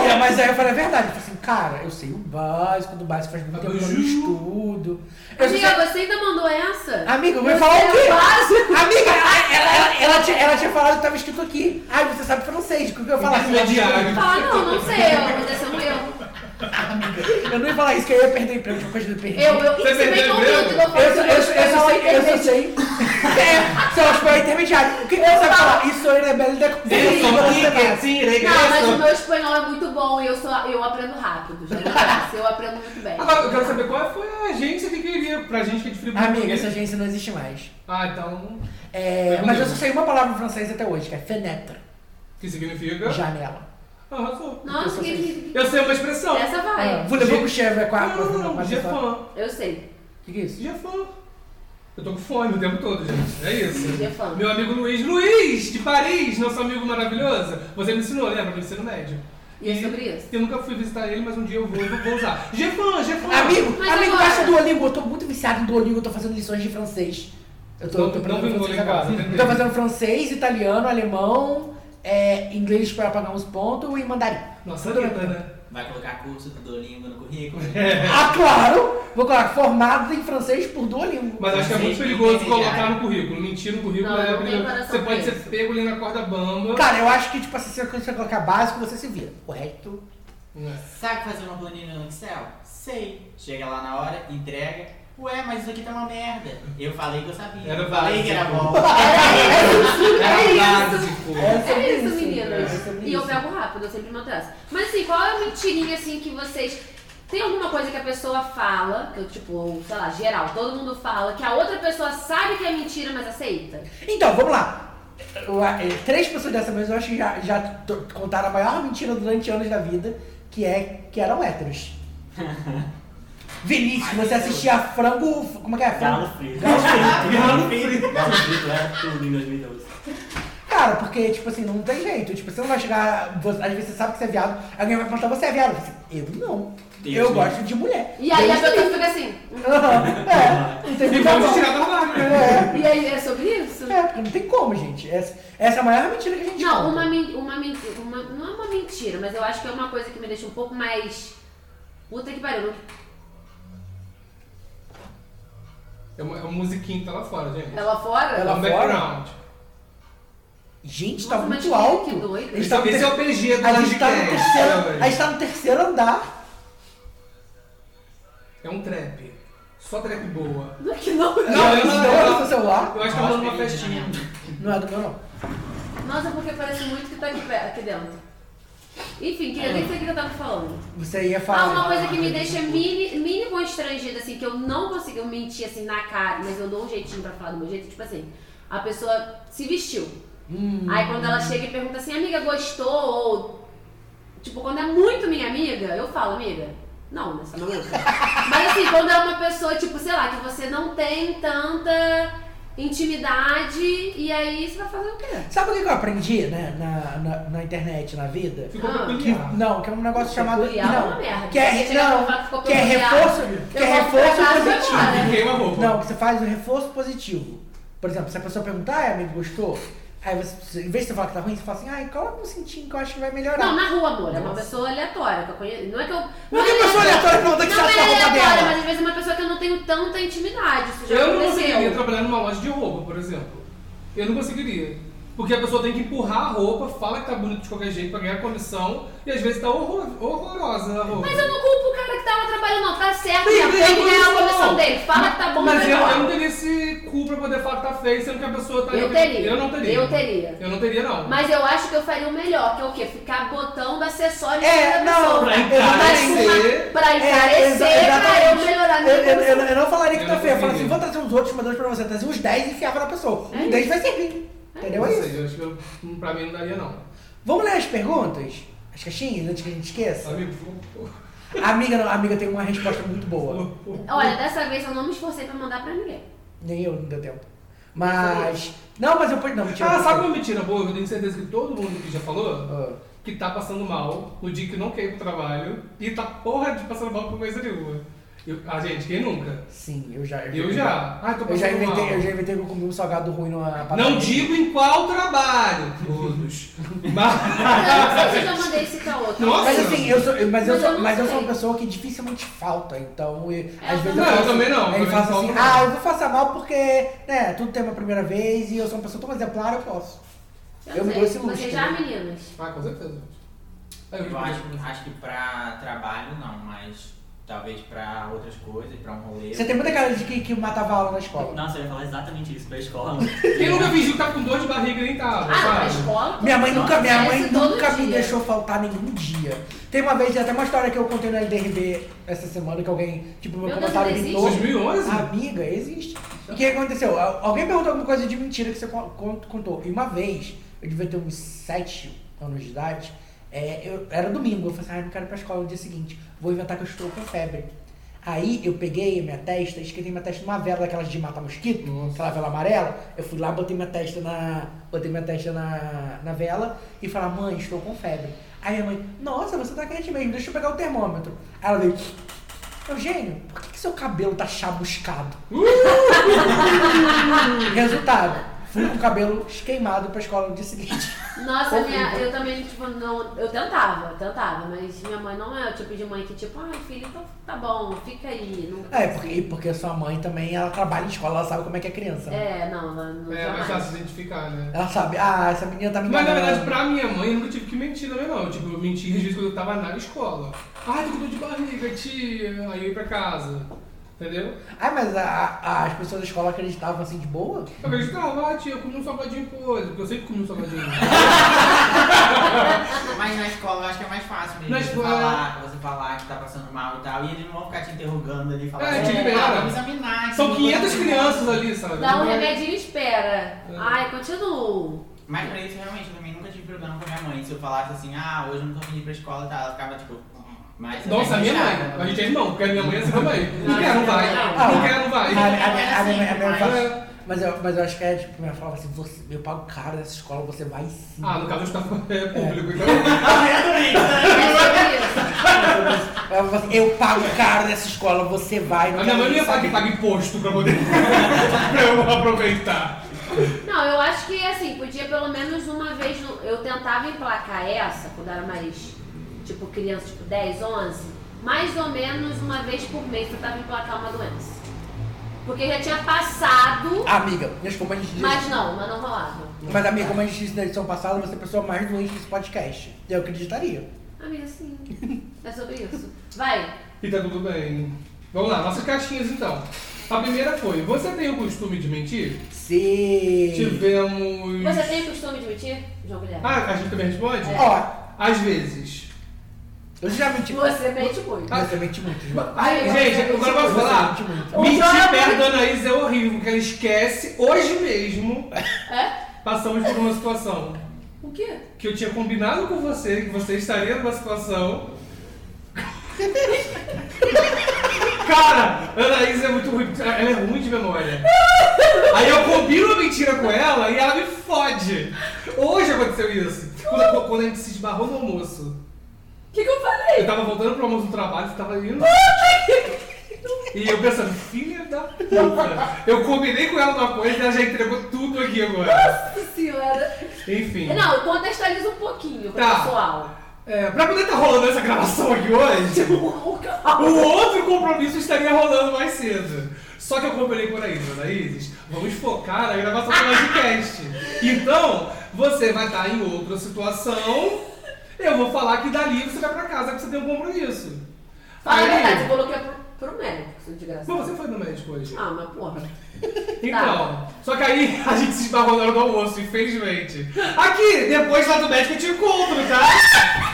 [SPEAKER 5] é, mas aí eu falei a verdade. Eu falei assim, cara, eu sei o básico do básico, faz muito tempo que eu não estudo. Eu só sei-
[SPEAKER 7] Amiga, você ainda mandou essa?
[SPEAKER 5] Amiga, eu vou
[SPEAKER 7] Você
[SPEAKER 5] falar
[SPEAKER 7] é
[SPEAKER 5] o quê?
[SPEAKER 7] básico.
[SPEAKER 5] Amiga, ela, ela, ela, ela tinha, ela tinha falado que tava escrito aqui. Ai, você sabe francês, o que eu ia falar? assim,
[SPEAKER 6] Intermediário.
[SPEAKER 7] Fala, não, não sei, eu- aconteceu um erro.
[SPEAKER 5] Eu não ia falar isso, que eu ia perder o emprego, que é coisa do perdi.
[SPEAKER 7] Eu, eu,
[SPEAKER 6] Você
[SPEAKER 7] se bem que eu
[SPEAKER 6] perdeu,
[SPEAKER 7] minto, que eu
[SPEAKER 5] Eu,
[SPEAKER 7] falo
[SPEAKER 5] eu,
[SPEAKER 7] que
[SPEAKER 5] eu,
[SPEAKER 7] eu
[SPEAKER 5] eu,
[SPEAKER 7] vou
[SPEAKER 5] só sei, eu só sei. <laughs> É, só acho que foi intermediário. O que que você sabe falar? Isso é eu um era bela da
[SPEAKER 6] Eu sou
[SPEAKER 5] conversa.
[SPEAKER 7] Não, mas o meu espanhol é muito bom e eu, sou, eu aprendo rápido. Já acontece, eu aprendo muito bem.
[SPEAKER 6] Agora, eu quero saber qual foi a agência que queria pra gente que é de Friburgo.
[SPEAKER 5] Amiga, essa agência não existe mais.
[SPEAKER 6] Ah, então.
[SPEAKER 5] É, mas eu só sei uma palavra em francês até hoje, que é fenetra.
[SPEAKER 6] Que significa?
[SPEAKER 5] Janela.
[SPEAKER 6] Arrasou.
[SPEAKER 7] Nossa, que, que,
[SPEAKER 6] Eu sei uma expressão.
[SPEAKER 7] essa vai.
[SPEAKER 5] Vou levar pro chefe, é
[SPEAKER 6] Ah,
[SPEAKER 5] quatro.
[SPEAKER 6] não, não, não. Jefan.
[SPEAKER 7] Eu sei.
[SPEAKER 5] O tá? que que é isso?
[SPEAKER 6] Jefan. Eu tô com fome o tempo todo, gente. É isso.
[SPEAKER 7] Jefan.
[SPEAKER 6] Meu amigo Luiz. Luiz, de Paris, nosso amigo maravilhoso. Você me ensinou, lembra? No ensino médio.
[SPEAKER 7] E é sobre isso.
[SPEAKER 6] Eu nunca fui visitar ele, mas um dia eu vou, eu vou usar. Jefan, Jefan.
[SPEAKER 5] Amigo,
[SPEAKER 7] Mas
[SPEAKER 5] amigo,
[SPEAKER 7] agora-
[SPEAKER 5] baixa o Duolingo. Eu tô muito viciado em Duolingo, eu tô fazendo lições de francês. Eu tô,
[SPEAKER 6] Não-
[SPEAKER 5] eu tô
[SPEAKER 6] não
[SPEAKER 5] aprendendo
[SPEAKER 6] vingou
[SPEAKER 5] francês
[SPEAKER 6] lá em casa,
[SPEAKER 5] agora.
[SPEAKER 6] entendi.
[SPEAKER 5] Eu tô fazendo francês, italiano, alemão, é, inglês pra pagar uns pontos e mandarim.
[SPEAKER 6] Nossa,
[SPEAKER 5] Tudo
[SPEAKER 6] linda,
[SPEAKER 5] bem.
[SPEAKER 6] né?
[SPEAKER 9] Vai colocar curso do Duolingo no
[SPEAKER 8] <laughs>
[SPEAKER 9] currículo.
[SPEAKER 8] É.
[SPEAKER 6] É.
[SPEAKER 5] Ah, claro! Vou colocar formado em francês por Duolingo.
[SPEAKER 6] Mas acho que é muito perigoso colocar no currículo. Mentir no currículo
[SPEAKER 7] Não,
[SPEAKER 6] é
[SPEAKER 7] não tem
[SPEAKER 6] perigoso.
[SPEAKER 7] coração
[SPEAKER 6] Você
[SPEAKER 7] pra
[SPEAKER 6] pode ser
[SPEAKER 7] isso.
[SPEAKER 6] pego ali na corda bamba.
[SPEAKER 5] Cara, eu acho que, tipo assim, se você colocar básico, você se vira. O resto.
[SPEAKER 6] Né?
[SPEAKER 9] Sabe fazer uma planilha no Excel? Sei. Chega lá na hora, entrega. Ué, mas isso aqui tá uma merda. Eu falei que eu sabia.
[SPEAKER 6] Era
[SPEAKER 9] eu falei que era
[SPEAKER 6] básico.
[SPEAKER 8] <laughs>
[SPEAKER 9] bom.
[SPEAKER 7] É isso.
[SPEAKER 6] básico.
[SPEAKER 7] É isso, meninas. E eu pego rápido, eu sempre mantenho essa. Mas assim, qual é a mentirinha assim que vocês. Tem alguma coisa que a pessoa fala, que eu, tipo, sei lá, geral, todo mundo fala, que a outra pessoa sabe que é mentira, mas aceita?
[SPEAKER 5] Então, vamos lá. Eu- eh, Três pessoas dessa vez eu acho que já, já to- contaram a maior mentira durante anos da vida, que é que eram
[SPEAKER 6] <laughs>
[SPEAKER 5] héteros. Vinícius, você assistia frango.
[SPEAKER 8] Tá
[SPEAKER 5] Como é que é?
[SPEAKER 8] Galo
[SPEAKER 5] Frango.
[SPEAKER 9] Tá
[SPEAKER 8] Tá frito. Galo
[SPEAKER 9] né?
[SPEAKER 8] frito. Galo frito era tudo em 2012.
[SPEAKER 5] cara, porque, tipo assim, não tem jeito. Tipo, você não vai chegar. você- às vezes você sabe que você é viado, alguém vai perguntar, você é viado? Você, eu não.
[SPEAKER 8] Deus
[SPEAKER 5] eu
[SPEAKER 8] me
[SPEAKER 5] gosto de mulher.
[SPEAKER 7] E aí a
[SPEAKER 5] Deus
[SPEAKER 7] pessoa
[SPEAKER 5] me
[SPEAKER 7] fica assim.
[SPEAKER 5] livre. <laughs> Aham, É, não tem
[SPEAKER 6] Uhum. E
[SPEAKER 5] muita
[SPEAKER 6] vamos
[SPEAKER 5] volta.
[SPEAKER 6] tirar né? da barba.
[SPEAKER 5] É,
[SPEAKER 7] E aí, é sobre isso?
[SPEAKER 5] é, porque não tem como, gente. Essa, essa é a maior mentira que a gente
[SPEAKER 7] Não,
[SPEAKER 5] conta.
[SPEAKER 7] uma, men- uma, men- uma não é uma mentira, mas eu acho que é uma coisa que me deixa um pouco mais. Puta que pariu.
[SPEAKER 6] É uma, é uma musiquinha que tá lá fora, gente.
[SPEAKER 7] Ela fora?
[SPEAKER 5] Ela-
[SPEAKER 6] É um background.
[SPEAKER 5] Gente, tá
[SPEAKER 7] Nossa, mas
[SPEAKER 5] muito
[SPEAKER 7] que-
[SPEAKER 5] alto.
[SPEAKER 7] que doido.
[SPEAKER 5] A gente tá no
[SPEAKER 6] Esse é o
[SPEAKER 5] ter-
[SPEAKER 6] PG do
[SPEAKER 5] a gente tá no
[SPEAKER 6] podcast,
[SPEAKER 5] terceiro-
[SPEAKER 6] né,
[SPEAKER 5] a gente tá no terceiro andar.
[SPEAKER 6] É um trap. Só trap boa.
[SPEAKER 7] Não é que não.
[SPEAKER 6] Não,
[SPEAKER 5] Isso
[SPEAKER 6] eu não-
[SPEAKER 5] não é
[SPEAKER 6] eu
[SPEAKER 5] do
[SPEAKER 6] não-
[SPEAKER 5] seu celular.
[SPEAKER 6] Eu acho que tá rolando uma festinha.
[SPEAKER 5] Não é do meu, não.
[SPEAKER 7] Nossa, porque parece muito que tá aqui, pe- aqui dentro. Enfim, queria nem sei o que eu tava falando.
[SPEAKER 5] Você ia
[SPEAKER 7] Ah,
[SPEAKER 5] falar.
[SPEAKER 7] uma coisa que me deixa mini, mini constrangida, assim, que eu não consigo eu mentir assim na cara, mas eu dou um jeitinho pra falar do meu jeito, tipo assim, a pessoa se vestiu.
[SPEAKER 5] Hum.
[SPEAKER 7] Aí quando ela chega e pergunta assim, amiga, gostou? Ou, tipo, quando é muito minha amiga, eu falo, amiga, não, nessa maluca. Mas assim, quando é uma pessoa, tipo, sei lá, que você não tem tanta intimidade, e aí você vai fazer o quê?
[SPEAKER 5] Sabe o que que eu aprendi né, na, na, na internet, na vida?
[SPEAKER 6] Ficou
[SPEAKER 7] Ah.
[SPEAKER 5] Que,
[SPEAKER 6] peculiar.
[SPEAKER 5] não, que é um negócio chamado.
[SPEAKER 7] Peculiar é
[SPEAKER 5] não,
[SPEAKER 7] uma merda.
[SPEAKER 5] Que é,
[SPEAKER 7] Você
[SPEAKER 5] re-
[SPEAKER 7] chega pra
[SPEAKER 5] não,
[SPEAKER 7] falar que ficou
[SPEAKER 5] que é
[SPEAKER 7] peculiar,
[SPEAKER 5] reforço,
[SPEAKER 7] eu
[SPEAKER 5] que é
[SPEAKER 7] volto pra
[SPEAKER 5] reforço
[SPEAKER 7] casa e vou embora.
[SPEAKER 5] positivo.
[SPEAKER 7] Né?
[SPEAKER 6] Queima a roupa.
[SPEAKER 5] Não, que você faz o reforço positivo. Por exemplo, se a pessoa perguntar, ai, amigo, gostou? Aí você, em vez de você falar que tá ruim, você fala assim, ai, coloca um cintinho que eu acho que vai melhorar.
[SPEAKER 7] Não, na rua, amor. É uma pessoa aleatória. Que eu conheço. Não é que eu.
[SPEAKER 5] Não é que a pessoa aleatória que não tem que
[SPEAKER 7] Não
[SPEAKER 5] saber
[SPEAKER 7] é
[SPEAKER 5] a roupa
[SPEAKER 7] aleatória,
[SPEAKER 5] dela.
[SPEAKER 7] mas às vezes é uma pessoa que eu não tenho tanta intimidade. Isso já
[SPEAKER 6] Eu não então- conseguiria
[SPEAKER 7] aconteceu.
[SPEAKER 6] trabalhar numa loja de roupa, por exemplo. Eu não conseguiria. Porque a pessoa tem que empurrar a roupa, fala que tá bonito de qualquer jeito pra ganhar comissão, e às vezes tá horror- horrorosa a roupa.
[SPEAKER 7] Mas eu não culpo o cara que tá lá trabalhando, não. Tá certo,
[SPEAKER 6] Sim,
[SPEAKER 7] já
[SPEAKER 6] mas
[SPEAKER 7] tem
[SPEAKER 6] é
[SPEAKER 7] que ganhar a
[SPEAKER 6] comissão.
[SPEAKER 7] comissão dele. Fala que tá bom,
[SPEAKER 6] Mas
[SPEAKER 7] vai
[SPEAKER 6] eu, eu não
[SPEAKER 7] embora.
[SPEAKER 6] teria esse cu pra poder falar que tá feio, sendo que a pessoa tá.
[SPEAKER 7] Eu teria.
[SPEAKER 6] Eu não teria.
[SPEAKER 7] Eu teria.
[SPEAKER 6] Eu não teria, não.
[SPEAKER 7] Mas eu acho que eu faria o melhor, que é o quê? Ficar botando acessório
[SPEAKER 5] É,
[SPEAKER 7] em cima da
[SPEAKER 5] não,
[SPEAKER 7] pessoa.
[SPEAKER 5] pra É,
[SPEAKER 6] encarecer.
[SPEAKER 7] Pra encarecer,
[SPEAKER 5] exa-
[SPEAKER 7] pra eu melhorar a minha
[SPEAKER 5] eu, eu,
[SPEAKER 7] comissão.
[SPEAKER 5] eu- eu não falaria que
[SPEAKER 6] Eu
[SPEAKER 5] tá
[SPEAKER 6] não
[SPEAKER 5] feio. Eu falo assim,
[SPEAKER 6] conseguiria.
[SPEAKER 5] vou trazer uns outros modelos pra você. Trazer uns 10 e enfiava na
[SPEAKER 7] É
[SPEAKER 5] pessoa. um 10 vai servir. Entendeu?
[SPEAKER 6] Ou
[SPEAKER 5] É isso.
[SPEAKER 6] seja, eu acho que eu, pra mim não daria, não.
[SPEAKER 5] Vamos ler as perguntas? As caixinhas, antes que a gente esqueça?
[SPEAKER 6] Sabe?
[SPEAKER 5] Amiga, não, amiga tem uma resposta muito boa.
[SPEAKER 7] Olha, dessa vez eu não me esforcei pra mandar pra
[SPEAKER 6] <laughs>
[SPEAKER 7] ninguém.
[SPEAKER 5] Nem eu, não deu tempo. Mas. Não, mas eu pude. Não, mentira.
[SPEAKER 6] Ah,
[SPEAKER 5] eu
[SPEAKER 6] sabe
[SPEAKER 5] pude.
[SPEAKER 6] uma mentira boa? Eu tenho certeza que todo mundo aqui já falou
[SPEAKER 5] Ah.
[SPEAKER 6] que tá passando mal no dia que não quer ir pro trabalho e tá porra de passando mal por coisa nenhuma. Eu, ah, gente, quem nunca?
[SPEAKER 5] Sim, eu já.
[SPEAKER 6] Eu já. Ah, tô
[SPEAKER 5] eu já
[SPEAKER 6] passando mal.
[SPEAKER 5] inventei, eu já inventei que eu comi um salgado ruim numa padaria.
[SPEAKER 6] Não digo em qual trabalho. Todos. Mas-
[SPEAKER 7] Então, Eu não sei se eu já mandei esse pra outro.
[SPEAKER 6] Nossa.
[SPEAKER 5] Mas assim, eu sou, mas eu
[SPEAKER 7] Mas eu
[SPEAKER 5] sou,
[SPEAKER 7] não
[SPEAKER 5] mas eu
[SPEAKER 7] sei.
[SPEAKER 5] sou uma pessoa que dificilmente falta, então eu-
[SPEAKER 7] É,
[SPEAKER 5] às vezes
[SPEAKER 6] não,
[SPEAKER 5] eu,
[SPEAKER 6] eu
[SPEAKER 5] faço-
[SPEAKER 6] também
[SPEAKER 5] Aí
[SPEAKER 6] não,
[SPEAKER 5] eu
[SPEAKER 6] também
[SPEAKER 5] faço
[SPEAKER 6] não
[SPEAKER 5] assim,
[SPEAKER 6] falta, não.
[SPEAKER 5] ah, eu vou passar mal porque, né, tudo tem uma primeira vez e eu sou uma pessoa tão exemplar, eu posso.
[SPEAKER 7] Eu,
[SPEAKER 5] Eu
[SPEAKER 7] não
[SPEAKER 5] me
[SPEAKER 7] sei.
[SPEAKER 5] dou esse luxo
[SPEAKER 7] Você já,
[SPEAKER 5] também.
[SPEAKER 7] meninas?
[SPEAKER 6] Ah, com certeza. Aí
[SPEAKER 9] Eu acho, acho que pra trabalho não, mas talvez pra outras coisas, pra um rolê.
[SPEAKER 5] Você tem muita cara de que, que matava aula na escola.
[SPEAKER 8] Nossa, eu ia falar exatamente isso pra
[SPEAKER 9] <laughs>
[SPEAKER 8] escola.
[SPEAKER 6] Quem nunca fingiu que tá com dor de barriga e nem
[SPEAKER 7] Ah,
[SPEAKER 6] tava,
[SPEAKER 7] na
[SPEAKER 6] sabe?
[SPEAKER 7] escola?
[SPEAKER 5] Minha mãe nunca, minha
[SPEAKER 7] Acontece
[SPEAKER 5] mãe
[SPEAKER 7] todo
[SPEAKER 5] nunca me
[SPEAKER 7] dia.
[SPEAKER 5] deixou faltar nenhum dia. Tem uma vez, até uma história que eu contei na LDRB essa semana, que alguém, tipo, meu,
[SPEAKER 7] Meu Deus,
[SPEAKER 5] comentário
[SPEAKER 7] ainda
[SPEAKER 5] gritou.
[SPEAKER 6] existe? 2011?
[SPEAKER 5] Amiga, existe. E o que aconteceu? Al- Alguém perguntou alguma coisa de mentira que você con- con- contou. E uma vez, eu devia ter uns 7 anos de idade, é, eu, era domingo, eu falei assim, ah, eu não quero ir pra escola no dia seguinte, vou inventar que eu estou com febre. Aí eu peguei a minha testa, esquentei minha testa numa vela daquelas de matar mosquito, aquela vela amarela. Eu fui lá, botei minha testa na, botei minha testa na, na vela e falei, "Ah, mãe, estou com febre. Aí minha mãe, nossa, você tá quente mesmo, deixa eu pegar o termômetro. Aí ela veio, Eugênio, por que, que seu cabelo tá chamuscado? Resultado, fui com o cabelo esqueimado pra escola no dia seguinte. <laughs>
[SPEAKER 7] Nossa,
[SPEAKER 5] Horrível.
[SPEAKER 7] minha, eu também, tipo, não. Eu tentava, eu tentava, mas minha mãe não é o tipo de mãe que, tipo, ai, filho, então tá bom, fica aí. Não...
[SPEAKER 5] É, porque, porque sua mãe também, ela trabalha em escola, ela sabe como é que é criança. né?
[SPEAKER 7] É, não, não, não
[SPEAKER 6] É, mais
[SPEAKER 7] jamais.
[SPEAKER 6] fácil se identificar, né?
[SPEAKER 5] Ela sabe, ah, essa menina tá me
[SPEAKER 6] Mas na
[SPEAKER 5] enganando.
[SPEAKER 6] verdade, pra minha mãe, eu nunca tive que mentir também, não. Tipo, eu menti às vezes quando eu tava na escola. Ai, tô com dor de barriga, tia. Aí eu ia pra casa. Entendeu?
[SPEAKER 5] Ah, mas a- a- as pessoas da escola acreditavam assim de boa?
[SPEAKER 6] Eu acreditava, ah, tia, eu comi um salgadinho com hoje, porque eu sempre comi um <laughs> salgadinho.
[SPEAKER 9] Mas na escola eu acho que é mais fácil mesmo.
[SPEAKER 6] Na
[SPEAKER 9] você,
[SPEAKER 6] escola-
[SPEAKER 9] falar, você falar que tá passando mal e tal, e eles não vão ficar te interrogando ali falando.
[SPEAKER 6] É, te
[SPEAKER 9] "Ah,
[SPEAKER 6] libera."
[SPEAKER 9] vamos examinar. que
[SPEAKER 6] São
[SPEAKER 9] tem
[SPEAKER 6] 500
[SPEAKER 9] uma coisa
[SPEAKER 6] crianças
[SPEAKER 9] errada."
[SPEAKER 6] ali, sabe?
[SPEAKER 7] Dá um
[SPEAKER 6] Não é-
[SPEAKER 7] remedinho e espera. Ai, continuo.
[SPEAKER 9] Mas pra isso, realmente, eu também nunca tive problema com a minha mãe. Se eu falasse assim, ah, hoje eu não tô vindo pra escola e tal, ela ficava tipo. Mas
[SPEAKER 6] Nossa, a minha mãe. A é
[SPEAKER 9] <laughs>
[SPEAKER 6] gente é irmão, porque a minha mãe é assim também. Não quer, não vai. Não quer, não
[SPEAKER 5] A,
[SPEAKER 6] vai.
[SPEAKER 5] a- a- a- a- a- a- minha mãe fala, Mas eu, mas eu acho que é tipo, minha fala assim, você, eu pago caro nessa escola, você vai sim.
[SPEAKER 6] Ah, no caso a gente tá falando é público, então.
[SPEAKER 9] né? <laughs>
[SPEAKER 5] é
[SPEAKER 7] É
[SPEAKER 5] Ela fala assim, eu pago caro nessa escola, você vai.
[SPEAKER 6] A minha mãe não ia falar que paga imposto pra poder <laughs> pra eu aproveitar.
[SPEAKER 7] Não, eu acho que assim, podia pelo menos uma vez. no- Eu tentava emplacar essa quando era mais, tipo, criança, tipo 10, 11. Mais ou menos uma vez por mês eu tentava emplacar uma doença. Porque já tinha passado,
[SPEAKER 5] Ah, amiga, desculpa, a gente diz.
[SPEAKER 7] mas não, mas não rolava.
[SPEAKER 5] Mas, amiga, como a gente disse na edição passada, você é a pessoa mais doente desse podcast. Eu acreditaria.
[SPEAKER 7] Amiga, sim. É sobre isso. Vai.
[SPEAKER 6] E tá tudo bem. Vamos lá, nossas caixinhas então. A primeira foi, você tem o costume de mentir?
[SPEAKER 5] Sim.
[SPEAKER 6] Tivemos.
[SPEAKER 7] Você tem costume de mentir, João Guilherme?
[SPEAKER 6] Ah, a gente também responde?
[SPEAKER 5] Ó,
[SPEAKER 6] Às vezes.
[SPEAKER 5] eu já menti.
[SPEAKER 7] Você mente muito.
[SPEAKER 5] Mas eu menti muito, João.
[SPEAKER 6] Ai, gente, agora eu posso
[SPEAKER 5] Você
[SPEAKER 6] falar?
[SPEAKER 5] mente muito.
[SPEAKER 6] Mentir perto da Anaís é horrível, porque ela esquece hoje mesmo.
[SPEAKER 7] É?
[SPEAKER 6] Passamos por uma situação
[SPEAKER 7] O quê?
[SPEAKER 6] que eu tinha combinado com você, que você estaria numa situação. <laughs> Cara, a Anaís é muito ruim, porque ela é ruim de memória. Aí eu combino uma mentira com ela e ela me fode. Hoje aconteceu isso. Quando, quando a gente se esbarrou no almoço.
[SPEAKER 7] O que, que eu falei?
[SPEAKER 6] Eu tava voltando pro almoço do trabalho, você tava indo. E eu pensando, filha da puta. Eu combinei com ela uma coisa e ela já entregou tudo aqui agora.
[SPEAKER 7] Nossa senhora.
[SPEAKER 6] Enfim.
[SPEAKER 7] Não, contextualiza um pouquinho pro
[SPEAKER 6] Tá.
[SPEAKER 7] pessoal.
[SPEAKER 6] É, pra poder tá rolando essa gravação aqui hoje, o Um outro compromisso estaria rolando mais cedo. Só que eu combinei com a Anaís, Anaís, vamos focar na gravação do podcast. Então, você vai estar em outra situação, eu vou falar que dali você vai pra casa, que você tem um compromisso.
[SPEAKER 7] Fala a verdade, você falou que é pro, pro médico, seu
[SPEAKER 6] Bom,
[SPEAKER 7] desgraçado.
[SPEAKER 6] você foi no médico hoje.
[SPEAKER 7] Ah, mas
[SPEAKER 6] <laughs>
[SPEAKER 7] porra.
[SPEAKER 6] Então, só que aí <laughs> a gente se esbarrou na hora do almoço, infelizmente. Aqui, depois lá do médico eu te encontro,
[SPEAKER 7] <laughs>
[SPEAKER 6] tá?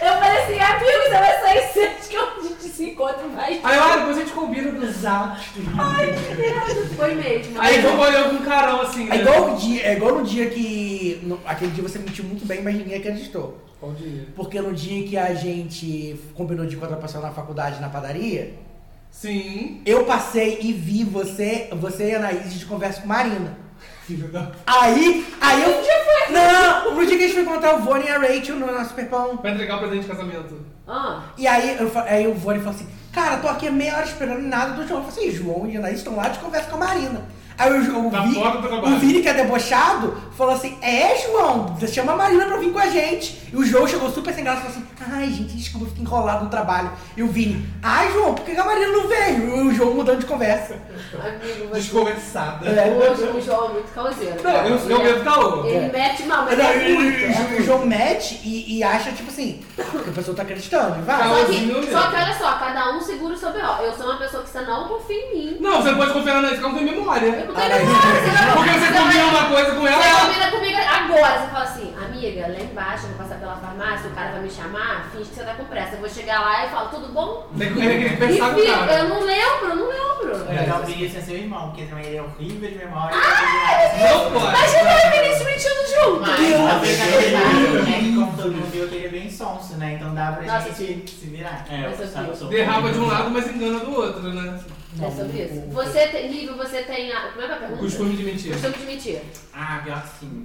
[SPEAKER 7] Eu falei assim, amigo, você vai sair cedo que <laughs> a gente se encontra mais.
[SPEAKER 6] Aí, olha, depois a gente combina no zap.
[SPEAKER 7] Ai, que merda. <laughs> Foi mesmo.
[SPEAKER 6] Aí vamos olhando com carão assim, né?
[SPEAKER 5] É igual, o dia, é igual no dia que. no- aquele dia você mentiu muito bem, mas ninguém acreditou.
[SPEAKER 6] Qual dia?
[SPEAKER 5] Porque no dia que a gente combinou de encontrar a pessoa na faculdade, na padaria,
[SPEAKER 6] Sim.
[SPEAKER 5] eu passei e vi você, você e a Anaís de conversa com a Marina.
[SPEAKER 6] Filho da...
[SPEAKER 5] Aí, aí eu. Não, no dia que a gente foi encontrar o Vone e a Rachel no nosso
[SPEAKER 6] <laughs>
[SPEAKER 5] Superpão.
[SPEAKER 6] Vai entregar o presente de casamento.
[SPEAKER 7] Ah,
[SPEAKER 5] E aí, eu, fa- aí o Vone falou assim: Cara, tô aqui há meia hora esperando e nada do João. Eu falei assim: João e Anaís estão lá de conversa com a Marina. Aí o, João- o,
[SPEAKER 6] Tá
[SPEAKER 5] Vi-
[SPEAKER 6] fora do trabalho.
[SPEAKER 5] o Vini, que é debochado, falou assim: É, João, chama a Marina pra vir com a gente. E o João chegou super sem graça e falou assim: Ai, gente, desculpa, eu fiquei enrolado no trabalho. E o Vini: Ai, João, por que que a Marina não veio? E o João mudando de conversa.
[SPEAKER 7] amigo, você
[SPEAKER 6] Desconversada.
[SPEAKER 7] hoje o João é muito causeiro.
[SPEAKER 6] Não, eu- eu mesmo caô.
[SPEAKER 7] Ele mete mal, mas
[SPEAKER 5] Não,
[SPEAKER 7] é muito.
[SPEAKER 5] e- e- O João mete e, e acha, tipo assim, que a pessoa tá acreditando, e vai.
[SPEAKER 7] Só
[SPEAKER 6] Caôzinho
[SPEAKER 7] que,
[SPEAKER 6] mesmo.
[SPEAKER 7] só que olha só, cada um segura o seu B.O. Eu sou uma pessoa que você não confia em mim.
[SPEAKER 6] Não, você não pode confiar na Anaís, porque ela não tem
[SPEAKER 7] Eu
[SPEAKER 6] memória.
[SPEAKER 7] não
[SPEAKER 5] Ah,
[SPEAKER 7] tenho
[SPEAKER 5] mas-
[SPEAKER 7] memória, você vai
[SPEAKER 6] Porque você combina uma coisa com ela,
[SPEAKER 7] Você
[SPEAKER 6] ela...
[SPEAKER 7] combina comigo agora. Você fala assim, amiga, lá embaixo, eu vou passar pela farmácia, o cara vai me chamar, finge que você tá com pressa. Eu vou chegar lá e falo, tudo bom?
[SPEAKER 6] Tem que- tem que
[SPEAKER 7] E
[SPEAKER 6] conversar com o
[SPEAKER 7] fica,
[SPEAKER 6] cara.
[SPEAKER 7] eu não lembro, eu não lembro.
[SPEAKER 9] É, Então deveria ser seu irmão, porque também ele é horrível de memória. Ah,
[SPEAKER 6] Não pode.
[SPEAKER 7] Mas eu não Vinícius mentindo junto.
[SPEAKER 9] Mas na verdade, né, como todo mundo viu que ele é bem sonso, né? Então dá pra
[SPEAKER 7] Nossa,
[SPEAKER 9] gente se virar.
[SPEAKER 8] É,
[SPEAKER 7] Mas eu
[SPEAKER 8] sabe,
[SPEAKER 7] vi.
[SPEAKER 8] sou-
[SPEAKER 6] Derrapa de um lado, mas engana do outro, né?
[SPEAKER 7] É sobre isso. Você tem, Lívia, você tem a... Como é que é a pergunta?
[SPEAKER 6] Costume de mentir.
[SPEAKER 7] Costume de mentir.
[SPEAKER 9] Ah, pior que sim.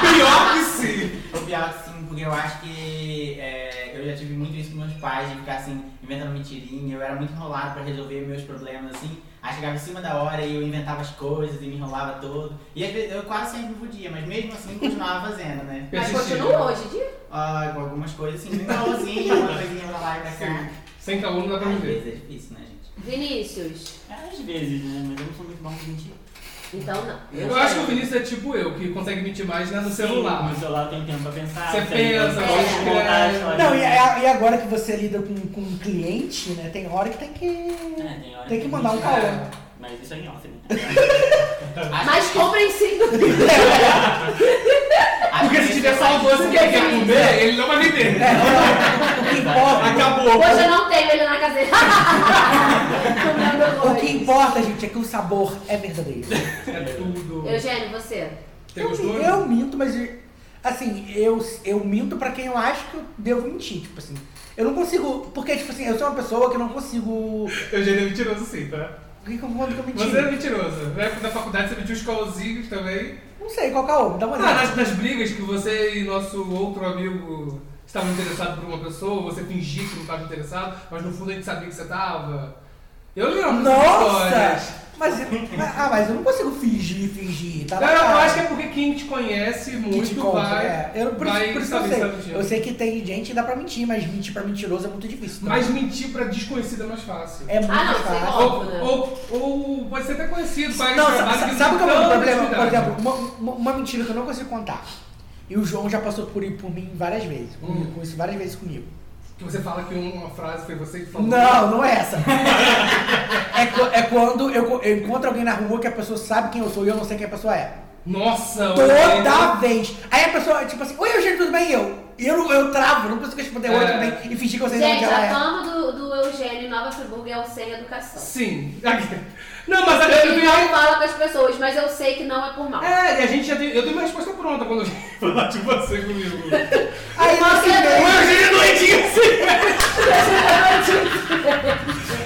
[SPEAKER 6] Pior que sim.
[SPEAKER 9] O pior que sim, porque eu acho que é, eu já tive muito isso com meus pais, de ficar assim, inventando mentirinha. Eu era muito enrolado pra resolver meus problemas, assim. Aí chegava em cima da hora e eu inventava as coisas e me enrolava todo. E às vezes eu quase sempre podia, mas mesmo assim continuava <laughs> fazendo, né?
[SPEAKER 7] Mas
[SPEAKER 6] Persistir.
[SPEAKER 7] continua hoje em dia?
[SPEAKER 9] Ah, com algumas coisas assim, um calzinho, uma coisinha pra lá e pra cá.
[SPEAKER 6] Sem caô não dá pra
[SPEAKER 9] Às
[SPEAKER 6] viver.
[SPEAKER 9] vezes é difícil, né, gente?
[SPEAKER 7] Vinícius.
[SPEAKER 8] É, Às vezes, né? Mas eu não sou muito bom pra mentir.
[SPEAKER 7] Então não.
[SPEAKER 6] Eu acho que o Vinícius é tipo eu, que consegue mentir mais né, no celular.
[SPEAKER 8] No celular tem tempo pra pensar.
[SPEAKER 6] Você
[SPEAKER 8] tem
[SPEAKER 6] pensa,
[SPEAKER 8] tempo pra
[SPEAKER 7] você
[SPEAKER 8] contar a
[SPEAKER 6] escreve.
[SPEAKER 8] história.
[SPEAKER 5] Não, e, é a- e agora que você lida com, com um cliente, né? Tem hora que tem que.
[SPEAKER 8] É, tem hora
[SPEAKER 5] Tem que mandar um
[SPEAKER 8] mentir.
[SPEAKER 5] caô.
[SPEAKER 8] Mas isso é em
[SPEAKER 5] <laughs>
[SPEAKER 8] off, né?
[SPEAKER 7] Mas
[SPEAKER 6] <laughs>
[SPEAKER 7] compreensível.
[SPEAKER 6] Porque se tiver
[SPEAKER 8] é
[SPEAKER 9] um
[SPEAKER 6] só o doce que ele quer comer, ele não vai vender.
[SPEAKER 7] É.
[SPEAKER 5] O que importa,
[SPEAKER 6] Acabou.
[SPEAKER 7] Hoje eu não tenho ele
[SPEAKER 6] <laughs>
[SPEAKER 7] na caseira. Comendo
[SPEAKER 5] o que
[SPEAKER 7] horrores.
[SPEAKER 5] importa, gente, é que o sabor é verdadeiro.
[SPEAKER 6] É tudo.
[SPEAKER 7] Eugênio, você?
[SPEAKER 6] Tem
[SPEAKER 5] Eu,
[SPEAKER 6] costume?
[SPEAKER 5] eu minto, mas assim, eu, eu minto pra quem eu acho que eu devo mentir, tipo assim. Eu não consigo. Porque, tipo assim, eu sou uma pessoa que eu não consigo.
[SPEAKER 6] Eugênio é mentiroso sim, tá?
[SPEAKER 5] que que eu conto que eu menti?
[SPEAKER 6] Você é mentiroso. Na época da faculdade você mentiu os calzinhos também.
[SPEAKER 5] Não sei, qual que é o? Dá uma
[SPEAKER 6] Ah,
[SPEAKER 5] olhada.
[SPEAKER 6] nas, nas brigas que você e nosso outro amigo estavam interessados por uma pessoa, você fingia que não estava interessado, mas no fundo a gente sabia que você estava. Eu lembro dessas histórias.
[SPEAKER 5] Nossa! Mas, ah, mas eu não consigo fingir, fingir. Tá
[SPEAKER 6] Não,
[SPEAKER 5] na
[SPEAKER 6] não, eu
[SPEAKER 5] cara.
[SPEAKER 6] acho que é porque quem te conhece
[SPEAKER 5] Que te
[SPEAKER 6] muito
[SPEAKER 5] conta,
[SPEAKER 6] vai,
[SPEAKER 5] é. Eu, por,
[SPEAKER 6] vai
[SPEAKER 5] isso- por isso que eu
[SPEAKER 6] saber
[SPEAKER 5] sei.
[SPEAKER 6] se tá mentindo.
[SPEAKER 5] Eu sei que tem gente que dá pra mentir, mas mentir pra mentiroso é muito difícil. tá?
[SPEAKER 6] Mas mentir pra desconhecido é mais fácil.
[SPEAKER 5] é muito
[SPEAKER 7] Ah, não, sei
[SPEAKER 5] fácil.
[SPEAKER 7] lá.
[SPEAKER 6] Ou,
[SPEAKER 7] Óbvio, né?
[SPEAKER 6] ou, ou pode ser até conhecido, vai
[SPEAKER 5] Não,
[SPEAKER 6] trabalho
[SPEAKER 5] sabe,
[SPEAKER 6] que tá
[SPEAKER 5] sabe
[SPEAKER 6] não
[SPEAKER 5] qual é o
[SPEAKER 6] tem
[SPEAKER 5] problema? Por
[SPEAKER 6] identidade.
[SPEAKER 5] exemplo, uma, uma- uma mentira que eu não consigo contar. E o João já passou por, por mim várias vezes.
[SPEAKER 6] Hum.
[SPEAKER 5] Comigo, com isso várias vezes comigo.
[SPEAKER 6] Que você fala que uma frase foi você que falou.
[SPEAKER 5] Não, não é essa. é, co- é quando eu, co- eu encontro alguém na rua que a pessoa sabe quem eu sou e eu não sei quem a pessoa é.
[SPEAKER 6] Nossa,
[SPEAKER 5] Toda
[SPEAKER 6] olha,
[SPEAKER 5] vez. Aí a pessoa, tipo assim, oi Eugênio, tudo bem? E eu? E eu, não- eu travo, não consigo responder oi,
[SPEAKER 6] É.
[SPEAKER 5] tudo bem? E fingir que eu sei de onde
[SPEAKER 7] Gente,
[SPEAKER 5] ela
[SPEAKER 7] a
[SPEAKER 5] é.
[SPEAKER 7] fama do, do Eugênio em Nova Friburgo é o sem educação.
[SPEAKER 6] Sim. <laughs> Não, mas a eu
[SPEAKER 7] Ele
[SPEAKER 6] tenho.
[SPEAKER 7] não fala com as pessoas, mas eu sei que não é por mal.
[SPEAKER 6] É, e a gente já tem. Eu tenho uma resposta pronta quando eu <laughs> falar de você
[SPEAKER 5] <laughs>
[SPEAKER 6] comigo.
[SPEAKER 5] Aí nesse
[SPEAKER 7] Você- é
[SPEAKER 5] meio-
[SPEAKER 6] Eugênio doidinho assim!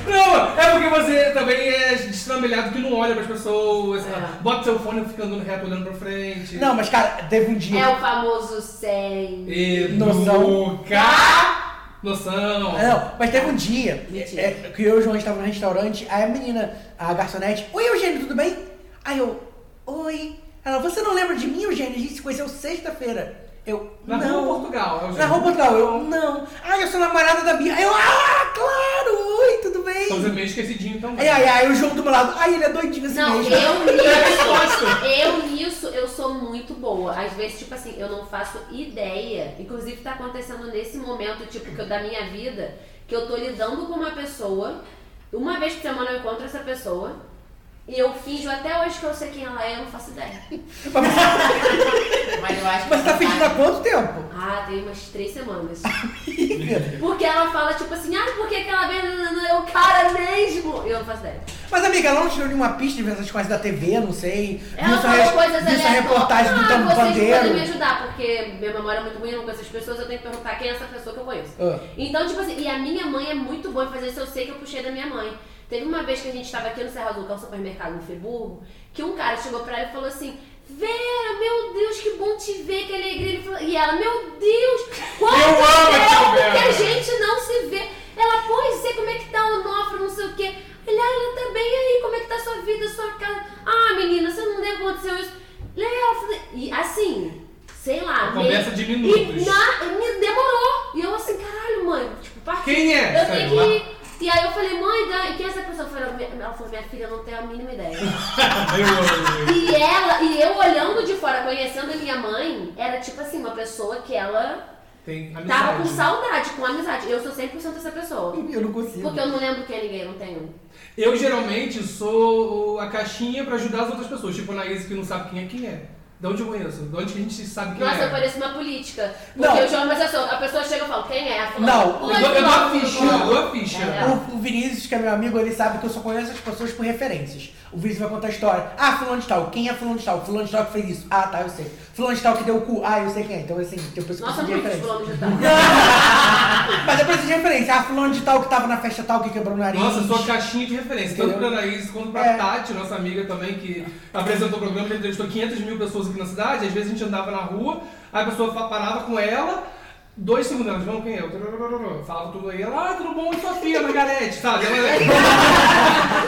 [SPEAKER 6] Não, é porque você também é destrambelhado que não olha pras pessoas.
[SPEAKER 7] É.
[SPEAKER 6] Bota seu fone e fica andando reto olhando pra frente.
[SPEAKER 5] Não, mas cara, teve um dia.
[SPEAKER 7] É o famoso sem.
[SPEAKER 5] Noção.
[SPEAKER 6] Educar. Noção.
[SPEAKER 5] Ah, Não, mas teve um dia
[SPEAKER 7] Mentira.
[SPEAKER 5] é, que eu e o João estava no restaurante, aí a menina, a garçonete, oi Eugênio, tudo bem? Aí eu, oi. Ela, você não lembra de mim, Eugênio? A gente se conheceu sexta-feira. Eu,
[SPEAKER 6] Na rua
[SPEAKER 5] não.
[SPEAKER 6] Portugal, é o
[SPEAKER 5] Na
[SPEAKER 6] Eugênio.
[SPEAKER 5] rua Portugal, eu, não. Ah, eu sou namorada da Bia. Aí eu, ah, claro, oi, tudo
[SPEAKER 6] Então você é
[SPEAKER 5] bem?
[SPEAKER 6] meio esquecidinho
[SPEAKER 5] Aí,
[SPEAKER 6] também. <laughs>
[SPEAKER 5] aí, aí o João do meu lado, ai, ele é doidinho assim
[SPEAKER 7] Não,
[SPEAKER 5] mesmo.
[SPEAKER 6] É
[SPEAKER 7] eu
[SPEAKER 6] resposta.
[SPEAKER 7] nisso, eu nisso, eu sou muito boa. Às vezes, tipo assim, eu não faço ideia. Inclusive, tá acontecendo nesse momento, tipo, que eu, da minha vida, que eu tô lidando com uma pessoa. Uma vez por semana eu encontro essa pessoa. E eu finjo até hoje que eu sei quem ela é, eu não faço ideia.
[SPEAKER 9] Mas eu acho que.
[SPEAKER 5] Mas você tá fingindo há quanto tempo?
[SPEAKER 7] Ah, tem umas três semanas. Porque ela fala, tipo assim, ah, por que aquela menina é o cara mesmo? Eu não faço ideia.
[SPEAKER 5] Mas, amiga, ela não tirou nenhuma pista de essas coisas da TV, não sei.
[SPEAKER 7] Ela
[SPEAKER 5] Viu sua
[SPEAKER 7] falou
[SPEAKER 5] res-
[SPEAKER 7] coisas
[SPEAKER 5] viu sua
[SPEAKER 7] aleatórias.
[SPEAKER 5] reportagem do
[SPEAKER 7] ah,
[SPEAKER 5] Tampo
[SPEAKER 7] vocês podem me
[SPEAKER 5] Bandeiro.
[SPEAKER 7] ajudar, porque minha memória é muito ruim, eu não conheço as pessoas, eu tenho que perguntar quem é essa pessoa que eu conheço.
[SPEAKER 5] Ah.
[SPEAKER 7] Então, tipo assim, e a minha mãe é muito boa em fazer isso, eu sei que eu puxei da minha mãe. Teve uma vez que a gente estava aqui no Serra Azul, que é um supermercado no Friburgo, que um cara chegou pra ela e falou assim, Vera, meu Deus, que bom te ver, que alegria. Ele falou- E ela, meu Deus, quanto
[SPEAKER 6] Eu amo essa
[SPEAKER 7] tempo que a
[SPEAKER 6] Vera."
[SPEAKER 7] gente não se vê. Ela, pois é, como é que tá o Onofre, não sei o quê. Ele, ah, ela tá bem, e aí, como é que tá a sua vida, a sua casa? Ah, menina, você não deve aconteceu isso. E aí ela falou, e assim, sei lá.
[SPEAKER 6] Uma conversa de
[SPEAKER 7] meio-
[SPEAKER 6] minutos.
[SPEAKER 7] E na- me demorou. E eu assim, caralho, mãe, tipo, partiu.
[SPEAKER 6] Quem é
[SPEAKER 7] Eu
[SPEAKER 6] essa
[SPEAKER 7] tenho
[SPEAKER 6] aí?
[SPEAKER 7] que
[SPEAKER 6] Lá-
[SPEAKER 7] ir. E aí eu falei, mãe, da- quem é essa pessoa? Eu falei, "Minha- ela falou, minha filha, eu não tenho a mínima ideia.
[SPEAKER 6] Eu amo.
[SPEAKER 7] E ela, e eu olhando de fora, conhecendo a minha mãe, era tipo assim, uma pessoa que ela
[SPEAKER 6] Tem amizade. né?
[SPEAKER 7] tava com saudade, com amizade. Eu sou 100% essa pessoa.
[SPEAKER 5] Eu não consigo.
[SPEAKER 7] Porque eu não lembro quem é ninguém, não tenho.
[SPEAKER 6] Eu geralmente sou a caixinha pra ajudar as outras pessoas. Tipo a Anaís que não sabe quem é quem é. De onde eu conheço? De onde que a gente sabe quem
[SPEAKER 7] Nossa,
[SPEAKER 6] é?
[SPEAKER 7] eu pareço uma política. Porque
[SPEAKER 5] Não.
[SPEAKER 7] eu já mas eu sou. A pessoa chega e fala, quem é? Ela fala,
[SPEAKER 5] Não,
[SPEAKER 7] "Oi,
[SPEAKER 6] Eu dou- eu dou a
[SPEAKER 7] fulano,
[SPEAKER 6] ficha,
[SPEAKER 7] fulano."
[SPEAKER 6] eu dou a ficha.
[SPEAKER 7] É.
[SPEAKER 5] O, o Vinícius, que é meu amigo, ele sabe que eu só conheço as pessoas por referências. O Vinícius vai contar a história. Ah, fulano de tal. Quem é fulano de tal? Fulano de tal que fez isso. Ah, tá, eu sei. Fulano de tal que deu o cu. Ah, eu sei quem é. Então, assim, eu preciso preciso
[SPEAKER 7] Nossa,
[SPEAKER 5] de
[SPEAKER 7] muito
[SPEAKER 5] referência.
[SPEAKER 7] fulano de tal.
[SPEAKER 5] Mas eu preciso de referência. Ah, fulano de tal que tava na festa tal que quebrou o nariz.
[SPEAKER 6] Nossa, eu sou a caixinha de referência. Tanto pra
[SPEAKER 5] Entendeu?
[SPEAKER 6] Anaís quanto pra
[SPEAKER 5] É.
[SPEAKER 6] Tati, nossa amiga também, que apresentou o programa, já entrevistou 500 mil pessoas aqui na cidade. Às vezes a gente andava na rua, aí a pessoa fa- parava com ela, dois segundos, elas vão quem é? Eu tarararara, Falava tudo aí, ela, ah, tudo bom, e sua filha, Margarete, sabe? Ela-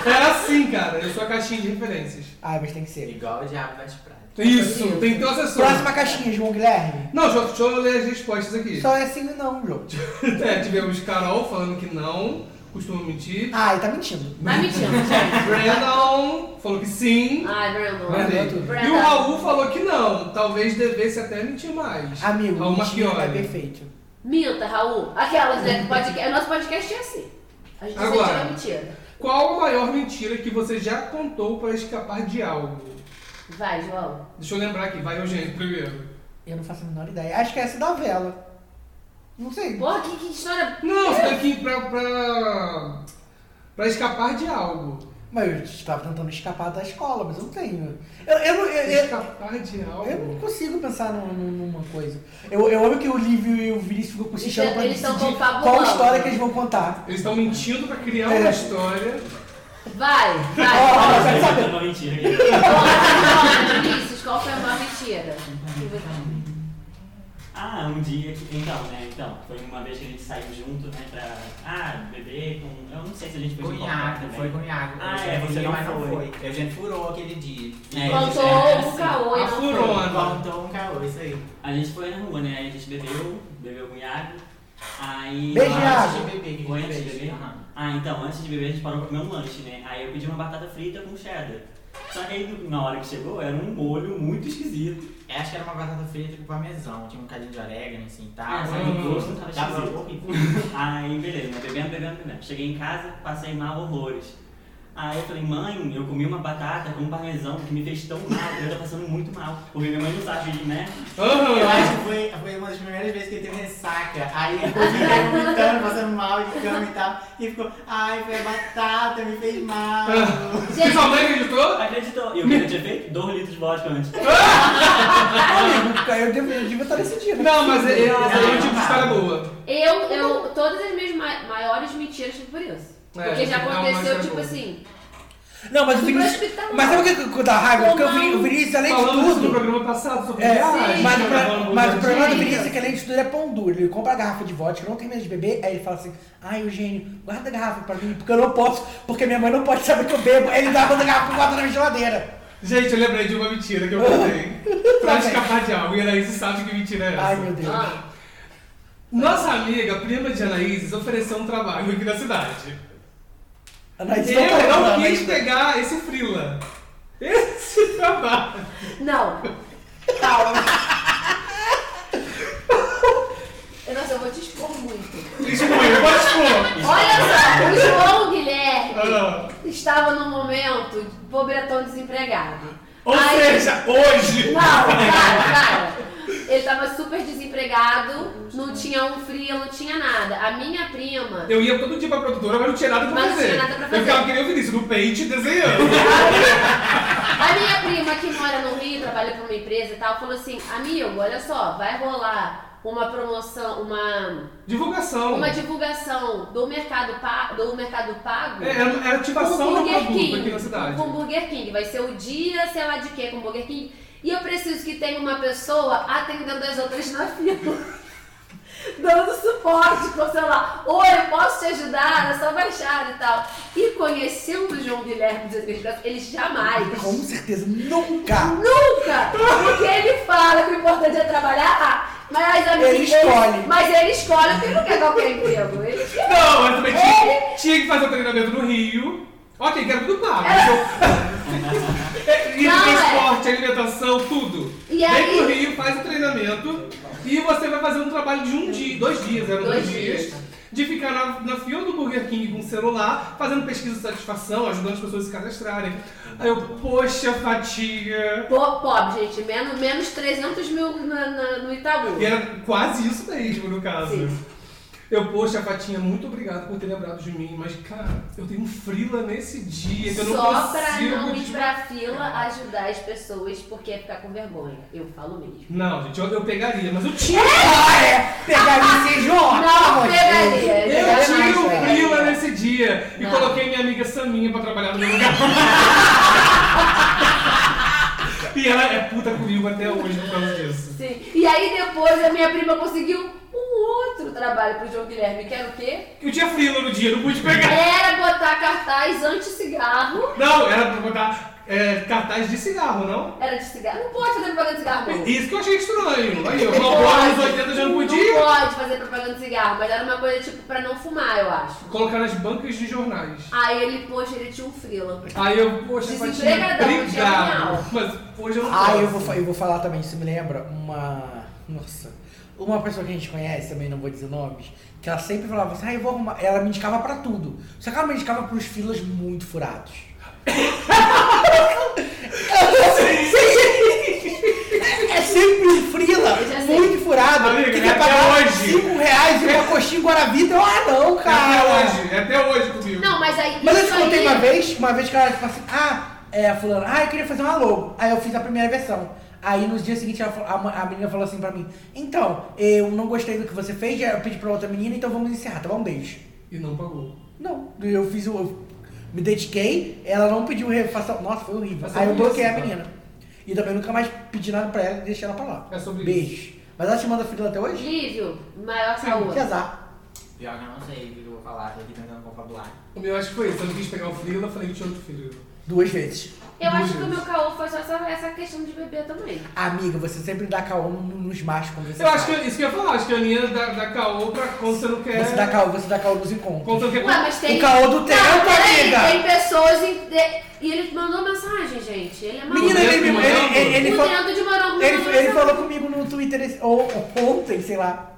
[SPEAKER 6] Era assim, cara. Eu sou a caixinha de referências.
[SPEAKER 5] Ah, mas tem que ser.
[SPEAKER 9] Igual o diabo veste prata.
[SPEAKER 6] Isso, tem que ter um acessório.
[SPEAKER 5] Próxima caixinha, João Guilherme.
[SPEAKER 6] Não, deixa eu- deixa eu ler as respostas aqui.
[SPEAKER 5] Só é assim não, João.
[SPEAKER 6] <laughs> É, tivemos Carol falando que não, costuma mentir.
[SPEAKER 5] Ah, ele tá mentindo.
[SPEAKER 7] Tá mentindo, gente.
[SPEAKER 6] Brandon falou que sim.
[SPEAKER 7] Ai, Brandon.
[SPEAKER 6] Mandei. E o Raul falou que não, talvez devesse até mentir mais.
[SPEAKER 5] Amigo,
[SPEAKER 6] Raul
[SPEAKER 5] mentira é
[SPEAKER 6] Marchiori.
[SPEAKER 5] perfeito.
[SPEAKER 7] Minta, Raul. Aquelas, né? Podcast, nosso podcast é assim. A gente
[SPEAKER 6] Agora.
[SPEAKER 7] incentiva a mentira.
[SPEAKER 6] Qual a maior mentira que você já contou pra escapar de algo?
[SPEAKER 7] Vai, João.
[SPEAKER 6] Deixa eu lembrar aqui, vai Eugênio primeiro.
[SPEAKER 5] Eu não faço a menor ideia. Acho que é essa da vela. Não sei.
[SPEAKER 7] Porra, que, que história.
[SPEAKER 6] Não, você tá aqui pra, pra, pra escapar de algo.
[SPEAKER 5] Mas eu estava tentando escapar da escola, mas eu não tenho. Eu, eu, não- eu- eu-
[SPEAKER 6] Escapar de
[SPEAKER 5] eu não
[SPEAKER 6] algo?
[SPEAKER 5] consigo pensar num- num- numa coisa. Eu, eu amo que o Lívio e o Vinícius ficam cochichando pra
[SPEAKER 7] Eles tão
[SPEAKER 5] decidir
[SPEAKER 7] confabulando.
[SPEAKER 5] qual história que eles vão contar.
[SPEAKER 6] Eles estão mentindo pra criar uma
[SPEAKER 5] É.
[SPEAKER 6] história.
[SPEAKER 7] Vai,
[SPEAKER 6] <laughs>
[SPEAKER 7] vai.
[SPEAKER 5] Ó, ó,
[SPEAKER 8] Eu não
[SPEAKER 9] <laughs>
[SPEAKER 8] mentira. aqui.
[SPEAKER 7] Bora, Vinícius, qual foi a maior mentira?
[SPEAKER 8] Ah, um dia que. Então, né? Então, foi uma vez que a gente saiu junto, né? Pra. Ah, beber com. Eu não sei se a gente foi
[SPEAKER 9] Com o
[SPEAKER 8] de copo
[SPEAKER 9] Iago,
[SPEAKER 8] também.
[SPEAKER 9] foi com o Iago.
[SPEAKER 8] Ah,
[SPEAKER 9] Eu
[SPEAKER 8] é,
[SPEAKER 9] já
[SPEAKER 8] você
[SPEAKER 9] fui,
[SPEAKER 8] não
[SPEAKER 9] mas
[SPEAKER 8] foi.
[SPEAKER 9] Eu já furou aquele dia.
[SPEAKER 8] É,
[SPEAKER 7] Faltou
[SPEAKER 8] é
[SPEAKER 7] o
[SPEAKER 8] assim.
[SPEAKER 7] caô e
[SPEAKER 6] A
[SPEAKER 7] não foi.
[SPEAKER 6] furona.
[SPEAKER 9] Levantou um caô, isso aí.
[SPEAKER 8] A gente foi na rua, né? Aí a gente bebeu, bebeu com o Iago. Aí.
[SPEAKER 5] Beijo, Iago.
[SPEAKER 9] Antes de beber, que
[SPEAKER 8] Foi
[SPEAKER 9] a
[SPEAKER 8] antes de
[SPEAKER 9] gente fez.
[SPEAKER 8] beber?
[SPEAKER 9] Aham.
[SPEAKER 8] Ah, então, antes de beber a gente parou pra comer um lanche, né? Aí eu pedi uma batata frita com cheddar. Só que aí, do- na hora que chegou, era um molho muito esquisito.
[SPEAKER 9] É, Acho que era uma batata frita com parmesão, tinha um bocadinho de orégano, assim, e
[SPEAKER 8] Ah,
[SPEAKER 9] tal.
[SPEAKER 8] só que o gosto
[SPEAKER 9] Hum,
[SPEAKER 8] tava
[SPEAKER 9] tava
[SPEAKER 8] esquisito.
[SPEAKER 9] horrível.
[SPEAKER 8] <laughs> Aí, beleza, né? bebendo, bebendo, bebendo. Cheguei em casa, passei mal horrores. Aí eu falei, mãe, eu comi uma batata com parmesão que me fez tão mal, eu tô passando muito mal. Porque minha mãe não sabe, né?
[SPEAKER 9] Eu
[SPEAKER 6] Aham.
[SPEAKER 9] acho que foi, foi uma das primeiras vezes que ele teve ressaca. Aí ele ficou assim, né, gritando, passando mal de cama e tal. E ficou, ai, foi a batata, me fez mal.
[SPEAKER 6] E sua mãe acreditou?
[SPEAKER 8] <laughs> Acreditou. E o que eu tinha feito? Dois litros de vodka antes.
[SPEAKER 5] Ah, Amigo, eu devo- eu devia estar nesse dia, né?
[SPEAKER 6] Não, mas é- é- essa aí é um tipo de história boa.
[SPEAKER 7] Eu, eu, todas as minhas ma- maiores mentiras foi por isso.
[SPEAKER 6] É,
[SPEAKER 7] Porque já
[SPEAKER 6] não, mas é
[SPEAKER 7] aconteceu, tipo
[SPEAKER 6] bom.
[SPEAKER 7] assim,
[SPEAKER 5] Não, mas o
[SPEAKER 7] Fui pro
[SPEAKER 5] Vinícius. tá
[SPEAKER 7] hospital.
[SPEAKER 5] Mas sabe o que que dá raiva? Porque o
[SPEAKER 7] Tomar
[SPEAKER 5] Vini-
[SPEAKER 7] um-
[SPEAKER 5] o Vinícius, além de
[SPEAKER 6] Falamos no
[SPEAKER 5] tudo.
[SPEAKER 6] programa passado sobre
[SPEAKER 5] É,
[SPEAKER 6] viagem,
[SPEAKER 5] mas, o
[SPEAKER 6] né,
[SPEAKER 5] pro-
[SPEAKER 6] falando
[SPEAKER 5] mas o problema do
[SPEAKER 7] Gente.
[SPEAKER 5] Vinícius é que além de tudo ele é pão duro. Ele compra a garrafa de vodka, não tem medo de beber, aí ele fala assim, ai Eugênio, guarda a garrafa pra mim, porque eu não posso, porque minha mãe não pode saber que eu bebo. Aí Ele dá a garrafa e guarda na minha geladeira.
[SPEAKER 6] Gente, eu lembrei de uma mentira que eu
[SPEAKER 5] <laughs>
[SPEAKER 6] contei. pra
[SPEAKER 5] Tá bem.
[SPEAKER 6] escapar de algo. E a Anaíse sabe que mentira é essa.
[SPEAKER 5] Ai meu Deus.
[SPEAKER 7] ah,
[SPEAKER 6] Nossa amiga, prima de Anaíses, ofereceu um trabalho aqui na cidade.
[SPEAKER 5] Nós
[SPEAKER 6] Eu
[SPEAKER 5] estamos
[SPEAKER 6] não
[SPEAKER 5] falando,
[SPEAKER 6] quis
[SPEAKER 5] né?
[SPEAKER 6] pegar esse frila. Esse <laughs> trabalho.
[SPEAKER 7] não. Nossa, eu vou te expor muito.
[SPEAKER 6] Expõe, pode expor.
[SPEAKER 7] Olha só, o João Guilherme
[SPEAKER 6] Ah.
[SPEAKER 7] estava num momento de pobretão desempregado.
[SPEAKER 6] Ou
[SPEAKER 7] Aí-
[SPEAKER 6] seja, hoje.
[SPEAKER 7] Não, cara, cara. Ele tava super desempregado, não tinha um frio, não tinha nada. A minha prima.
[SPEAKER 6] Eu ia todo dia pra produtora, mas não tinha nada pra
[SPEAKER 7] Mas não
[SPEAKER 6] fazer.
[SPEAKER 7] tinha nada pra
[SPEAKER 6] Eu
[SPEAKER 7] fazer.
[SPEAKER 6] ficava que nem o Vinícius, no pente
[SPEAKER 7] <laughs>
[SPEAKER 6] desenhando.
[SPEAKER 7] A minha prima que mora no Rio, trabalha pra uma empresa e tal, falou assim: amigo, olha só, vai rolar uma promoção, uma,
[SPEAKER 6] Divulgação.
[SPEAKER 7] uma divulgação do mercado, pa- do mercado pago.
[SPEAKER 6] É, era, era
[SPEAKER 7] com o
[SPEAKER 6] ativação do
[SPEAKER 7] Burger
[SPEAKER 6] produto aqui
[SPEAKER 7] King.
[SPEAKER 6] na cidade.
[SPEAKER 7] Com o Burger King. Vai ser o dia, sei lá de quê, com o Burger King. E eu preciso que tenha uma pessoa atendendo as outras na fila. <laughs> Dando suporte, com, sei lá, oi, posso te ajudar, é só baixar e tal. E conhecendo o João Guilherme de Oliveira, ele jamais.
[SPEAKER 5] Com certeza, nunca.
[SPEAKER 7] Nunca! Porque ele fala que o importante é trabalhar, ah, mas a
[SPEAKER 5] Ele escolhe.
[SPEAKER 7] mas ele escolhe porque ele não quer qualquer emprego.
[SPEAKER 6] <laughs>
[SPEAKER 7] Ele quer.
[SPEAKER 6] Não, mas também tinha, tinha que fazer o treinamento no Rio. Ok, que era tudo pago. É, E
[SPEAKER 7] Não,
[SPEAKER 6] transporte, alimentação, tudo.
[SPEAKER 7] E
[SPEAKER 6] Vem
[SPEAKER 7] aí?
[SPEAKER 6] pro Rio, faz o treinamento e você vai fazer um trabalho de um dia, dois dias, eram dois,
[SPEAKER 7] Dois
[SPEAKER 6] dias.
[SPEAKER 7] dias.
[SPEAKER 6] De ficar na, na fila do Burger King com o celular, fazendo pesquisa de satisfação, ajudando as pessoas a se cadastrarem. Aí eu, poxa, fatiga.
[SPEAKER 7] Pô, pobre, gente, menos, menos 300 mil na- na- no Itaú.
[SPEAKER 6] E era quase isso mesmo, no caso.
[SPEAKER 7] Sim.
[SPEAKER 6] Eu, poxa, Fatinha, muito obrigado por ter lembrado de mim, mas, cara, eu tenho um frila nesse dia que eu não
[SPEAKER 7] Só pra
[SPEAKER 6] consigo...
[SPEAKER 7] não ir
[SPEAKER 6] desma-
[SPEAKER 7] pra fila ajudar as pessoas porque é ficar com vergonha. Eu falo mesmo.
[SPEAKER 6] Não, gente, eu, eu pegaria, mas eu tinha...
[SPEAKER 5] Ah, é. Pegar esse João.
[SPEAKER 7] Não,
[SPEAKER 5] amor de
[SPEAKER 7] pegaria.
[SPEAKER 5] Deus.
[SPEAKER 7] É,
[SPEAKER 6] Eu
[SPEAKER 7] é
[SPEAKER 6] tive
[SPEAKER 7] mais,
[SPEAKER 6] o
[SPEAKER 7] é.
[SPEAKER 6] Frila nesse dia e
[SPEAKER 7] Não.
[SPEAKER 6] coloquei minha amiga Saminha pra trabalhar no meu lugar. e ela é puta comigo até hoje por causa disso.
[SPEAKER 7] Sim. E aí depois a minha prima conseguiu um outro trabalho pro João Guilherme, que era o quê?
[SPEAKER 6] Eu tinha Frila no dia, não pude pegar.
[SPEAKER 7] Era botar cartaz anti-cigarro.
[SPEAKER 6] Não, era pra botar é, cartaz de cigarro, não?
[SPEAKER 7] Era de cigarro. Não pode fazer propaganda de cigarro, não.
[SPEAKER 6] Isso que eu achei estranho. Aí eu colocar nos 80 já não podia.
[SPEAKER 7] Não pode fazer propaganda de cigarro, mas era uma coisa tipo pra não fumar, eu acho.
[SPEAKER 6] Colocar nas bancas de jornais.
[SPEAKER 7] Aí ele, poxa, ele tinha um frila.
[SPEAKER 6] Aí eu, poxa, Fatinha,
[SPEAKER 7] Desempregadão,
[SPEAKER 6] obrigado.
[SPEAKER 7] genial.
[SPEAKER 6] Mas hoje eu não
[SPEAKER 5] Ah,
[SPEAKER 6] posso.
[SPEAKER 5] eu vou, fa- eu vou falar também, isso me lembra uma. Nossa. Uma pessoa que a gente conhece, também não vou dizer nomes, que ela sempre falava assim, ah, eu vou arrumar. Ela me indicava pra tudo. Só que ela me indicava pros filas muito furados. é sempre um frila,
[SPEAKER 7] Eu já sei.
[SPEAKER 5] muito furado.
[SPEAKER 6] Amigo,
[SPEAKER 5] que
[SPEAKER 6] é
[SPEAKER 5] quer
[SPEAKER 6] até
[SPEAKER 5] pagar
[SPEAKER 6] hoje.
[SPEAKER 5] 5 reais e uma coxinha em Guaravita. Eu, ah, não,
[SPEAKER 6] É até
[SPEAKER 5] cara.
[SPEAKER 6] hoje, é até hoje comigo.
[SPEAKER 7] Não, mas aí.
[SPEAKER 5] Mas eu
[SPEAKER 7] isso
[SPEAKER 5] te contei
[SPEAKER 7] aí-
[SPEAKER 5] uma vez, uma vez que ela falou assim, ah, é, a fulana, ah, eu queria fazer uma logo. Aí eu fiz a primeira versão. Aí nos dias seguintes ela falou- a, ma- a menina falou assim pra mim, então, eu não gostei do que você fez, eu pedi pra outra menina, então vamos encerrar, tá bom? Um beijo.
[SPEAKER 6] E não pagou.
[SPEAKER 5] Não, eu fiz o. eu Me dediquei, ela não pediu refação. Nossa, foi horrível.
[SPEAKER 6] Mas é
[SPEAKER 5] Aí eu
[SPEAKER 6] isso,
[SPEAKER 5] bloqueei a
[SPEAKER 6] cara.
[SPEAKER 5] menina. E também nunca mais pedi nada pra ela e deixei ela pra lá.
[SPEAKER 6] É sobre
[SPEAKER 5] Beijo. Mas ela te manda fila até hoje?
[SPEAKER 7] Lívio, maior saúde.
[SPEAKER 5] Que azar.
[SPEAKER 9] Pior que eu não sei o que eu vou falar, tô aqui tentando confabular.
[SPEAKER 6] O meu acho que foi isso. Eu não quis pegar o frio, eu falei que tinha outro frio.
[SPEAKER 5] Duas vezes.
[SPEAKER 7] Eu acho que o meu caô foi só essa, essa questão de beber também.
[SPEAKER 5] Amiga, você sempre dá caô no- nos machos quando você
[SPEAKER 6] Eu acho que
[SPEAKER 5] sai.
[SPEAKER 6] isso que eu ia falar, acho que a linha da, da caô pra quando você não quer.
[SPEAKER 5] Você dá caô, você dá caô nos encontros.
[SPEAKER 6] Quando você não quer.
[SPEAKER 7] Ué, mas tem.
[SPEAKER 5] O caô do tempo,
[SPEAKER 7] Não, peraí,
[SPEAKER 5] amiga!
[SPEAKER 7] Tem pessoas. em- de- E ele mandou mensagem, gente. Ele é maluco.
[SPEAKER 5] Menina, ele, me- ele, ele, ele,
[SPEAKER 7] O
[SPEAKER 5] falou-
[SPEAKER 7] Leandro de Morango me
[SPEAKER 5] ele,
[SPEAKER 7] mandou
[SPEAKER 5] ele
[SPEAKER 7] mensagem.
[SPEAKER 5] falou comigo no Twitter esse- ou, ou ontem, sei lá.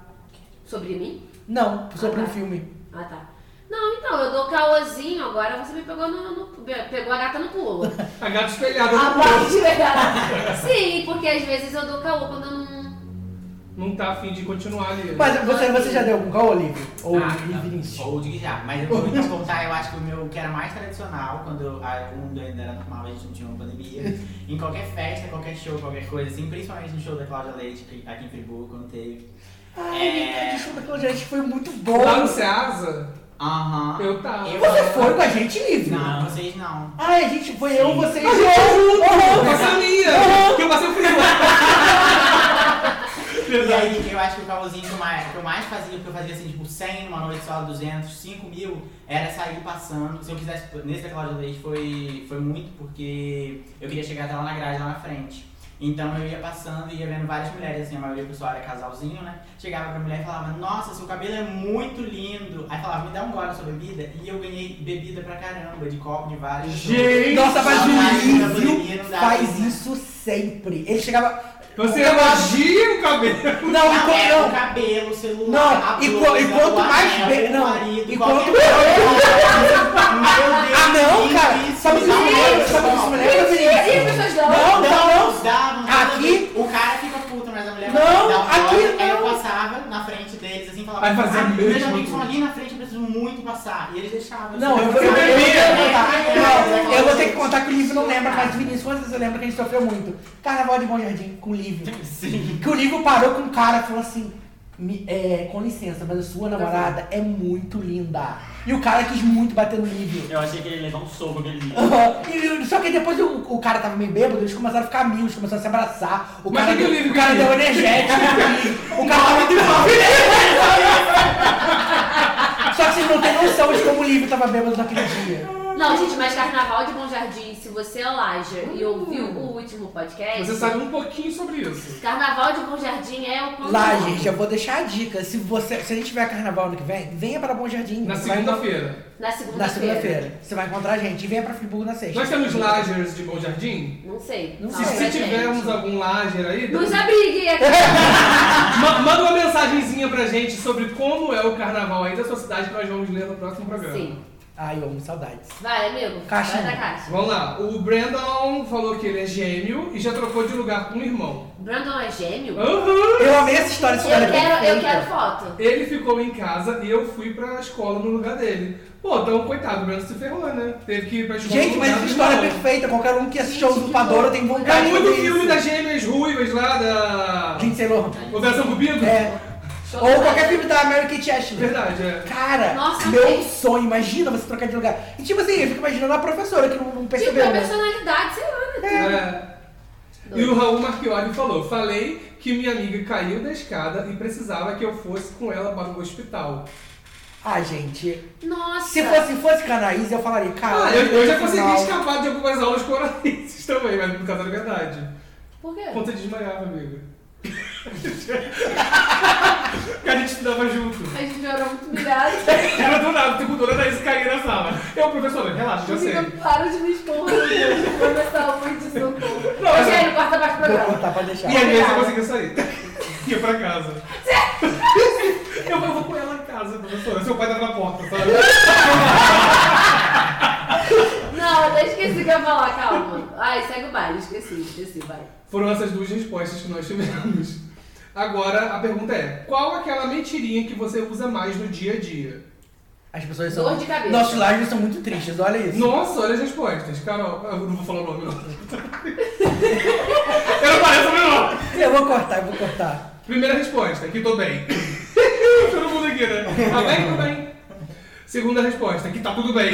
[SPEAKER 7] Sobre mim?
[SPEAKER 5] Não, sobre
[SPEAKER 7] Ah,
[SPEAKER 5] um
[SPEAKER 7] tá.
[SPEAKER 5] filme.
[SPEAKER 7] Ah, tá. Não, então, eu dou caôzinho agora, você me pegou no. no- pegou a gata no
[SPEAKER 5] <laughs>
[SPEAKER 7] pulo.
[SPEAKER 6] A gata espelhada
[SPEAKER 7] a
[SPEAKER 6] no corpo.
[SPEAKER 7] parte de gata. Sim, porque às vezes eu dou caô quando eu não.
[SPEAKER 6] Não tá afim de continuar ali. Tá
[SPEAKER 5] Mas você, você já deu algum caô, Olívio? Ou
[SPEAKER 9] Ah,
[SPEAKER 5] Olívio Vinicius?
[SPEAKER 9] tá. Ou de já. Mas eu vou te contar, eu acho que o meu que era mais tradicional, quando eu- ah, o mundo ainda era normal, a gente não tinha uma pandemia. em qualquer festa, qualquer show, qualquer coisa, assim, principalmente no show da Cláudia Leite, que- aqui em Friburgo, quando teve.
[SPEAKER 5] Ai,
[SPEAKER 9] É.
[SPEAKER 5] é... desculpa, aquilo gente foi muito bom.
[SPEAKER 6] Lá no Ceasa,
[SPEAKER 9] Aham.
[SPEAKER 6] eu tava.
[SPEAKER 9] Eu-
[SPEAKER 5] Você foi com a gente, Lívio?
[SPEAKER 9] Não, vocês não.
[SPEAKER 5] Ai, a gente foi eu, você e eu.
[SPEAKER 6] Eu
[SPEAKER 5] Uhum.
[SPEAKER 6] passei a linha! Que eu passei o frio.
[SPEAKER 9] E aí, eu acho que o calorzinho que eu mais, que eu mais fazia, porque eu fazia assim, tipo, 100 numa noite só, 200, 5 mil, era sair passando. Se eu quisesse, nesse da Cláudia Leite foi, foi muito, porque eu queria chegar até lá na grade, lá na frente. Então eu ia passando e ia vendo várias mulheres, assim, a maioria do pessoal era casalzinho, né? Chegava pra mulher e falava, nossa, seu cabelo é muito lindo. Aí falava, me dá um gole da sua bebida. E eu ganhei bebida pra caramba, de copo, de vários.
[SPEAKER 6] Gente!
[SPEAKER 5] Nossa, mas
[SPEAKER 9] Saudade da
[SPEAKER 5] o
[SPEAKER 9] pandemia
[SPEAKER 5] Lívio
[SPEAKER 9] não dá,
[SPEAKER 5] faz
[SPEAKER 9] né?
[SPEAKER 5] isso sempre. Ele chegava.
[SPEAKER 6] Você elogia o cabelo.
[SPEAKER 5] Não,
[SPEAKER 9] Não,
[SPEAKER 5] e quando-
[SPEAKER 9] era o
[SPEAKER 5] não.
[SPEAKER 9] cabelo, o celular,
[SPEAKER 5] Não,
[SPEAKER 9] a
[SPEAKER 5] e,
[SPEAKER 9] blusa,
[SPEAKER 5] qu- e quanto
[SPEAKER 9] o
[SPEAKER 5] mais
[SPEAKER 9] anel,
[SPEAKER 5] bem.
[SPEAKER 9] o
[SPEAKER 5] Não,
[SPEAKER 9] marido,
[SPEAKER 5] e
[SPEAKER 9] qualquer
[SPEAKER 5] quanto. <laughs> Ah,
[SPEAKER 9] Ah,
[SPEAKER 5] não, cara. Sabe o que mulher? Sabe o que isso me lembra,
[SPEAKER 7] Mentira, e as
[SPEAKER 5] Vinícius?
[SPEAKER 7] pessoas dão?
[SPEAKER 5] Não, não,
[SPEAKER 9] é? Não,
[SPEAKER 5] não.
[SPEAKER 9] dava, não dava.
[SPEAKER 5] Aqui?
[SPEAKER 9] O cara fica puto, mas a mulher
[SPEAKER 5] Não,
[SPEAKER 9] vai dar um
[SPEAKER 5] aqui
[SPEAKER 9] gole, Aí eu
[SPEAKER 5] não.
[SPEAKER 9] passava na frente deles, assim, falava.
[SPEAKER 6] Vai fazer
[SPEAKER 9] ah,
[SPEAKER 6] mesmo,
[SPEAKER 9] meus amigos
[SPEAKER 6] mano.
[SPEAKER 9] estão ali na frente, eu preciso muito passar. E eles deixavam.
[SPEAKER 5] Não, eu vou, eu, vou- eu vou ter que contar. Não, eu vou ter que contar que o Lívio não lembra, mas o Vinícius, quantas vezes eu lembro que a gente sofreu muito? Carnaval de Bom Jardim com o Lívio.
[SPEAKER 9] Sim.
[SPEAKER 5] Que o Lívio parou com um cara e falou assim: "Me- é, com licença, mas a sua namorada é muito linda. E o cara quis muito bater no Lívio.
[SPEAKER 8] Eu achei que ele ia levar um soco aquele dia.
[SPEAKER 5] <laughs> E- só que depois o, o cara tava meio bêbado, eles começaram a ficar amigos, começaram a se abraçar. O
[SPEAKER 6] Mas
[SPEAKER 5] cara,
[SPEAKER 6] que que o Lívio
[SPEAKER 5] o cara
[SPEAKER 6] queria?
[SPEAKER 5] deu energético. pro Lívio. o cara tava muito mal. <laughs> Só que vocês não têm noção de como o Lívio tava bêbado naquele dia.
[SPEAKER 7] Não, gente, mas Carnaval de Bom Jardim, se você é Laja e
[SPEAKER 5] Hum.
[SPEAKER 7] ouviu o último
[SPEAKER 5] É
[SPEAKER 7] podcast.
[SPEAKER 6] Você sabe um pouquinho sobre isso.
[SPEAKER 7] Carnaval de Bom Jardim é o ponto.
[SPEAKER 5] Lá, gente, eu vou deixar a dica. Se, você, se a gente tiver carnaval ano que vem, venha para Bom Jardim.
[SPEAKER 6] Na
[SPEAKER 5] Você vai-
[SPEAKER 6] segunda-feira.
[SPEAKER 7] Na
[SPEAKER 5] Na
[SPEAKER 7] segunda-feira.
[SPEAKER 5] segunda-feira. Você vai encontrar a gente. E venha pra Friburgo na sexta.
[SPEAKER 6] Nós temos lagers de Bom Jardim?
[SPEAKER 7] Não sei.
[SPEAKER 5] Não é
[SPEAKER 6] Se,
[SPEAKER 5] sei.
[SPEAKER 7] Fala pra
[SPEAKER 6] se
[SPEAKER 7] gente.
[SPEAKER 6] tivermos algum lager aí,
[SPEAKER 7] Nos
[SPEAKER 5] <laughs>
[SPEAKER 7] abrigue aqui.
[SPEAKER 6] ma- manda uma mensagenzinha pra gente sobre como é o carnaval aí da sua cidade que nós vamos ler no próximo programa.
[SPEAKER 7] Sim.
[SPEAKER 5] Ai, eu amo saudades.
[SPEAKER 7] Vai, amigo.
[SPEAKER 5] Tá Caixa.
[SPEAKER 7] Vai da caixa.
[SPEAKER 6] Vamos lá. O Brandon falou que ele é gêmeo e já trocou de lugar com o irmão.
[SPEAKER 7] Brandon é gêmeo?
[SPEAKER 6] Aham!
[SPEAKER 5] Eu amei essa história. Essa história
[SPEAKER 7] Eu
[SPEAKER 5] é
[SPEAKER 7] quero, eu
[SPEAKER 5] perfeita.
[SPEAKER 7] quero foto.
[SPEAKER 6] Ele ficou em casa e eu fui pra escola no lugar dele. Pô, então coitado, o Brandon se ferrou, né? Teve que ir pra escola
[SPEAKER 5] Gente,
[SPEAKER 6] no
[SPEAKER 5] mas
[SPEAKER 6] lugar
[SPEAKER 5] essa
[SPEAKER 6] do
[SPEAKER 5] história é
[SPEAKER 6] irmão.
[SPEAKER 5] perfeita. Qualquer um que assistiu Usurpadora tem
[SPEAKER 6] É
[SPEAKER 5] vontade de
[SPEAKER 6] muito
[SPEAKER 5] ver
[SPEAKER 6] filme
[SPEAKER 5] isso.
[SPEAKER 6] das gêmeas ruivas lá da.
[SPEAKER 5] Lindsay Lohan.
[SPEAKER 6] Operação Cupido?
[SPEAKER 5] É. Ou qualquer filme da American Chastity.
[SPEAKER 6] Verdade, é.
[SPEAKER 5] Cara,
[SPEAKER 7] Nossa,
[SPEAKER 5] meu
[SPEAKER 7] amei.
[SPEAKER 5] sonho. Imagina você trocar de lugar. E tipo assim, eu fico imaginando a professora que não, não
[SPEAKER 7] Tipo,
[SPEAKER 5] percebeu.
[SPEAKER 7] é
[SPEAKER 5] né?
[SPEAKER 7] personalidade, sei lá, né?
[SPEAKER 6] É. E o Raul Marchiori falou: falei que minha amiga caiu da escada e precisava que eu fosse com ela para o hospital.
[SPEAKER 5] Ah, gente.
[SPEAKER 7] Nossa.
[SPEAKER 5] Se fosse, fosse Canaís, eu falaria, cara.
[SPEAKER 6] Ah, eu, eu já
[SPEAKER 5] no
[SPEAKER 6] consegui
[SPEAKER 5] final-
[SPEAKER 6] escapar de algumas aulas coronenses <laughs> também, mas no caso era verdade.
[SPEAKER 7] Por quê?
[SPEAKER 6] Quando você desmaiava, amigo. <laughs> Porque a gente estudava junto.
[SPEAKER 7] A gente era muito
[SPEAKER 5] <laughs>
[SPEAKER 7] humilhado.
[SPEAKER 6] Era do nada, tipo, dona Thaís caía na sala. Eu, professora, relaxa, eu sei.
[SPEAKER 7] Amiga, para de me expor, meu Deus. Meu saúde, socorro.
[SPEAKER 6] Não, mas-
[SPEAKER 7] Rogério, corta mais pra
[SPEAKER 5] Vou
[SPEAKER 7] cá.
[SPEAKER 5] contar pra deixar.
[SPEAKER 6] E às vezes eu conseguia sair. <laughs> Ia pra casa. <laughs> Eu vou com ela em casa, professora. Seu pai tava na porta, sabe?
[SPEAKER 7] Não, até esqueci que eu ia falar, calma. Ai, segue o baile, esqueci, esqueci, vai.
[SPEAKER 6] Foram essas duas respostas que nós tivemos. Agora a pergunta é: qual aquela mentirinha que você usa mais no dia a dia?
[SPEAKER 5] As pessoas são.
[SPEAKER 7] Dor de cabeça.
[SPEAKER 5] Nossos lajes são muito tristes, olha isso.
[SPEAKER 6] Nossa, olha as respostas. Carol, eu não vou falar o nome, não. <laughs> Eu não pareço o meu nome.
[SPEAKER 5] Eu vou cortar, eu vou cortar.
[SPEAKER 6] <laughs> Primeira resposta: que tô bem. Todo mundo aqui, né? Tá bem, tô bem. Segunda resposta, que tá tudo bem.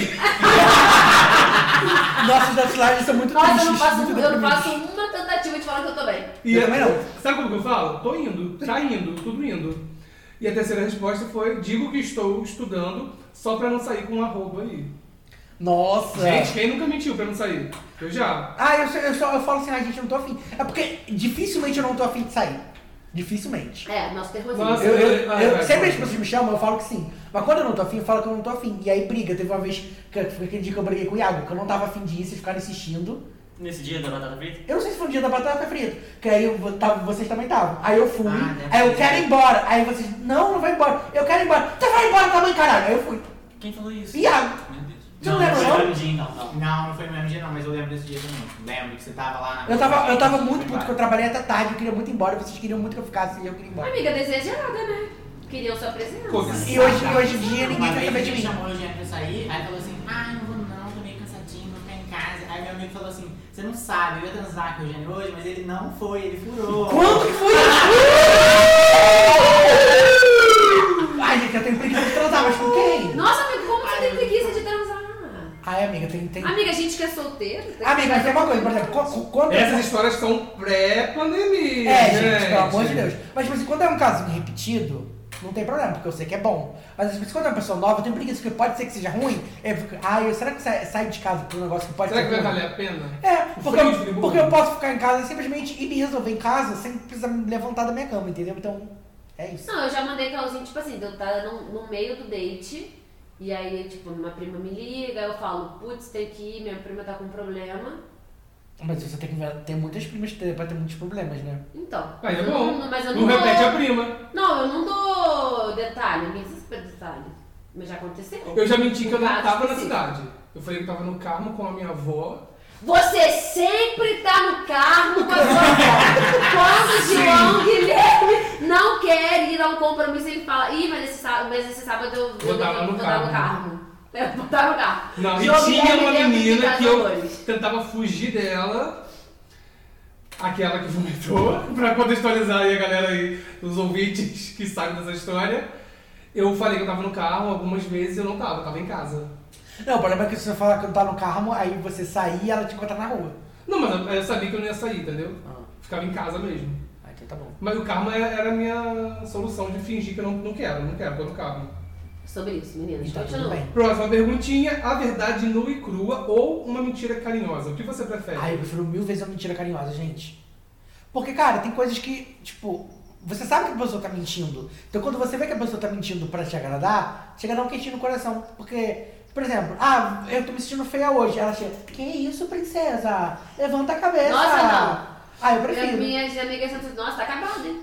[SPEAKER 5] Nossos atilagens são muito
[SPEAKER 7] Nossa, eu não
[SPEAKER 5] tristes,
[SPEAKER 7] faço, um-
[SPEAKER 5] muito
[SPEAKER 7] eu não
[SPEAKER 5] deprimentes.
[SPEAKER 7] faço uma tentativa de falar que eu tô bem.
[SPEAKER 6] E
[SPEAKER 5] Eu também não.
[SPEAKER 6] Sabe como que eu falo? Tô indo, tá indo, tudo indo. E a terceira resposta foi: digo que estou estudando só pra não sair com um arroba aí.
[SPEAKER 7] um-
[SPEAKER 5] Nossa.
[SPEAKER 6] Gente, quem nunca mentiu pra não sair? Eu já.
[SPEAKER 5] Ah, eu, só- eu, só, eu falo assim, ah, gente, eu não tô afim. É porque dificilmente eu não tô afim de sair. Dificilmente.
[SPEAKER 7] É, nosso
[SPEAKER 6] Nossa.
[SPEAKER 7] terrorismo.
[SPEAKER 5] Eu, eu-
[SPEAKER 6] Ah,
[SPEAKER 5] eu-
[SPEAKER 6] é,
[SPEAKER 5] sempre
[SPEAKER 6] é.
[SPEAKER 5] as pessoas me chamam, eu falo que sim. Mas quando eu não tô afim, eu falo que eu não tô afim. E aí briga. Teve uma vez, que foi aquele dia que eu briguei com o Iago, que eu não tava afim de ir, vocês ficaram insistindo.
[SPEAKER 8] Nesse dia da batata frita?
[SPEAKER 5] Eu não sei se foi no dia da batata frita, que aí eu tava- vocês também estavam. Aí eu fui,
[SPEAKER 9] Ah, deve
[SPEAKER 5] aí eu
[SPEAKER 9] ser.
[SPEAKER 5] quero ir embora. Aí vocês, não, não vai embora. Eu quero ir embora. Você vai embora também, caralho. Aí eu fui.
[SPEAKER 8] Quem falou isso?
[SPEAKER 5] Iago,
[SPEAKER 8] Meu Deus.
[SPEAKER 5] Tu não lembra,
[SPEAKER 8] foi
[SPEAKER 5] não?
[SPEAKER 8] no mesmo dia, então, não.
[SPEAKER 9] Não, não foi no mesmo dia não, mas eu lembro desse dia também. Lembro que você tava lá na...
[SPEAKER 5] eu tava, eu tava muito puto que eu trabalhei até tarde, eu queria muito ir embora, vocês queriam muito que eu ficasse e eu queria ir embora.
[SPEAKER 7] Amiga desejada, né? Queriam sua presença.
[SPEAKER 6] Pô, que
[SPEAKER 5] E hoje, e hoje em dia
[SPEAKER 9] Uma
[SPEAKER 5] ninguém quer
[SPEAKER 9] vez
[SPEAKER 5] saber
[SPEAKER 9] ele
[SPEAKER 5] de
[SPEAKER 9] me
[SPEAKER 5] mim.
[SPEAKER 9] chamou o Jean pra sair, aí falou assim, ah, não vou não, tô meio cansadinho, vou ficar em casa. Aí meu amigo falou assim, você não sabe, eu ia transar com o Eugênio hoje, mas ele não foi, ele furou.
[SPEAKER 5] Quanto que foi isso? Ai, gente, eu tenho preguiça de transar, mas com quem?
[SPEAKER 7] Nossa, amigo, como você tem preguiça de transar?
[SPEAKER 5] Ai, amiga, tem. tem...
[SPEAKER 7] Amiga, a gente que é solteiro. tem que-
[SPEAKER 5] Amiga, mas tem uma coisa, por exemplo, co- co- quando.
[SPEAKER 6] Essas histórias são pré-pandemia.
[SPEAKER 5] É, gente, pelo amor de Deus. Mas, tipo assim, quando é um caso repetido, não tem problema, porque eu sei que é bom. Mas, tipo assim, quando é uma pessoa nova, eu tenho preguiça, porque pode ser que seja ruim. Eu fico, ai, eu- será que sai, saio de casa por um negócio que pode
[SPEAKER 6] Será
[SPEAKER 5] ser
[SPEAKER 6] que vai
[SPEAKER 5] ruim?
[SPEAKER 6] valer a pena?
[SPEAKER 5] É, porque
[SPEAKER 6] frio de
[SPEAKER 5] eu,
[SPEAKER 6] Friburgo.
[SPEAKER 5] porque eu posso ficar em casa e simplesmente ir me resolver em casa sem precisar me levantar da minha cama, entendeu? Então, é isso.
[SPEAKER 7] Não, eu já mandei calzinho, tipo assim, de eu tá no, no meio do date. E aí, tipo, minha prima me liga, eu falo, putz, tem que ir, minha prima tá com problema.
[SPEAKER 5] Mas você tem que ver, tem muitas primas que tem- vai ter muitos problemas, né?
[SPEAKER 7] Então.
[SPEAKER 6] Aí é
[SPEAKER 7] eu
[SPEAKER 6] bom.
[SPEAKER 7] não- mas eu não,
[SPEAKER 6] Não
[SPEAKER 7] dou-
[SPEAKER 6] repete a prima.
[SPEAKER 7] Não, eu não dou detalhe, ninguém se espera detalhe. Mas já aconteceu.
[SPEAKER 6] Eu já menti que eu não
[SPEAKER 7] Caso
[SPEAKER 6] tava na
[SPEAKER 7] específico.
[SPEAKER 6] cidade. Eu falei que tava no carro com a minha avó.
[SPEAKER 7] Você sempre tá no carro com a sua
[SPEAKER 6] <laughs>
[SPEAKER 7] avó. Quando o João Guilherme não quer ir a um compromisso, ele fala, ih, mas esse sábado, mas esse sábado eu
[SPEAKER 6] Vou
[SPEAKER 7] eu-
[SPEAKER 6] dar lá no
[SPEAKER 7] vou dar no
[SPEAKER 6] carro."
[SPEAKER 7] carro. <laughs> Eu vou dar no carro.
[SPEAKER 6] Não, e
[SPEAKER 7] João
[SPEAKER 6] tinha
[SPEAKER 7] Guilherme
[SPEAKER 6] é uma
[SPEAKER 7] lembra de
[SPEAKER 6] menina
[SPEAKER 7] Casa
[SPEAKER 6] que eu
[SPEAKER 7] Amores.
[SPEAKER 6] tentava fugir dela, aquela que vomitou, <laughs> pra contextualizar aí a galera aí, os ouvintes que sabem dessa história. Eu falei que eu tava no carro algumas vezes e eu não tava, eu tava em casa.
[SPEAKER 5] Não, o problema é que se você falar que não tá no carro, aí você sair e ela te encontrar na rua.
[SPEAKER 6] Não, mas eu- eu sabia que eu não ia sair, entendeu? Ficava em casa mesmo.
[SPEAKER 5] Ah, então tá bom.
[SPEAKER 6] Mas o carro era era a minha solução de fingir que eu não, não quero, não quero, tô no carro.
[SPEAKER 7] Sobre isso, meninas.
[SPEAKER 5] Então, tudo
[SPEAKER 7] Continua.
[SPEAKER 5] bem.
[SPEAKER 6] Próxima perguntinha, a verdade nua e crua ou uma mentira carinhosa? O que você prefere?
[SPEAKER 5] Ai, eu prefiro mil vezes uma mentira carinhosa, gente. Porque, cara, tem coisas que, tipo, você sabe que a pessoa tá mentindo. Então quando você vê que a pessoa tá mentindo pra te agradar, chega a dar um quentinho no coração. Porque, por exemplo, ah, eu tô me sentindo feia hoje. Ela chega, que isso, princesa? Levanta a cabeça.
[SPEAKER 7] Nossa, não.
[SPEAKER 5] Ah, eu
[SPEAKER 7] Minha-
[SPEAKER 5] prefiro.
[SPEAKER 7] Minhas amigas sempre dizem, nossa, tá acabado, hein?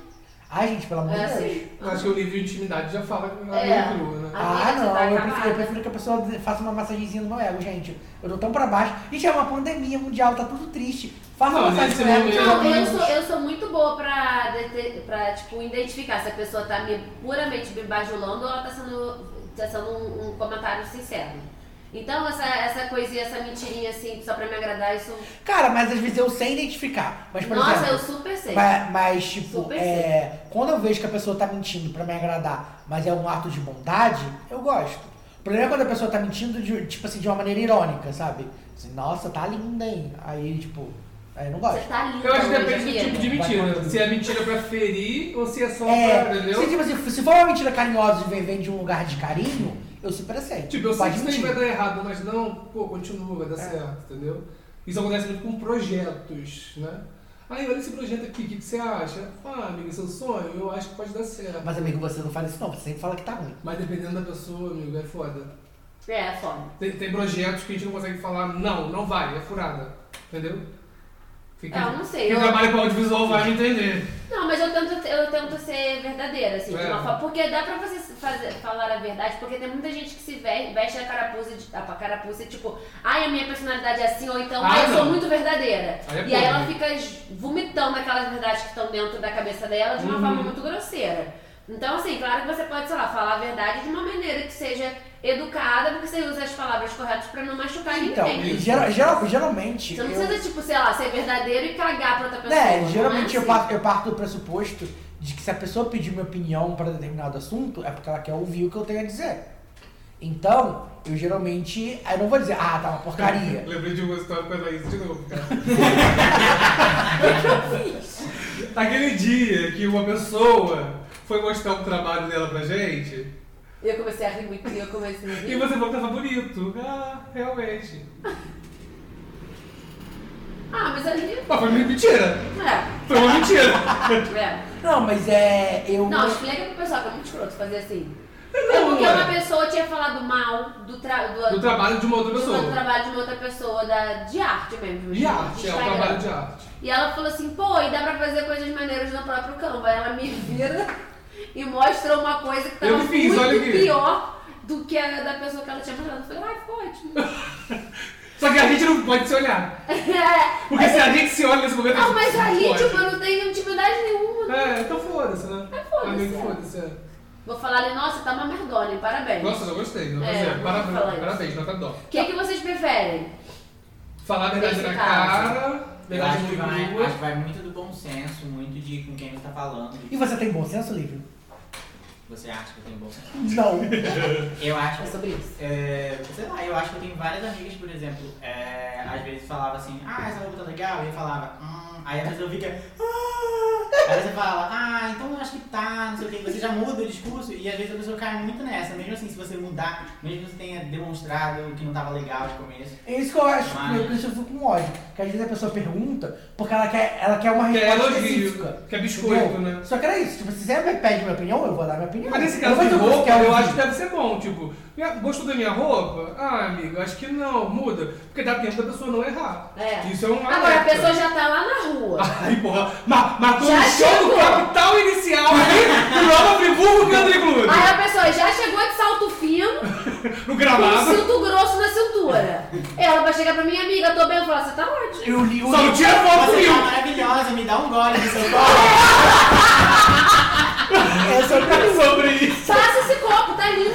[SPEAKER 5] Ai, gente, pelo amor de
[SPEAKER 7] É
[SPEAKER 5] Deus.
[SPEAKER 7] assim.
[SPEAKER 6] Eu Acho que o livro de intimidade já fala que ela é,
[SPEAKER 7] É.
[SPEAKER 6] nua e crua, né?
[SPEAKER 5] Ah,
[SPEAKER 7] Amiga, você
[SPEAKER 5] não, eu,
[SPEAKER 7] tá acabada.
[SPEAKER 5] prefiro, eu prefiro que a pessoa faça uma massagenzinha no meu ego, gente. Eu tô tão pra baixo. Gente, é uma pandemia mundial, tá tudo triste. Faça
[SPEAKER 6] Não,
[SPEAKER 5] uma massagem
[SPEAKER 6] nesse
[SPEAKER 5] no ego.
[SPEAKER 6] momento-
[SPEAKER 5] pelo
[SPEAKER 7] Não, eu
[SPEAKER 5] menos.
[SPEAKER 7] sou, eu sou muito boa pra, dete- pra, tipo, identificar se a pessoa tá me, puramente me bajulando ou ela tá sendo, tá sendo um, um comentário sincero. Então, essa, essa coisinha, essa mentirinha, assim, só pra me agradar, isso...
[SPEAKER 5] Cara, mas às vezes eu sei identificar. Mas, por
[SPEAKER 7] Nossa,
[SPEAKER 5] exemplo,
[SPEAKER 7] eu super sei.
[SPEAKER 5] Mas, mas, tipo,
[SPEAKER 7] Super
[SPEAKER 5] é, quando eu vejo que a pessoa tá mentindo pra me agradar, mas é um ato de bondade, eu gosto. O problema é quando a pessoa tá mentindo, de, tipo assim, de uma maneira irônica, sabe? Assim, Nossa, tá linda, hein? Aí, tipo, aí eu não
[SPEAKER 7] Você
[SPEAKER 5] gosto.
[SPEAKER 7] tá linda
[SPEAKER 6] Eu acho que
[SPEAKER 7] hoje,
[SPEAKER 6] depende do tipo
[SPEAKER 7] Bia.
[SPEAKER 6] de mentira. Se é mentira pra ferir ou se é
[SPEAKER 7] tá
[SPEAKER 6] só pra.
[SPEAKER 5] É, se,
[SPEAKER 6] Entendeu?
[SPEAKER 5] tipo assim, se for uma mentira carinhosa e vem, vem de um lugar de carinho, eu super aceito.
[SPEAKER 6] Tipo, eu sei
[SPEAKER 5] Pode
[SPEAKER 6] que isso aí vai
[SPEAKER 5] mentir.
[SPEAKER 6] dar errado, mas não, pô, continua, vai dar certo, entendeu? Isso acontece muito com projetos, né? Aí, olha esse projeto aqui, o que, que você acha? Ah, amigo, seu sonho, eu acho que pode dar certo. Mas,
[SPEAKER 5] Mas, amigo, você não faz isso não, você sempre fala que tá ruim.
[SPEAKER 6] dependendo da pessoa, amigo, é foda.
[SPEAKER 7] É, é foda.
[SPEAKER 6] Tem, tem projetos que a gente não consegue falar, não, não vai, é furada. Entendeu? Quem,
[SPEAKER 7] É, eu não sei,
[SPEAKER 6] Quem
[SPEAKER 7] eu-
[SPEAKER 6] trabalha com audiovisual vai me entender.
[SPEAKER 7] Não, mas eu tento, eu tento ser verdadeira, assim, de
[SPEAKER 6] É.
[SPEAKER 7] uma forma. Porque dá pra você fazer- falar a verdade, porque tem muita gente que se ve- veste a carapuça, de, a carapuça tipo, ai, a minha personalidade é assim, ou então,
[SPEAKER 6] Ah,
[SPEAKER 7] ai, eu sou
[SPEAKER 6] não.
[SPEAKER 7] muito verdadeira.
[SPEAKER 6] Aí é
[SPEAKER 7] e
[SPEAKER 6] porra,
[SPEAKER 7] aí ela
[SPEAKER 6] né?
[SPEAKER 7] fica j- vomitando aquelas verdades que estão dentro da cabeça dela de uma
[SPEAKER 6] Uhum.
[SPEAKER 7] forma muito grosseira. Então, assim, claro que você pode, sei lá, falar a verdade de uma maneira que seja educada, porque você usa as palavras corretas pra não machucar
[SPEAKER 5] Então,
[SPEAKER 7] ninguém.
[SPEAKER 5] geral- geral- geralmente...
[SPEAKER 7] Você não
[SPEAKER 5] eu-
[SPEAKER 7] precisa, tipo, sei lá, ser verdadeiro e cagar pra outra pessoa.
[SPEAKER 5] É,
[SPEAKER 7] não
[SPEAKER 5] geralmente eu,
[SPEAKER 7] assim.
[SPEAKER 5] parto, eu parto do pressuposto de que se a pessoa pedir minha opinião para determinado assunto, é porque ela quer ouvir o que eu tenho a dizer. Então, eu geralmente. Aí eu não vou dizer, ah, tá uma
[SPEAKER 7] <laughs>
[SPEAKER 5] porcaria.
[SPEAKER 6] <laughs> Lembrei de uma história com a Laís de novo, cara. Aquele dia que uma pessoa foi mostrar um trabalho dela pra gente
[SPEAKER 7] E eu comecei a rir muito, e eu comecei a
[SPEAKER 6] e
[SPEAKER 7] rir.
[SPEAKER 6] você falou que tava bonito. Ah, realmente.
[SPEAKER 7] Ah, mas ali.
[SPEAKER 6] Mas foi uma mentira.
[SPEAKER 7] É,
[SPEAKER 6] Foi uma mentira.
[SPEAKER 7] é.
[SPEAKER 5] Não, mas é. Eu.
[SPEAKER 7] Não, explica pro pessoal que é muito escroto fazer assim. É porque
[SPEAKER 6] amor. <laughs>
[SPEAKER 7] uma pessoa tinha falado mal do, tra... do...
[SPEAKER 6] Do trabalho de uma outra
[SPEAKER 7] do meu
[SPEAKER 6] pessoa.
[SPEAKER 7] trabalho de uma outra pessoa, da... de arte mesmo.
[SPEAKER 6] De arte, é um
[SPEAKER 7] Instagram.
[SPEAKER 6] trabalho de arte.
[SPEAKER 7] E ela falou assim, pô, e dá pra fazer coisas maneiras no próprio Canva. Aí Ela me vira e mostra uma coisa que tava
[SPEAKER 6] Eu fiz,
[SPEAKER 7] muito
[SPEAKER 6] olha aqui.
[SPEAKER 7] pior do que a da pessoa que ela tinha mandado. Eu falei, ai, ficou ótimo.
[SPEAKER 6] Só que a gente não pode se olhar.
[SPEAKER 7] É.
[SPEAKER 6] <laughs> Porque se a gente se olha nesse momento. a
[SPEAKER 7] Não,
[SPEAKER 6] gente
[SPEAKER 7] mas
[SPEAKER 6] não
[SPEAKER 7] aí,
[SPEAKER 6] pode.
[SPEAKER 7] tipo, eu não tenho intimidade nenhuma. né?
[SPEAKER 6] É, então foda-se, né?
[SPEAKER 7] É, foda-se,
[SPEAKER 6] Amigo,
[SPEAKER 7] é.
[SPEAKER 6] foda-se. é.
[SPEAKER 7] Vou falar ali, nossa, tá uma merdona, hein? parabéns.
[SPEAKER 6] Nossa, já gostei. Não
[SPEAKER 7] É,
[SPEAKER 6] é,
[SPEAKER 7] não
[SPEAKER 6] parabéns,
[SPEAKER 7] vou falar isso.
[SPEAKER 6] parabéns, nota dó.
[SPEAKER 7] O que, que vocês preferem?
[SPEAKER 6] Falar a verdade na
[SPEAKER 7] Nesse caso.
[SPEAKER 6] cara,
[SPEAKER 9] Eu acho que,
[SPEAKER 6] verdade
[SPEAKER 9] vai,
[SPEAKER 6] na
[SPEAKER 9] acho que
[SPEAKER 6] rua.
[SPEAKER 9] vai muito do bom senso, muito de com quem você tá falando.
[SPEAKER 5] E você tem bom senso, Lívia?
[SPEAKER 9] Você acha que eu tenho bom
[SPEAKER 7] <laughs>
[SPEAKER 9] senso?
[SPEAKER 5] Não.
[SPEAKER 9] Eu acho
[SPEAKER 7] É sobre isso.
[SPEAKER 9] É, sei lá, eu acho que eu tenho várias amigas, por exemplo, é, às vezes falava assim, ah, essa roupa tá legal, e eu falava, hum, aí às vezes eu fica, ah, aí você fala, ah, então eu acho que tá, não sei o que, você já muda o discurso, e às vezes a pessoa cai muito nessa, mesmo assim, se você mudar, mesmo que você tenha demonstrado que não tava legal de começo,
[SPEAKER 5] É isso que eu acho,
[SPEAKER 9] Mas-
[SPEAKER 5] eu, isso eu fico com ódio. Porque às vezes a pessoa pergunta porque ela quer, ela quer uma
[SPEAKER 6] Quer
[SPEAKER 5] resposta
[SPEAKER 6] elogio,
[SPEAKER 5] específica.
[SPEAKER 6] quer biscoito,
[SPEAKER 5] entendeu?
[SPEAKER 6] né?
[SPEAKER 5] Só que era isso. Tipo, se você me pede minha opinião, eu vou dar minha opinião.
[SPEAKER 6] Mas
[SPEAKER 5] Eu
[SPEAKER 6] nesse caso
[SPEAKER 5] vou um
[SPEAKER 6] de
[SPEAKER 5] dizer o que
[SPEAKER 6] roupa,
[SPEAKER 5] quero
[SPEAKER 6] eu
[SPEAKER 5] ouvir.
[SPEAKER 6] acho que deve ser bom, tipo, minha- gostou da minha roupa? Ah, amigo, acho que não, muda. Porque dá tempo da pessoa não errar.
[SPEAKER 7] É.
[SPEAKER 6] Isso é um
[SPEAKER 7] Agora, a
[SPEAKER 6] alerta.
[SPEAKER 7] pessoa já tá lá na
[SPEAKER 6] <laughs>
[SPEAKER 7] rua.
[SPEAKER 6] Ai, porra, ma matou
[SPEAKER 7] Já
[SPEAKER 6] um show do
[SPEAKER 7] chegou.
[SPEAKER 6] capital inicial ali, no Nova Friburgo Country Club.
[SPEAKER 7] Aí a pessoa já chegou de
[SPEAKER 6] <laughs>
[SPEAKER 7] salto fino,
[SPEAKER 6] No
[SPEAKER 7] com um
[SPEAKER 6] gramado.
[SPEAKER 7] cinto grosso na cintura. Ela vai chegar pra minha amiga, eu tô bem, eu falo, você tá ótimo.
[SPEAKER 5] Eu li o
[SPEAKER 6] Só não tira foto
[SPEAKER 9] você tá
[SPEAKER 6] comigo.
[SPEAKER 9] maravilhosa, me dá um gole do seu copo,
[SPEAKER 6] Tá Sobre isso.
[SPEAKER 7] Passa esse copo,
[SPEAKER 6] <laughs>
[SPEAKER 7] tá linda.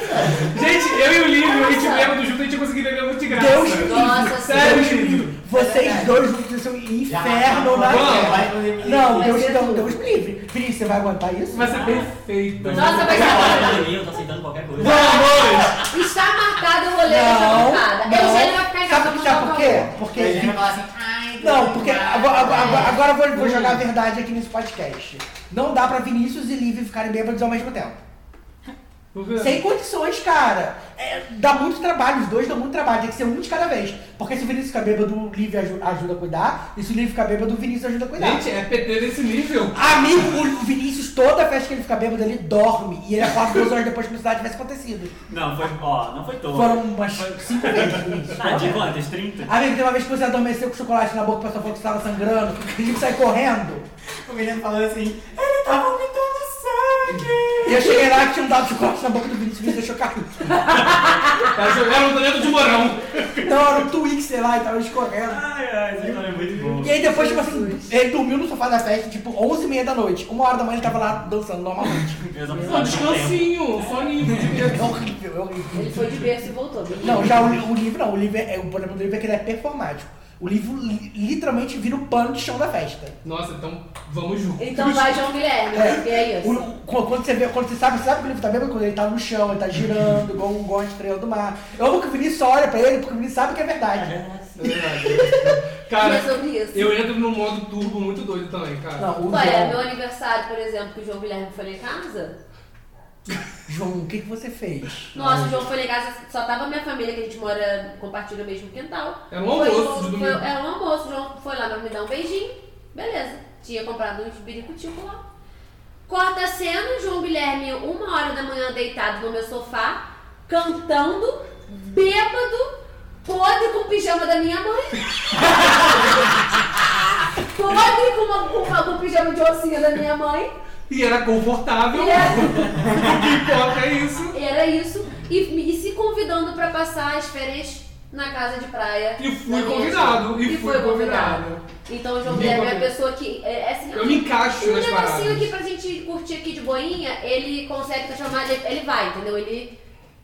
[SPEAKER 6] Gente, eu e o Lívio, a gente bêbado junto, a gente ia conseguir beber muito de graça.
[SPEAKER 5] Deus me
[SPEAKER 7] Nossa
[SPEAKER 6] Sério,
[SPEAKER 7] senhora.
[SPEAKER 6] Lívio.
[SPEAKER 5] Vocês dois juntos são
[SPEAKER 9] Já,
[SPEAKER 5] inferno na
[SPEAKER 9] vai,
[SPEAKER 6] mão.
[SPEAKER 5] terra.
[SPEAKER 9] vai fazer minha-
[SPEAKER 5] Não,
[SPEAKER 7] Vai
[SPEAKER 5] Deus,
[SPEAKER 7] ser
[SPEAKER 5] não,
[SPEAKER 7] tudo.
[SPEAKER 5] Deus me livre. Felipe, você vai aguentar isso?
[SPEAKER 6] Vai ser perfeito.
[SPEAKER 7] Nossa, vai ser
[SPEAKER 8] Fora
[SPEAKER 7] ótimo.
[SPEAKER 8] da pandemia, eu tô aceitando qualquer coisa.
[SPEAKER 6] Vamos!
[SPEAKER 7] Está marcado o rolê dessa
[SPEAKER 5] não,
[SPEAKER 7] bancada.
[SPEAKER 5] não.
[SPEAKER 7] Eugênio vai ficar em casa.
[SPEAKER 5] Sabe, sabe por quê? Porque...
[SPEAKER 9] Aí a gente vai falar assim, ai,
[SPEAKER 5] Não, porque agora, agora- agora eu vou, vou
[SPEAKER 6] Hum.
[SPEAKER 5] jogar a verdade aqui nesse podcast. Não dá pra Vinícius e Lívia ficarem bêbados ao mesmo tempo.
[SPEAKER 6] Hum.
[SPEAKER 5] Sem condições, cara. É, dá muito trabalho, os dois dão muito trabalho, tem que ser um de cada vez. Porque se o Vinícius ficar bêbado, o Lívia aju- ajuda a cuidar. E se o Lívia ficar bêbado, o Vinícius ajuda a cuidar.
[SPEAKER 6] Gente, é PT nesse nível.
[SPEAKER 5] Amigo, o Vinícius, toda festa que ele fica bêbado, ele dorme. E ele acorda duas horas depois que a cidade tivesse acontecido.
[SPEAKER 8] Não, foi, ó, não foi todo.
[SPEAKER 5] Foram umas cinco vezes, Vinícius.
[SPEAKER 9] Ah,
[SPEAKER 8] Tá, de quantas? 30?
[SPEAKER 5] Amigo, tem uma vez que você adormeceu com chocolate na boca, o pessoal falou que você tava sangrando. E a gente sai correndo.
[SPEAKER 9] o menino falando assim, ele tá vomitando sangue.
[SPEAKER 5] E eu cheguei lá que tinha um dado de corte na boca do Vinícius, o Vinícius deixou cair.
[SPEAKER 6] Tá jogando no dentro de morão.
[SPEAKER 5] Não, era um Twix, sei lá, e tava escorrendo.
[SPEAKER 8] Ai, ai, essa história é muito
[SPEAKER 5] E
[SPEAKER 8] boa.
[SPEAKER 5] aí depois, tipo assim, ele dormiu no sofá da festa, tipo, 11h30 da noite. Uma hora da manhã ele tava lá dançando normalmente. <laughs>
[SPEAKER 8] Meus
[SPEAKER 6] Só um
[SPEAKER 8] amigos,
[SPEAKER 6] descansinho, só nível de
[SPEAKER 5] É
[SPEAKER 6] medo.
[SPEAKER 5] horrível, é horrível.
[SPEAKER 7] Ele foi de berço e voltou.
[SPEAKER 5] Não, já o, li- o livro não. O livro é, o problema do livro é que ele é performático. O livro li- literalmente vira o pano de chão da festa.
[SPEAKER 6] Nossa, então vamos juntos. <laughs>
[SPEAKER 7] Então vai, João Guilherme, porque é
[SPEAKER 5] O-
[SPEAKER 7] isso.
[SPEAKER 5] o- quando você vê, quando você sabe, você sabe que o livro tá bêbado quando ele tá no chão, ele tá girando, igual um igual a estrela do mar. Eu amo que o Vinícius só olha pra ele, porque o Vinícius sabe que é verdade.
[SPEAKER 6] Cara,
[SPEAKER 7] É sobre isso.
[SPEAKER 6] eu entro num modo turbo muito doido também, cara.
[SPEAKER 5] Não, o
[SPEAKER 7] Olha, meu
[SPEAKER 5] João,
[SPEAKER 7] aniversário, por exemplo, que o João Guilherme foi lá em casa.
[SPEAKER 5] João, o que, que você fez?
[SPEAKER 7] Nossa, o João foi lá em casa, só tava minha família, que a gente mora, compartilha o mesmo quintal.
[SPEAKER 6] Era um almoço
[SPEAKER 7] Foi-
[SPEAKER 6] de
[SPEAKER 7] foi-
[SPEAKER 6] domingo.
[SPEAKER 7] Era um almoço, o João foi lá pra me dar um beijinho. Beleza, tinha comprado uns biricutico lá. Corta a cena, João Guilherme, uma hora da manhã, deitado no meu sofá, cantando, bêbado, podre com o pijama da minha
[SPEAKER 6] <laughs>
[SPEAKER 7] mãe. podre com, uma, com, uma- com o pijama de oncinha da minha mãe.
[SPEAKER 6] E era confortável.
[SPEAKER 7] E é- era-
[SPEAKER 6] O <laughs> que importa é isso.
[SPEAKER 7] Era isso. E, e se convidando pra passar as férias na casa de praia.
[SPEAKER 6] E fui
[SPEAKER 7] da minha
[SPEAKER 6] convidado,
[SPEAKER 7] tia.
[SPEAKER 6] e fui convidado.
[SPEAKER 7] Então o João
[SPEAKER 6] Me
[SPEAKER 7] Guilherme é a
[SPEAKER 6] convidou.
[SPEAKER 7] pessoa que. É, é assim,
[SPEAKER 6] Eu me encaixo
[SPEAKER 7] e um
[SPEAKER 6] nas
[SPEAKER 7] negocinho
[SPEAKER 6] paradas.
[SPEAKER 7] aqui pra gente curtir aqui de boinha, ele consegue transformar. Ele, ele vai, entendeu? Ele,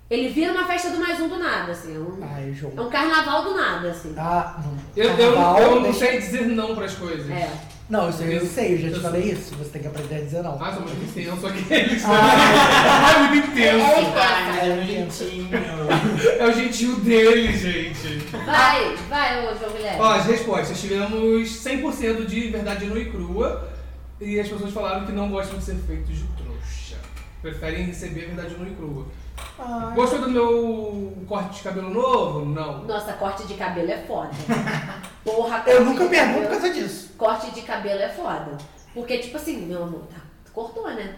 [SPEAKER 7] ele vira uma festa do mais um do nada, assim. É um,
[SPEAKER 5] Ai, João.
[SPEAKER 7] é um carnaval do nada, assim.
[SPEAKER 5] Ah, não.
[SPEAKER 6] Eu, eu, eu não
[SPEAKER 5] Deixa-
[SPEAKER 6] sei dizer não pras coisas.
[SPEAKER 5] um
[SPEAKER 7] É.
[SPEAKER 5] Não, isso aí eu sei, eu já te
[SPEAKER 6] Eu
[SPEAKER 5] falei isso. Você tem que aprender a dizer não.
[SPEAKER 6] Ah, sou <laughs> muito intenso aqueles. Ah, muito intenso.
[SPEAKER 7] É, é,
[SPEAKER 9] um Ai, mas é bonitinho.
[SPEAKER 6] É o gentil dele, gente.
[SPEAKER 7] Vai, vai, ô João
[SPEAKER 5] É.
[SPEAKER 7] Guilherme.
[SPEAKER 6] Ó, as respostas. Tivemos 100% de verdade nua e crua. E as pessoas falaram que não gostam de ser feitos de trouxa. Preferem receber verdade nua e crua. Gostou do meu corte de cabelo novo? Não.
[SPEAKER 7] Nossa, corte de cabelo é foda. Porra, corte
[SPEAKER 5] Eu nunca
[SPEAKER 7] de
[SPEAKER 5] pergunto por
[SPEAKER 7] cabelo-
[SPEAKER 5] causa disso.
[SPEAKER 7] Corte de cabelo é foda. Porque, tipo assim, meu amor, tá, tu cortou, né?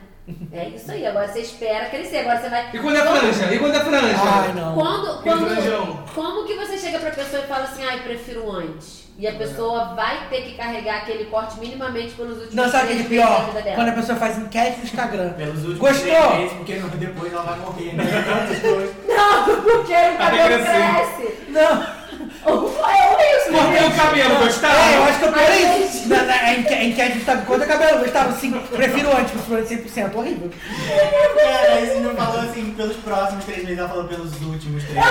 [SPEAKER 7] É isso aí, agora você espera crescer, agora você vai.
[SPEAKER 6] E quando é franja? E quando é franja?
[SPEAKER 5] Ai, não.
[SPEAKER 7] Quando,
[SPEAKER 6] Que franjão.
[SPEAKER 7] quando, como que você chega pra pessoa e fala assim, ai, prefiro antes? E
[SPEAKER 5] É.
[SPEAKER 7] a pessoa vai ter que carregar aquele corte minimamente pelos últimos
[SPEAKER 5] Não, sabe o que
[SPEAKER 7] três
[SPEAKER 5] é
[SPEAKER 7] meses da
[SPEAKER 5] pior?
[SPEAKER 7] vida dela.
[SPEAKER 5] Quando a pessoa faz enquete no Instagram.
[SPEAKER 9] Pelos últimos
[SPEAKER 5] Gostou?
[SPEAKER 9] três meses, porque não- depois ela vai morrer, né? Então, depois-
[SPEAKER 7] Não, <laughs> porque o cabelo
[SPEAKER 6] regressivo.
[SPEAKER 7] cresce.
[SPEAKER 5] Não.
[SPEAKER 7] Ou é isso,
[SPEAKER 6] Cortei o cabelo,
[SPEAKER 5] É, eu
[SPEAKER 6] gostaram?
[SPEAKER 5] acho que eu pior isso. Na, na, a enque- a enquete sabe quanto é cabelo, Gustavo? Sim, prefiro antes, prefiro 100%, horrível.
[SPEAKER 9] É, aí você não falou assim, pelos próximos três meses, ela falou pelos últimos três meses.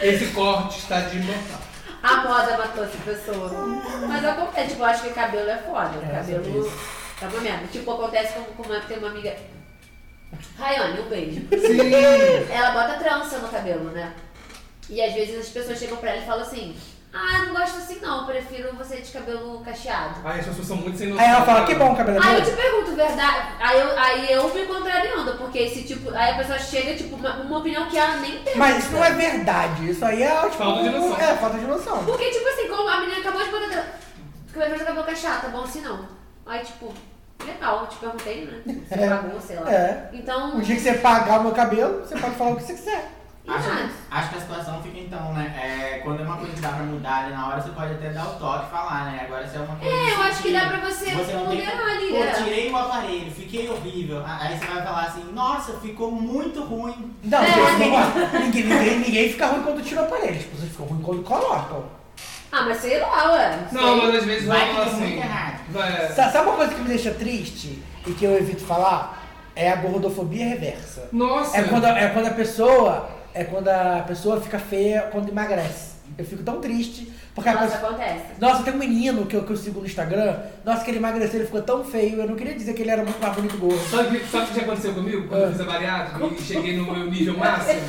[SPEAKER 6] Esse corte está de mortal.
[SPEAKER 7] A moda matou essa pessoa. Mas acontece, tipo, eu acho que cabelo é foda. cabelo é uma merda. Tipo, acontece com, com uma, tem uma amiga. Rayane, um beijo.
[SPEAKER 6] Sim.
[SPEAKER 7] Ela bota trança no cabelo, né? E às vezes as pessoas chegam pra ela e falam assim: Ah, eu não gosto assim não, prefiro você de cabelo cacheado.
[SPEAKER 6] Ai, as pessoas são muito sem noção. né?
[SPEAKER 5] Aí ela fala, que bom o cabelo é
[SPEAKER 7] Aí eu te
[SPEAKER 5] dele.
[SPEAKER 7] pergunto, verdade. Aí eu, aí eu me contrariando, porque esse tipo. Aí a pessoa chega, tipo, uma, uma opinião que ela nem tem.
[SPEAKER 5] Mas isso não é verdade, isso aí é tipo,
[SPEAKER 6] Falta de noção.
[SPEAKER 5] É, falta de noção.
[SPEAKER 7] Porque, tipo assim, como a menina acabou de botar teu. Tu vai fazer o cabelo cacheado, tá bom assim não. Aí, tipo, legal, eu te perguntei, né? Você
[SPEAKER 5] É.
[SPEAKER 7] pagou, sei lá.
[SPEAKER 5] É.
[SPEAKER 7] Então.
[SPEAKER 5] O dia que você pagar o meu cabelo, você pode falar o que você quiser.
[SPEAKER 7] e
[SPEAKER 9] Acho,
[SPEAKER 7] nada.
[SPEAKER 9] acho que a situação fica então, né? É, quando é uma coisa que dá pra mudar ali na hora, você pode até dar o toque e falar, né? Agora se é uma coisa.
[SPEAKER 7] É, eu acho que dá
[SPEAKER 9] sentido,
[SPEAKER 7] pra você
[SPEAKER 9] não tem-
[SPEAKER 7] ponderar ali,
[SPEAKER 9] Pô,
[SPEAKER 7] né?
[SPEAKER 9] tirei o aparelho, fiquei horrível. Ah, Aí você vai falar assim, nossa, ficou muito ruim.
[SPEAKER 5] Não,
[SPEAKER 7] É.
[SPEAKER 5] Deus, não- ninguém, ninguém, ninguém fica ruim quando tira o aparelho. As pessoas ficam ruim quando colocam.
[SPEAKER 7] Ah, mas sei lá, ué.
[SPEAKER 6] Não,
[SPEAKER 7] sei.
[SPEAKER 6] mas às vezes
[SPEAKER 9] Vai
[SPEAKER 6] rola
[SPEAKER 9] que deu
[SPEAKER 6] assim.
[SPEAKER 9] muito errado.
[SPEAKER 6] Vai.
[SPEAKER 5] Sa- Sabe uma coisa que me deixa triste e que eu evito falar? É a gordofobia reversa.
[SPEAKER 6] Nossa.
[SPEAKER 5] É quando, a- é quando a pessoa. É quando a pessoa fica feia quando emagrece. Eu fico tão triste. Porque a
[SPEAKER 7] Nossa,
[SPEAKER 5] pessoa.
[SPEAKER 7] acontece.
[SPEAKER 5] Nossa, tem um menino que eu, que eu sigo no Instagram. Nossa, que ele emagreceu, ele ficou tão feio. Eu não queria dizer que ele era muito mais bonito e gordo.
[SPEAKER 6] Sabe o que, sabe o que já aconteceu comigo? Quando eu fiz a bariátrica e cheguei no meu nível máximo?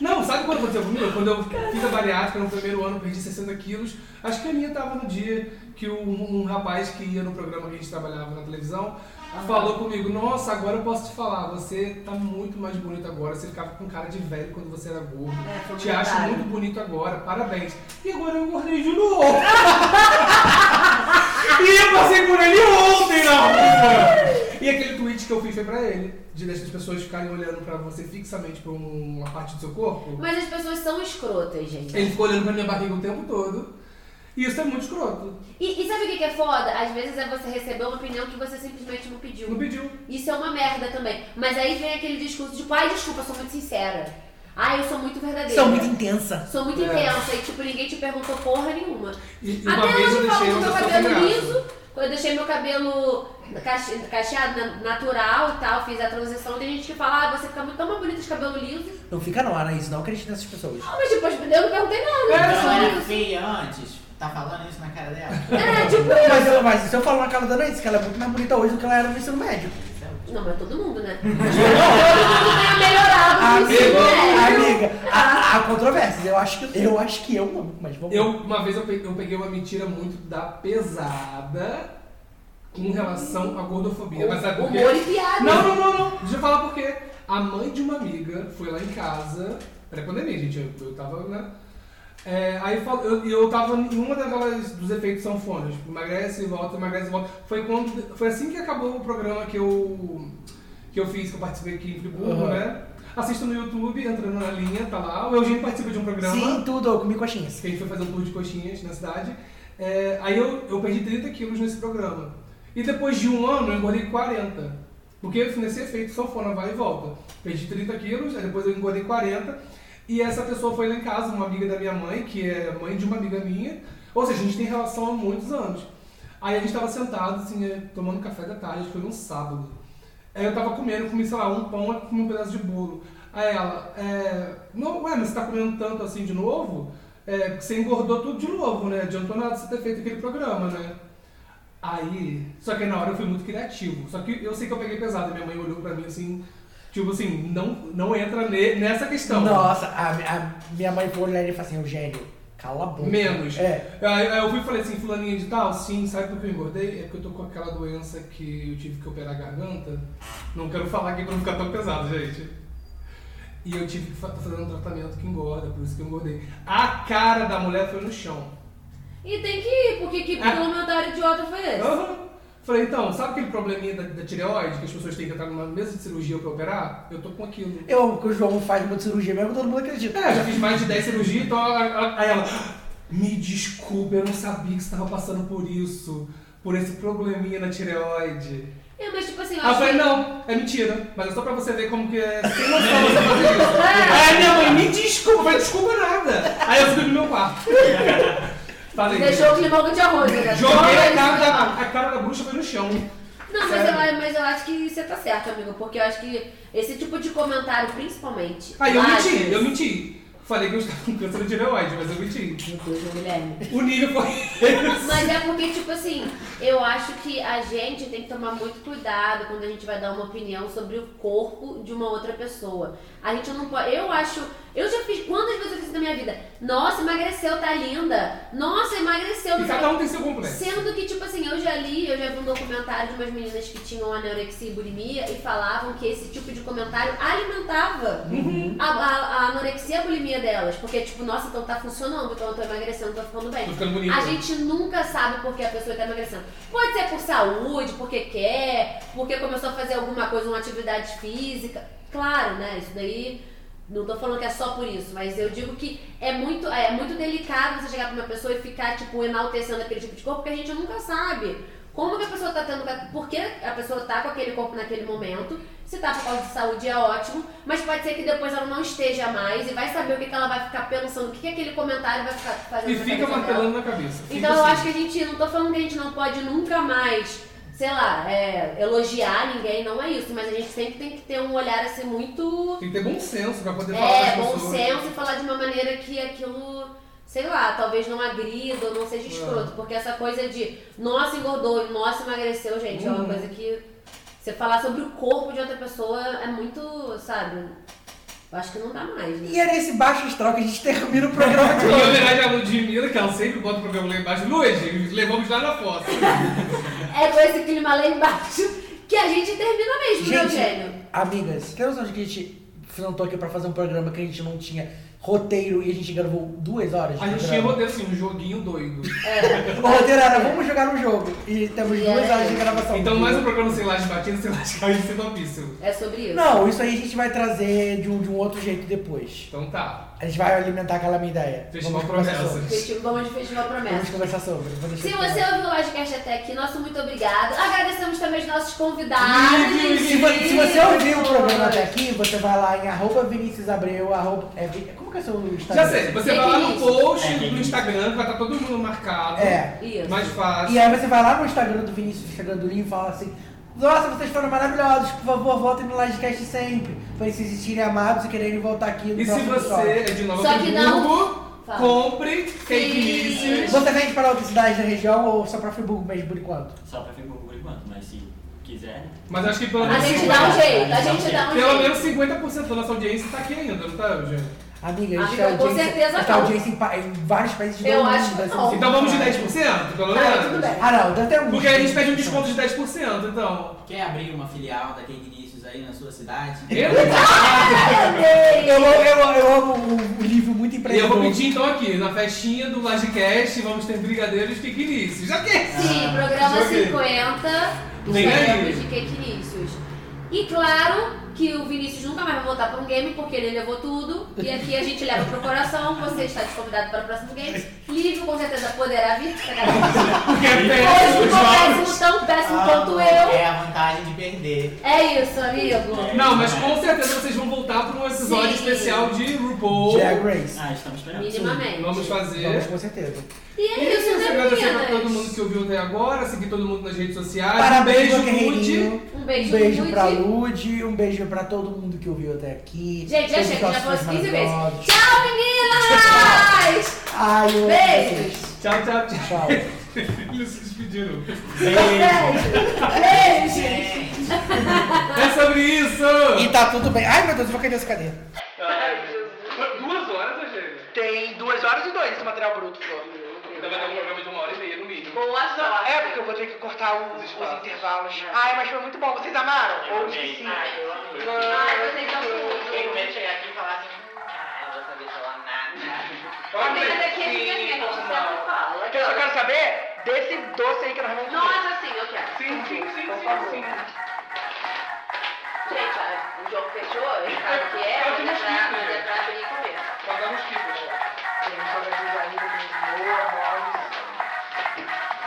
[SPEAKER 6] Não, sabe quando aconteceu comigo? Quando eu fiz a bariátrica no primeiro ano, perdi 60 quilos. Acho que a minha tava no dia que um, um rapaz que ia no programa que a gente trabalhava na televisão
[SPEAKER 7] Ah.
[SPEAKER 6] falou comigo: Nossa, agora eu posso te falar, você tá muito mais bonito agora. Você ficava com cara de velho quando você era gordo.
[SPEAKER 7] É, foi um
[SPEAKER 6] te acho
[SPEAKER 7] comentário.
[SPEAKER 6] muito bonito agora, parabéns. E agora eu engordei de novo. E eu passei por ele ontem na rua. E aquele tweet que eu fiz foi pra ele, de deixar as pessoas ficarem olhando pra você fixamente pra um, uma parte do seu corpo.
[SPEAKER 7] Mas as pessoas são escrotas, gente.
[SPEAKER 6] Ele ficou olhando pra minha barriga o tempo todo. E isso é muito escroto.
[SPEAKER 7] E, e sabe o que que é foda? Às vezes é você receber uma opinião que você simplesmente não pediu.
[SPEAKER 6] Não pediu.
[SPEAKER 7] Isso é uma merda também. Mas aí vem aquele discurso tipo, ai, desculpa, eu sou muito sincera. Ai, eu sou muito verdadeira.
[SPEAKER 5] São muito intensa.
[SPEAKER 7] Sou muito
[SPEAKER 6] É.
[SPEAKER 7] intensa e, tipo, ninguém te perguntou porra nenhuma.
[SPEAKER 6] E, e uma
[SPEAKER 7] Até
[SPEAKER 6] vez
[SPEAKER 7] hoje
[SPEAKER 6] eu
[SPEAKER 7] eu falo
[SPEAKER 6] deixei
[SPEAKER 7] do
[SPEAKER 6] uma
[SPEAKER 7] meu
[SPEAKER 6] pessoa sem
[SPEAKER 7] cabelo
[SPEAKER 6] graça.
[SPEAKER 7] liso, eu deixei meu cabelo cache- cacheado, na- natural e tal, fiz a transição. Tem gente que fala, ah, você fica muito tão mais bonita de cabelo liso.
[SPEAKER 5] Não fica não, Ana, isso não acredita nessas pessoas.
[SPEAKER 7] Ah, mas depois eu não perguntei nada.
[SPEAKER 6] É,
[SPEAKER 9] Ela
[SPEAKER 7] só
[SPEAKER 9] Então, era
[SPEAKER 7] isso.
[SPEAKER 9] feia antes. Tá falando isso na cara dela?
[SPEAKER 7] É, tipo
[SPEAKER 5] Não,
[SPEAKER 7] isso.
[SPEAKER 5] mas, eu- mas se eu falo na cara da Ana isso, que ela é muito mais bonita hoje do que ela era no ensino médio.
[SPEAKER 7] Não, mas todo
[SPEAKER 6] <laughs>
[SPEAKER 7] mundo, né? todo mundo tenha melhorado né? no ensino
[SPEAKER 5] Amiga,
[SPEAKER 7] médio.
[SPEAKER 5] amiga, há, há controvérsias. Eu acho que eu acho que eu, não, mas vamos.
[SPEAKER 6] Eu, uma vez eu pe- eu peguei uma mentira muito da pesada com relação à gordofobia. Mas sabe por quê?
[SPEAKER 7] Humor e piada.
[SPEAKER 6] Não, não, não, não. Deixa eu falar por quê. A mãe de uma amiga foi lá em casa, pré-pandemia, gente, eu, eu tava, né? É, aí fal- eu, eu tava em uma daquelas dos efeitos sanfonas, tipo, emagrece e volta, emagrece e volta. Foi, quando, foi assim que acabou o programa que eu, que eu fiz, que eu participei aqui em Friburgo,
[SPEAKER 5] Uhum.
[SPEAKER 6] né? Assisto no YouTube, entrando na linha, tá lá. O Eugênio participa de um programa
[SPEAKER 5] Sim, tudo, eu comi coxinhas.
[SPEAKER 6] que a gente foi fazer um tour de coxinhas na cidade. É, aí eu, eu perdi 30 quilos nesse programa. E depois de um ano eu engordei 40. Porque assim, nesse efeito sanfona vai e volta. Perdi 30 quilos, aí depois eu engordei 40. E essa pessoa foi lá em casa, uma amiga da minha mãe, que é mãe de uma amiga minha. Ou seja, a gente tem relação há muitos anos. Aí a gente tava sentado, assim, eh, tomando café da tarde, acho que foi num sábado. Aí eu tava comendo, comi, sei lá, um pão e comi um pedaço de bolo. Aí ela, é, não, ué, mas você tá comendo tanto assim de novo? É, porque você engordou tudo de novo, né? Adiantou nada você ter feito aquele programa, né? Aí, só que na hora eu fui muito criativo. Só que eu sei que eu peguei pesado. Minha mãe olhou pra mim assim, tipo assim, não, não entra ne- nessa questão.
[SPEAKER 5] Nossa, a, a minha mãe foi olhar e falou assim, Eugênio, cala a boca.
[SPEAKER 6] Menos.
[SPEAKER 5] É.
[SPEAKER 6] Aí, aí eu fui e falei assim, fulaninha de tal, sim, sabe por que eu engordei? É porque eu tô com aquela doença que eu tive que operar a garganta. Não quero falar aqui pra não ficar tão pesado, gente. E eu tive que fa- tô fazendo um tratamento que engorda, por isso que eu engordei. A cara da mulher foi no chão.
[SPEAKER 7] E tem que ir, porque que
[SPEAKER 6] Ah.
[SPEAKER 7] comentário idiota foi esse?
[SPEAKER 6] Aham. Falei, então, sabe aquele probleminha da, da tireoide que as pessoas têm que entrar numa mesa de cirurgia pra operar? Eu tô com aquilo.
[SPEAKER 5] Eu amo que o João faz muita cirurgia mesmo, todo mundo acredita.
[SPEAKER 6] É, já fiz mais de 10 cirurgias, então a- a- aí ela. "Ah, Me desculpa, eu não sabia que você tava passando por isso. Por esse probleminha na tireoide.
[SPEAKER 7] É, mas tipo assim, eu
[SPEAKER 6] Aí eu
[SPEAKER 7] acho
[SPEAKER 6] falei,
[SPEAKER 7] que-
[SPEAKER 6] não, é mentira. Mas é só pra você ver como que é. Tem noção você fazer
[SPEAKER 7] <laughs>
[SPEAKER 6] isso. Aí minha mãe, me desculpa, mas desculpa nada. Aí eu fui no meu
[SPEAKER 7] <laughs>
[SPEAKER 6] quarto. Falei.
[SPEAKER 7] Deixou o climão de arroz, né?
[SPEAKER 6] Joguei a cara, da,
[SPEAKER 7] Não,
[SPEAKER 6] a cara da bruxa foi no chão.
[SPEAKER 7] mas eu, mas eu acho que você tá certo, amigo, porque eu acho que esse tipo de comentário, principalmente.
[SPEAKER 6] Aí Ah, eu
[SPEAKER 7] lá,
[SPEAKER 6] menti, eu menti. Falei que eu estava com câncer de tireoide, mas eu menti.
[SPEAKER 7] Meu Deus, Guilherme.
[SPEAKER 6] O nível foi <laughs> esse.
[SPEAKER 7] Mas é porque, tipo assim, eu acho que a gente tem que tomar muito cuidado quando a gente vai dar uma opinião sobre o corpo de uma outra pessoa. A gente não pode. Eu acho. Eu já fiz. Quantas vezes eu fiz isso na minha vida? Nossa, emagreceu, tá linda. Nossa, emagreceu, não
[SPEAKER 6] E
[SPEAKER 7] sei o
[SPEAKER 6] cada um tem seu complexo.
[SPEAKER 7] Sendo que, tipo assim, eu já li, eu já vi um documentário de umas meninas que tinham anorexia e bulimia e falavam que esse tipo de comentário alimentava
[SPEAKER 6] Uhum.
[SPEAKER 7] a, a- a anorexia e a bulimia delas. Porque, tipo, nossa, então tá funcionando, então eu tô emagrecendo, tô ficando bem.
[SPEAKER 6] Tô ficando bonita.
[SPEAKER 7] A gente nunca sabe por que a pessoa tá emagrecendo. Pode ser por saúde, porque quer, porque começou a fazer alguma coisa, uma atividade física. Claro, né? Isso daí. Não tô falando que é só por isso, mas eu digo que é muito, é muito delicado você chegar pra uma pessoa e ficar, tipo, enaltecendo aquele tipo de corpo, porque a gente nunca sabe como que a pessoa tá tendo. Por que a pessoa tá com aquele corpo naquele momento. Se tá por causa de saúde é ótimo, mas pode ser que depois ela não esteja mais e vai saber o que, que ela vai ficar pensando, o que, que aquele comentário vai ficar fazendo.
[SPEAKER 6] E
[SPEAKER 7] na
[SPEAKER 6] fica
[SPEAKER 7] cabeça dela.
[SPEAKER 6] martelando na cabeça. Fica
[SPEAKER 7] Então eu
[SPEAKER 6] assim.
[SPEAKER 7] acho que a gente, não tô falando que a gente não pode nunca mais, sei lá, é, elogiar ninguém, não é isso, mas a gente sempre tem que ter um olhar assim muito.
[SPEAKER 6] Tem que ter bom senso pra poder falar
[SPEAKER 7] É,
[SPEAKER 6] com as
[SPEAKER 7] bom
[SPEAKER 6] pessoas. né?
[SPEAKER 7] senso e falar de uma maneira que aquilo, sei lá, talvez não agrida ou não seja
[SPEAKER 6] É.
[SPEAKER 7] escroto. Porque essa coisa de, nossa, engordou, nossa, emagreceu, gente,
[SPEAKER 6] Uhum.
[SPEAKER 7] é uma coisa que. Você falar sobre o corpo de outra pessoa é muito, sabe? Eu acho que não dá mais, né?
[SPEAKER 5] E é nesse baixo astral que a gente termina o programa de
[SPEAKER 6] <laughs> Em
[SPEAKER 5] hoje.
[SPEAKER 6] homenagem à Ludmilla, que ela sempre bota o programa lá embaixo. Luz, levamos lá na fossa.
[SPEAKER 7] É com esse clima lá embaixo que a gente termina mesmo, né, Eugênio?
[SPEAKER 5] Gente, amigas, tem noção de que a gente sentou aqui pra fazer um programa que a gente não tinha roteiro e a gente gravou duas horas? de
[SPEAKER 6] A gente
[SPEAKER 5] programa?
[SPEAKER 6] tinha roteiro assim, um joguinho doido.
[SPEAKER 7] É.
[SPEAKER 5] Ô, roteiro era, vamos jogar um jogo. E temos
[SPEAKER 7] Yeah.
[SPEAKER 5] duas horas de gravação.
[SPEAKER 6] Então, mais um programa sem laje batida, sem laje caída, sem topíssimo.
[SPEAKER 7] É sobre isso.
[SPEAKER 5] Não, isso aí a gente vai trazer de um, de um outro jeito depois.
[SPEAKER 6] Então tá.
[SPEAKER 5] A gente vai alimentar aquela minha ideia.
[SPEAKER 6] Festival
[SPEAKER 5] Vamos conversar
[SPEAKER 6] Promessas.
[SPEAKER 5] sobre.
[SPEAKER 7] Festival, vamos de Festival
[SPEAKER 5] Vamos
[SPEAKER 7] Promessa.
[SPEAKER 5] conversar sobre. Vou deixar
[SPEAKER 7] Se
[SPEAKER 5] pra lá.
[SPEAKER 7] você ouviu o Lodcast até aqui, nosso muito obrigado. Agradecemos também os nossos convidados.
[SPEAKER 5] Se, vo- se você ouviu o programa até aqui, você vai lá em arroba Vinícius Abreu, arroba... é Vi- como que é seu Instagram?
[SPEAKER 6] Já sei, você
[SPEAKER 7] Que
[SPEAKER 6] vai lá
[SPEAKER 7] que é
[SPEAKER 6] no
[SPEAKER 7] isso?
[SPEAKER 6] post
[SPEAKER 8] É, que que
[SPEAKER 6] no
[SPEAKER 8] é
[SPEAKER 6] Instagram, que vai estar todo mundo marcado.
[SPEAKER 5] É.
[SPEAKER 7] Isso.
[SPEAKER 6] Mais fácil.
[SPEAKER 5] E aí você vai lá no Instagram do Vinícius, no Instagram do Linho, e fala assim: Nossa, vocês foram maravilhosos, por favor, voltem no Livecast sempre. Pra vocês se sentirem amados e quererem voltar aqui no
[SPEAKER 6] E se
[SPEAKER 5] próximo
[SPEAKER 6] você é
[SPEAKER 5] episódio."
[SPEAKER 6] de Nova
[SPEAKER 7] Só que não-
[SPEAKER 6] Friburgo,
[SPEAKER 7] Fala.
[SPEAKER 6] compre fake
[SPEAKER 7] Sim.
[SPEAKER 6] news.
[SPEAKER 5] Você vende para outras cidades da região ou só pra Friburgo mesmo, por enquanto?
[SPEAKER 8] Só pra Facebook por enquanto, mas se quiser.
[SPEAKER 6] Mas acho que pelo
[SPEAKER 7] A
[SPEAKER 6] menos,
[SPEAKER 7] gente dá um
[SPEAKER 6] 50,
[SPEAKER 7] jeito, a gente dá um
[SPEAKER 6] pelo
[SPEAKER 7] jeito.
[SPEAKER 6] menos 50% da nossa audiência tá aqui ainda, não tá, Eugênio?
[SPEAKER 5] Amiga, a gente tem
[SPEAKER 7] Amiga, com
[SPEAKER 5] audiência,
[SPEAKER 7] certeza
[SPEAKER 5] a gente tem
[SPEAKER 7] não.
[SPEAKER 5] audiência em, pa- em vários países do
[SPEAKER 7] Eu
[SPEAKER 5] mundo.
[SPEAKER 7] acho que
[SPEAKER 5] assim,
[SPEAKER 7] não.
[SPEAKER 6] Então vamos de 10%, pelo menos?
[SPEAKER 7] Ah, tudo bem.
[SPEAKER 5] Ah, não, deve ter alguns.
[SPEAKER 6] Porque a gente pede um desconto de 10%, então.
[SPEAKER 9] Quer abrir uma filial da Cake Inícios aí na sua cidade?
[SPEAKER 6] Eu?
[SPEAKER 5] Eu, amo- eu, amo- eu amo o, o livro muito
[SPEAKER 6] E eu
[SPEAKER 5] empreendedor.
[SPEAKER 6] vou pedir então aqui, na festinha do Lajecast, vamos ter brigadeiros que inícios. Já que <laughs>
[SPEAKER 7] Sim, programa
[SPEAKER 6] Joguei.
[SPEAKER 7] 50 dos
[SPEAKER 6] Vem aí.
[SPEAKER 7] Jogos de Cake Inícios. E claro que o Vinícius nunca mais vai voltar para um game, porque ele levou tudo. E aqui a gente leva pro coração, você está desconvidado para o próximo game. Lívio com certeza poderá vir.
[SPEAKER 6] Porque é
[SPEAKER 7] Hoje
[SPEAKER 6] péssimo,
[SPEAKER 7] ficou
[SPEAKER 6] jovem.
[SPEAKER 7] péssimo, tão péssimo
[SPEAKER 9] Ah,
[SPEAKER 7] quanto eu.
[SPEAKER 9] É a vantagem de perder.
[SPEAKER 7] É isso, amigo.
[SPEAKER 6] Não, mas com certeza vocês vão voltar para um episódio
[SPEAKER 7] Sim.
[SPEAKER 6] especial de RuPaul.
[SPEAKER 5] Drag Race.
[SPEAKER 8] Ah, estamos esperando.
[SPEAKER 7] Minimamente.
[SPEAKER 6] Vamos
[SPEAKER 5] Vamos,
[SPEAKER 6] fazer.
[SPEAKER 5] com certeza.
[SPEAKER 7] E
[SPEAKER 6] E
[SPEAKER 7] é isso, né,
[SPEAKER 6] agradecer pra todo
[SPEAKER 7] meninas?
[SPEAKER 6] mundo que ouviu até agora, seguir todo mundo nas redes sociais.
[SPEAKER 5] Parabéns, meu
[SPEAKER 6] Beijo,
[SPEAKER 5] guerreirinho.
[SPEAKER 6] Lud.
[SPEAKER 7] Um
[SPEAKER 5] Um
[SPEAKER 7] beijo,
[SPEAKER 5] beijo
[SPEAKER 7] Lud.
[SPEAKER 5] pra Lud, um beijo pra todo mundo que ouviu até aqui.
[SPEAKER 7] Gente, já
[SPEAKER 5] Todos
[SPEAKER 7] chega,
[SPEAKER 5] os
[SPEAKER 7] já
[SPEAKER 5] nossos
[SPEAKER 7] falou 15 vezes.
[SPEAKER 5] maravilhosos.
[SPEAKER 7] Tchau, meninas!
[SPEAKER 5] Ai, eu amo
[SPEAKER 7] Beijos.
[SPEAKER 5] vocês.
[SPEAKER 6] Tchau, tchau, tchau.
[SPEAKER 5] Tchau.
[SPEAKER 6] Eles se despediram.
[SPEAKER 7] Beijo, gente.
[SPEAKER 6] É sobre isso!
[SPEAKER 5] E tá tudo bem. Ai, meu Deus, eu vou cair dessa cadeira.
[SPEAKER 6] Duas horas, Angélica.
[SPEAKER 11] Tem duas horas e dois esse material bruto, Flor.
[SPEAKER 6] Ainda vai dar um programa de uma hora e meia no mínimo.
[SPEAKER 7] Boa sorte.
[SPEAKER 11] É, porque eu vou ter que cortar o- os, intervalos. Ai, mas foi muito bom. Vocês amaram? Ou esqueci?
[SPEAKER 7] Ai, vocês são tudo.
[SPEAKER 9] Tenho medo de chegar aqui e falar assim, ah, eu vou saber falar nada.
[SPEAKER 7] A menina daqui é minha amiga, a gente sempre fala.
[SPEAKER 11] Porque eu só quero saber desse doce aí que nós vamos comer.
[SPEAKER 7] Nossa, sim, assim, eu quero.
[SPEAKER 11] Sim, sim, sim, sim, sim.
[SPEAKER 7] Gente, olha, o jogo fechou, ele sabe o que é, mas é pra, mas é pra abrir e comer.
[SPEAKER 11] Pagamos quilos. Temos todas
[SPEAKER 8] um
[SPEAKER 11] as barrigas de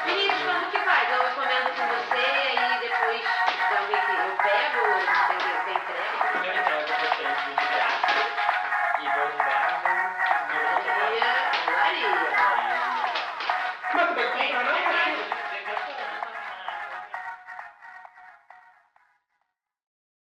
[SPEAKER 7] Meninos, como que faz? Eu encomendo com você e depois tem alguém que eu pego, tem que tem entrega.
[SPEAKER 8] Eu entrego pra vocês de graça. E vou levar.
[SPEAKER 7] Maria, Maria.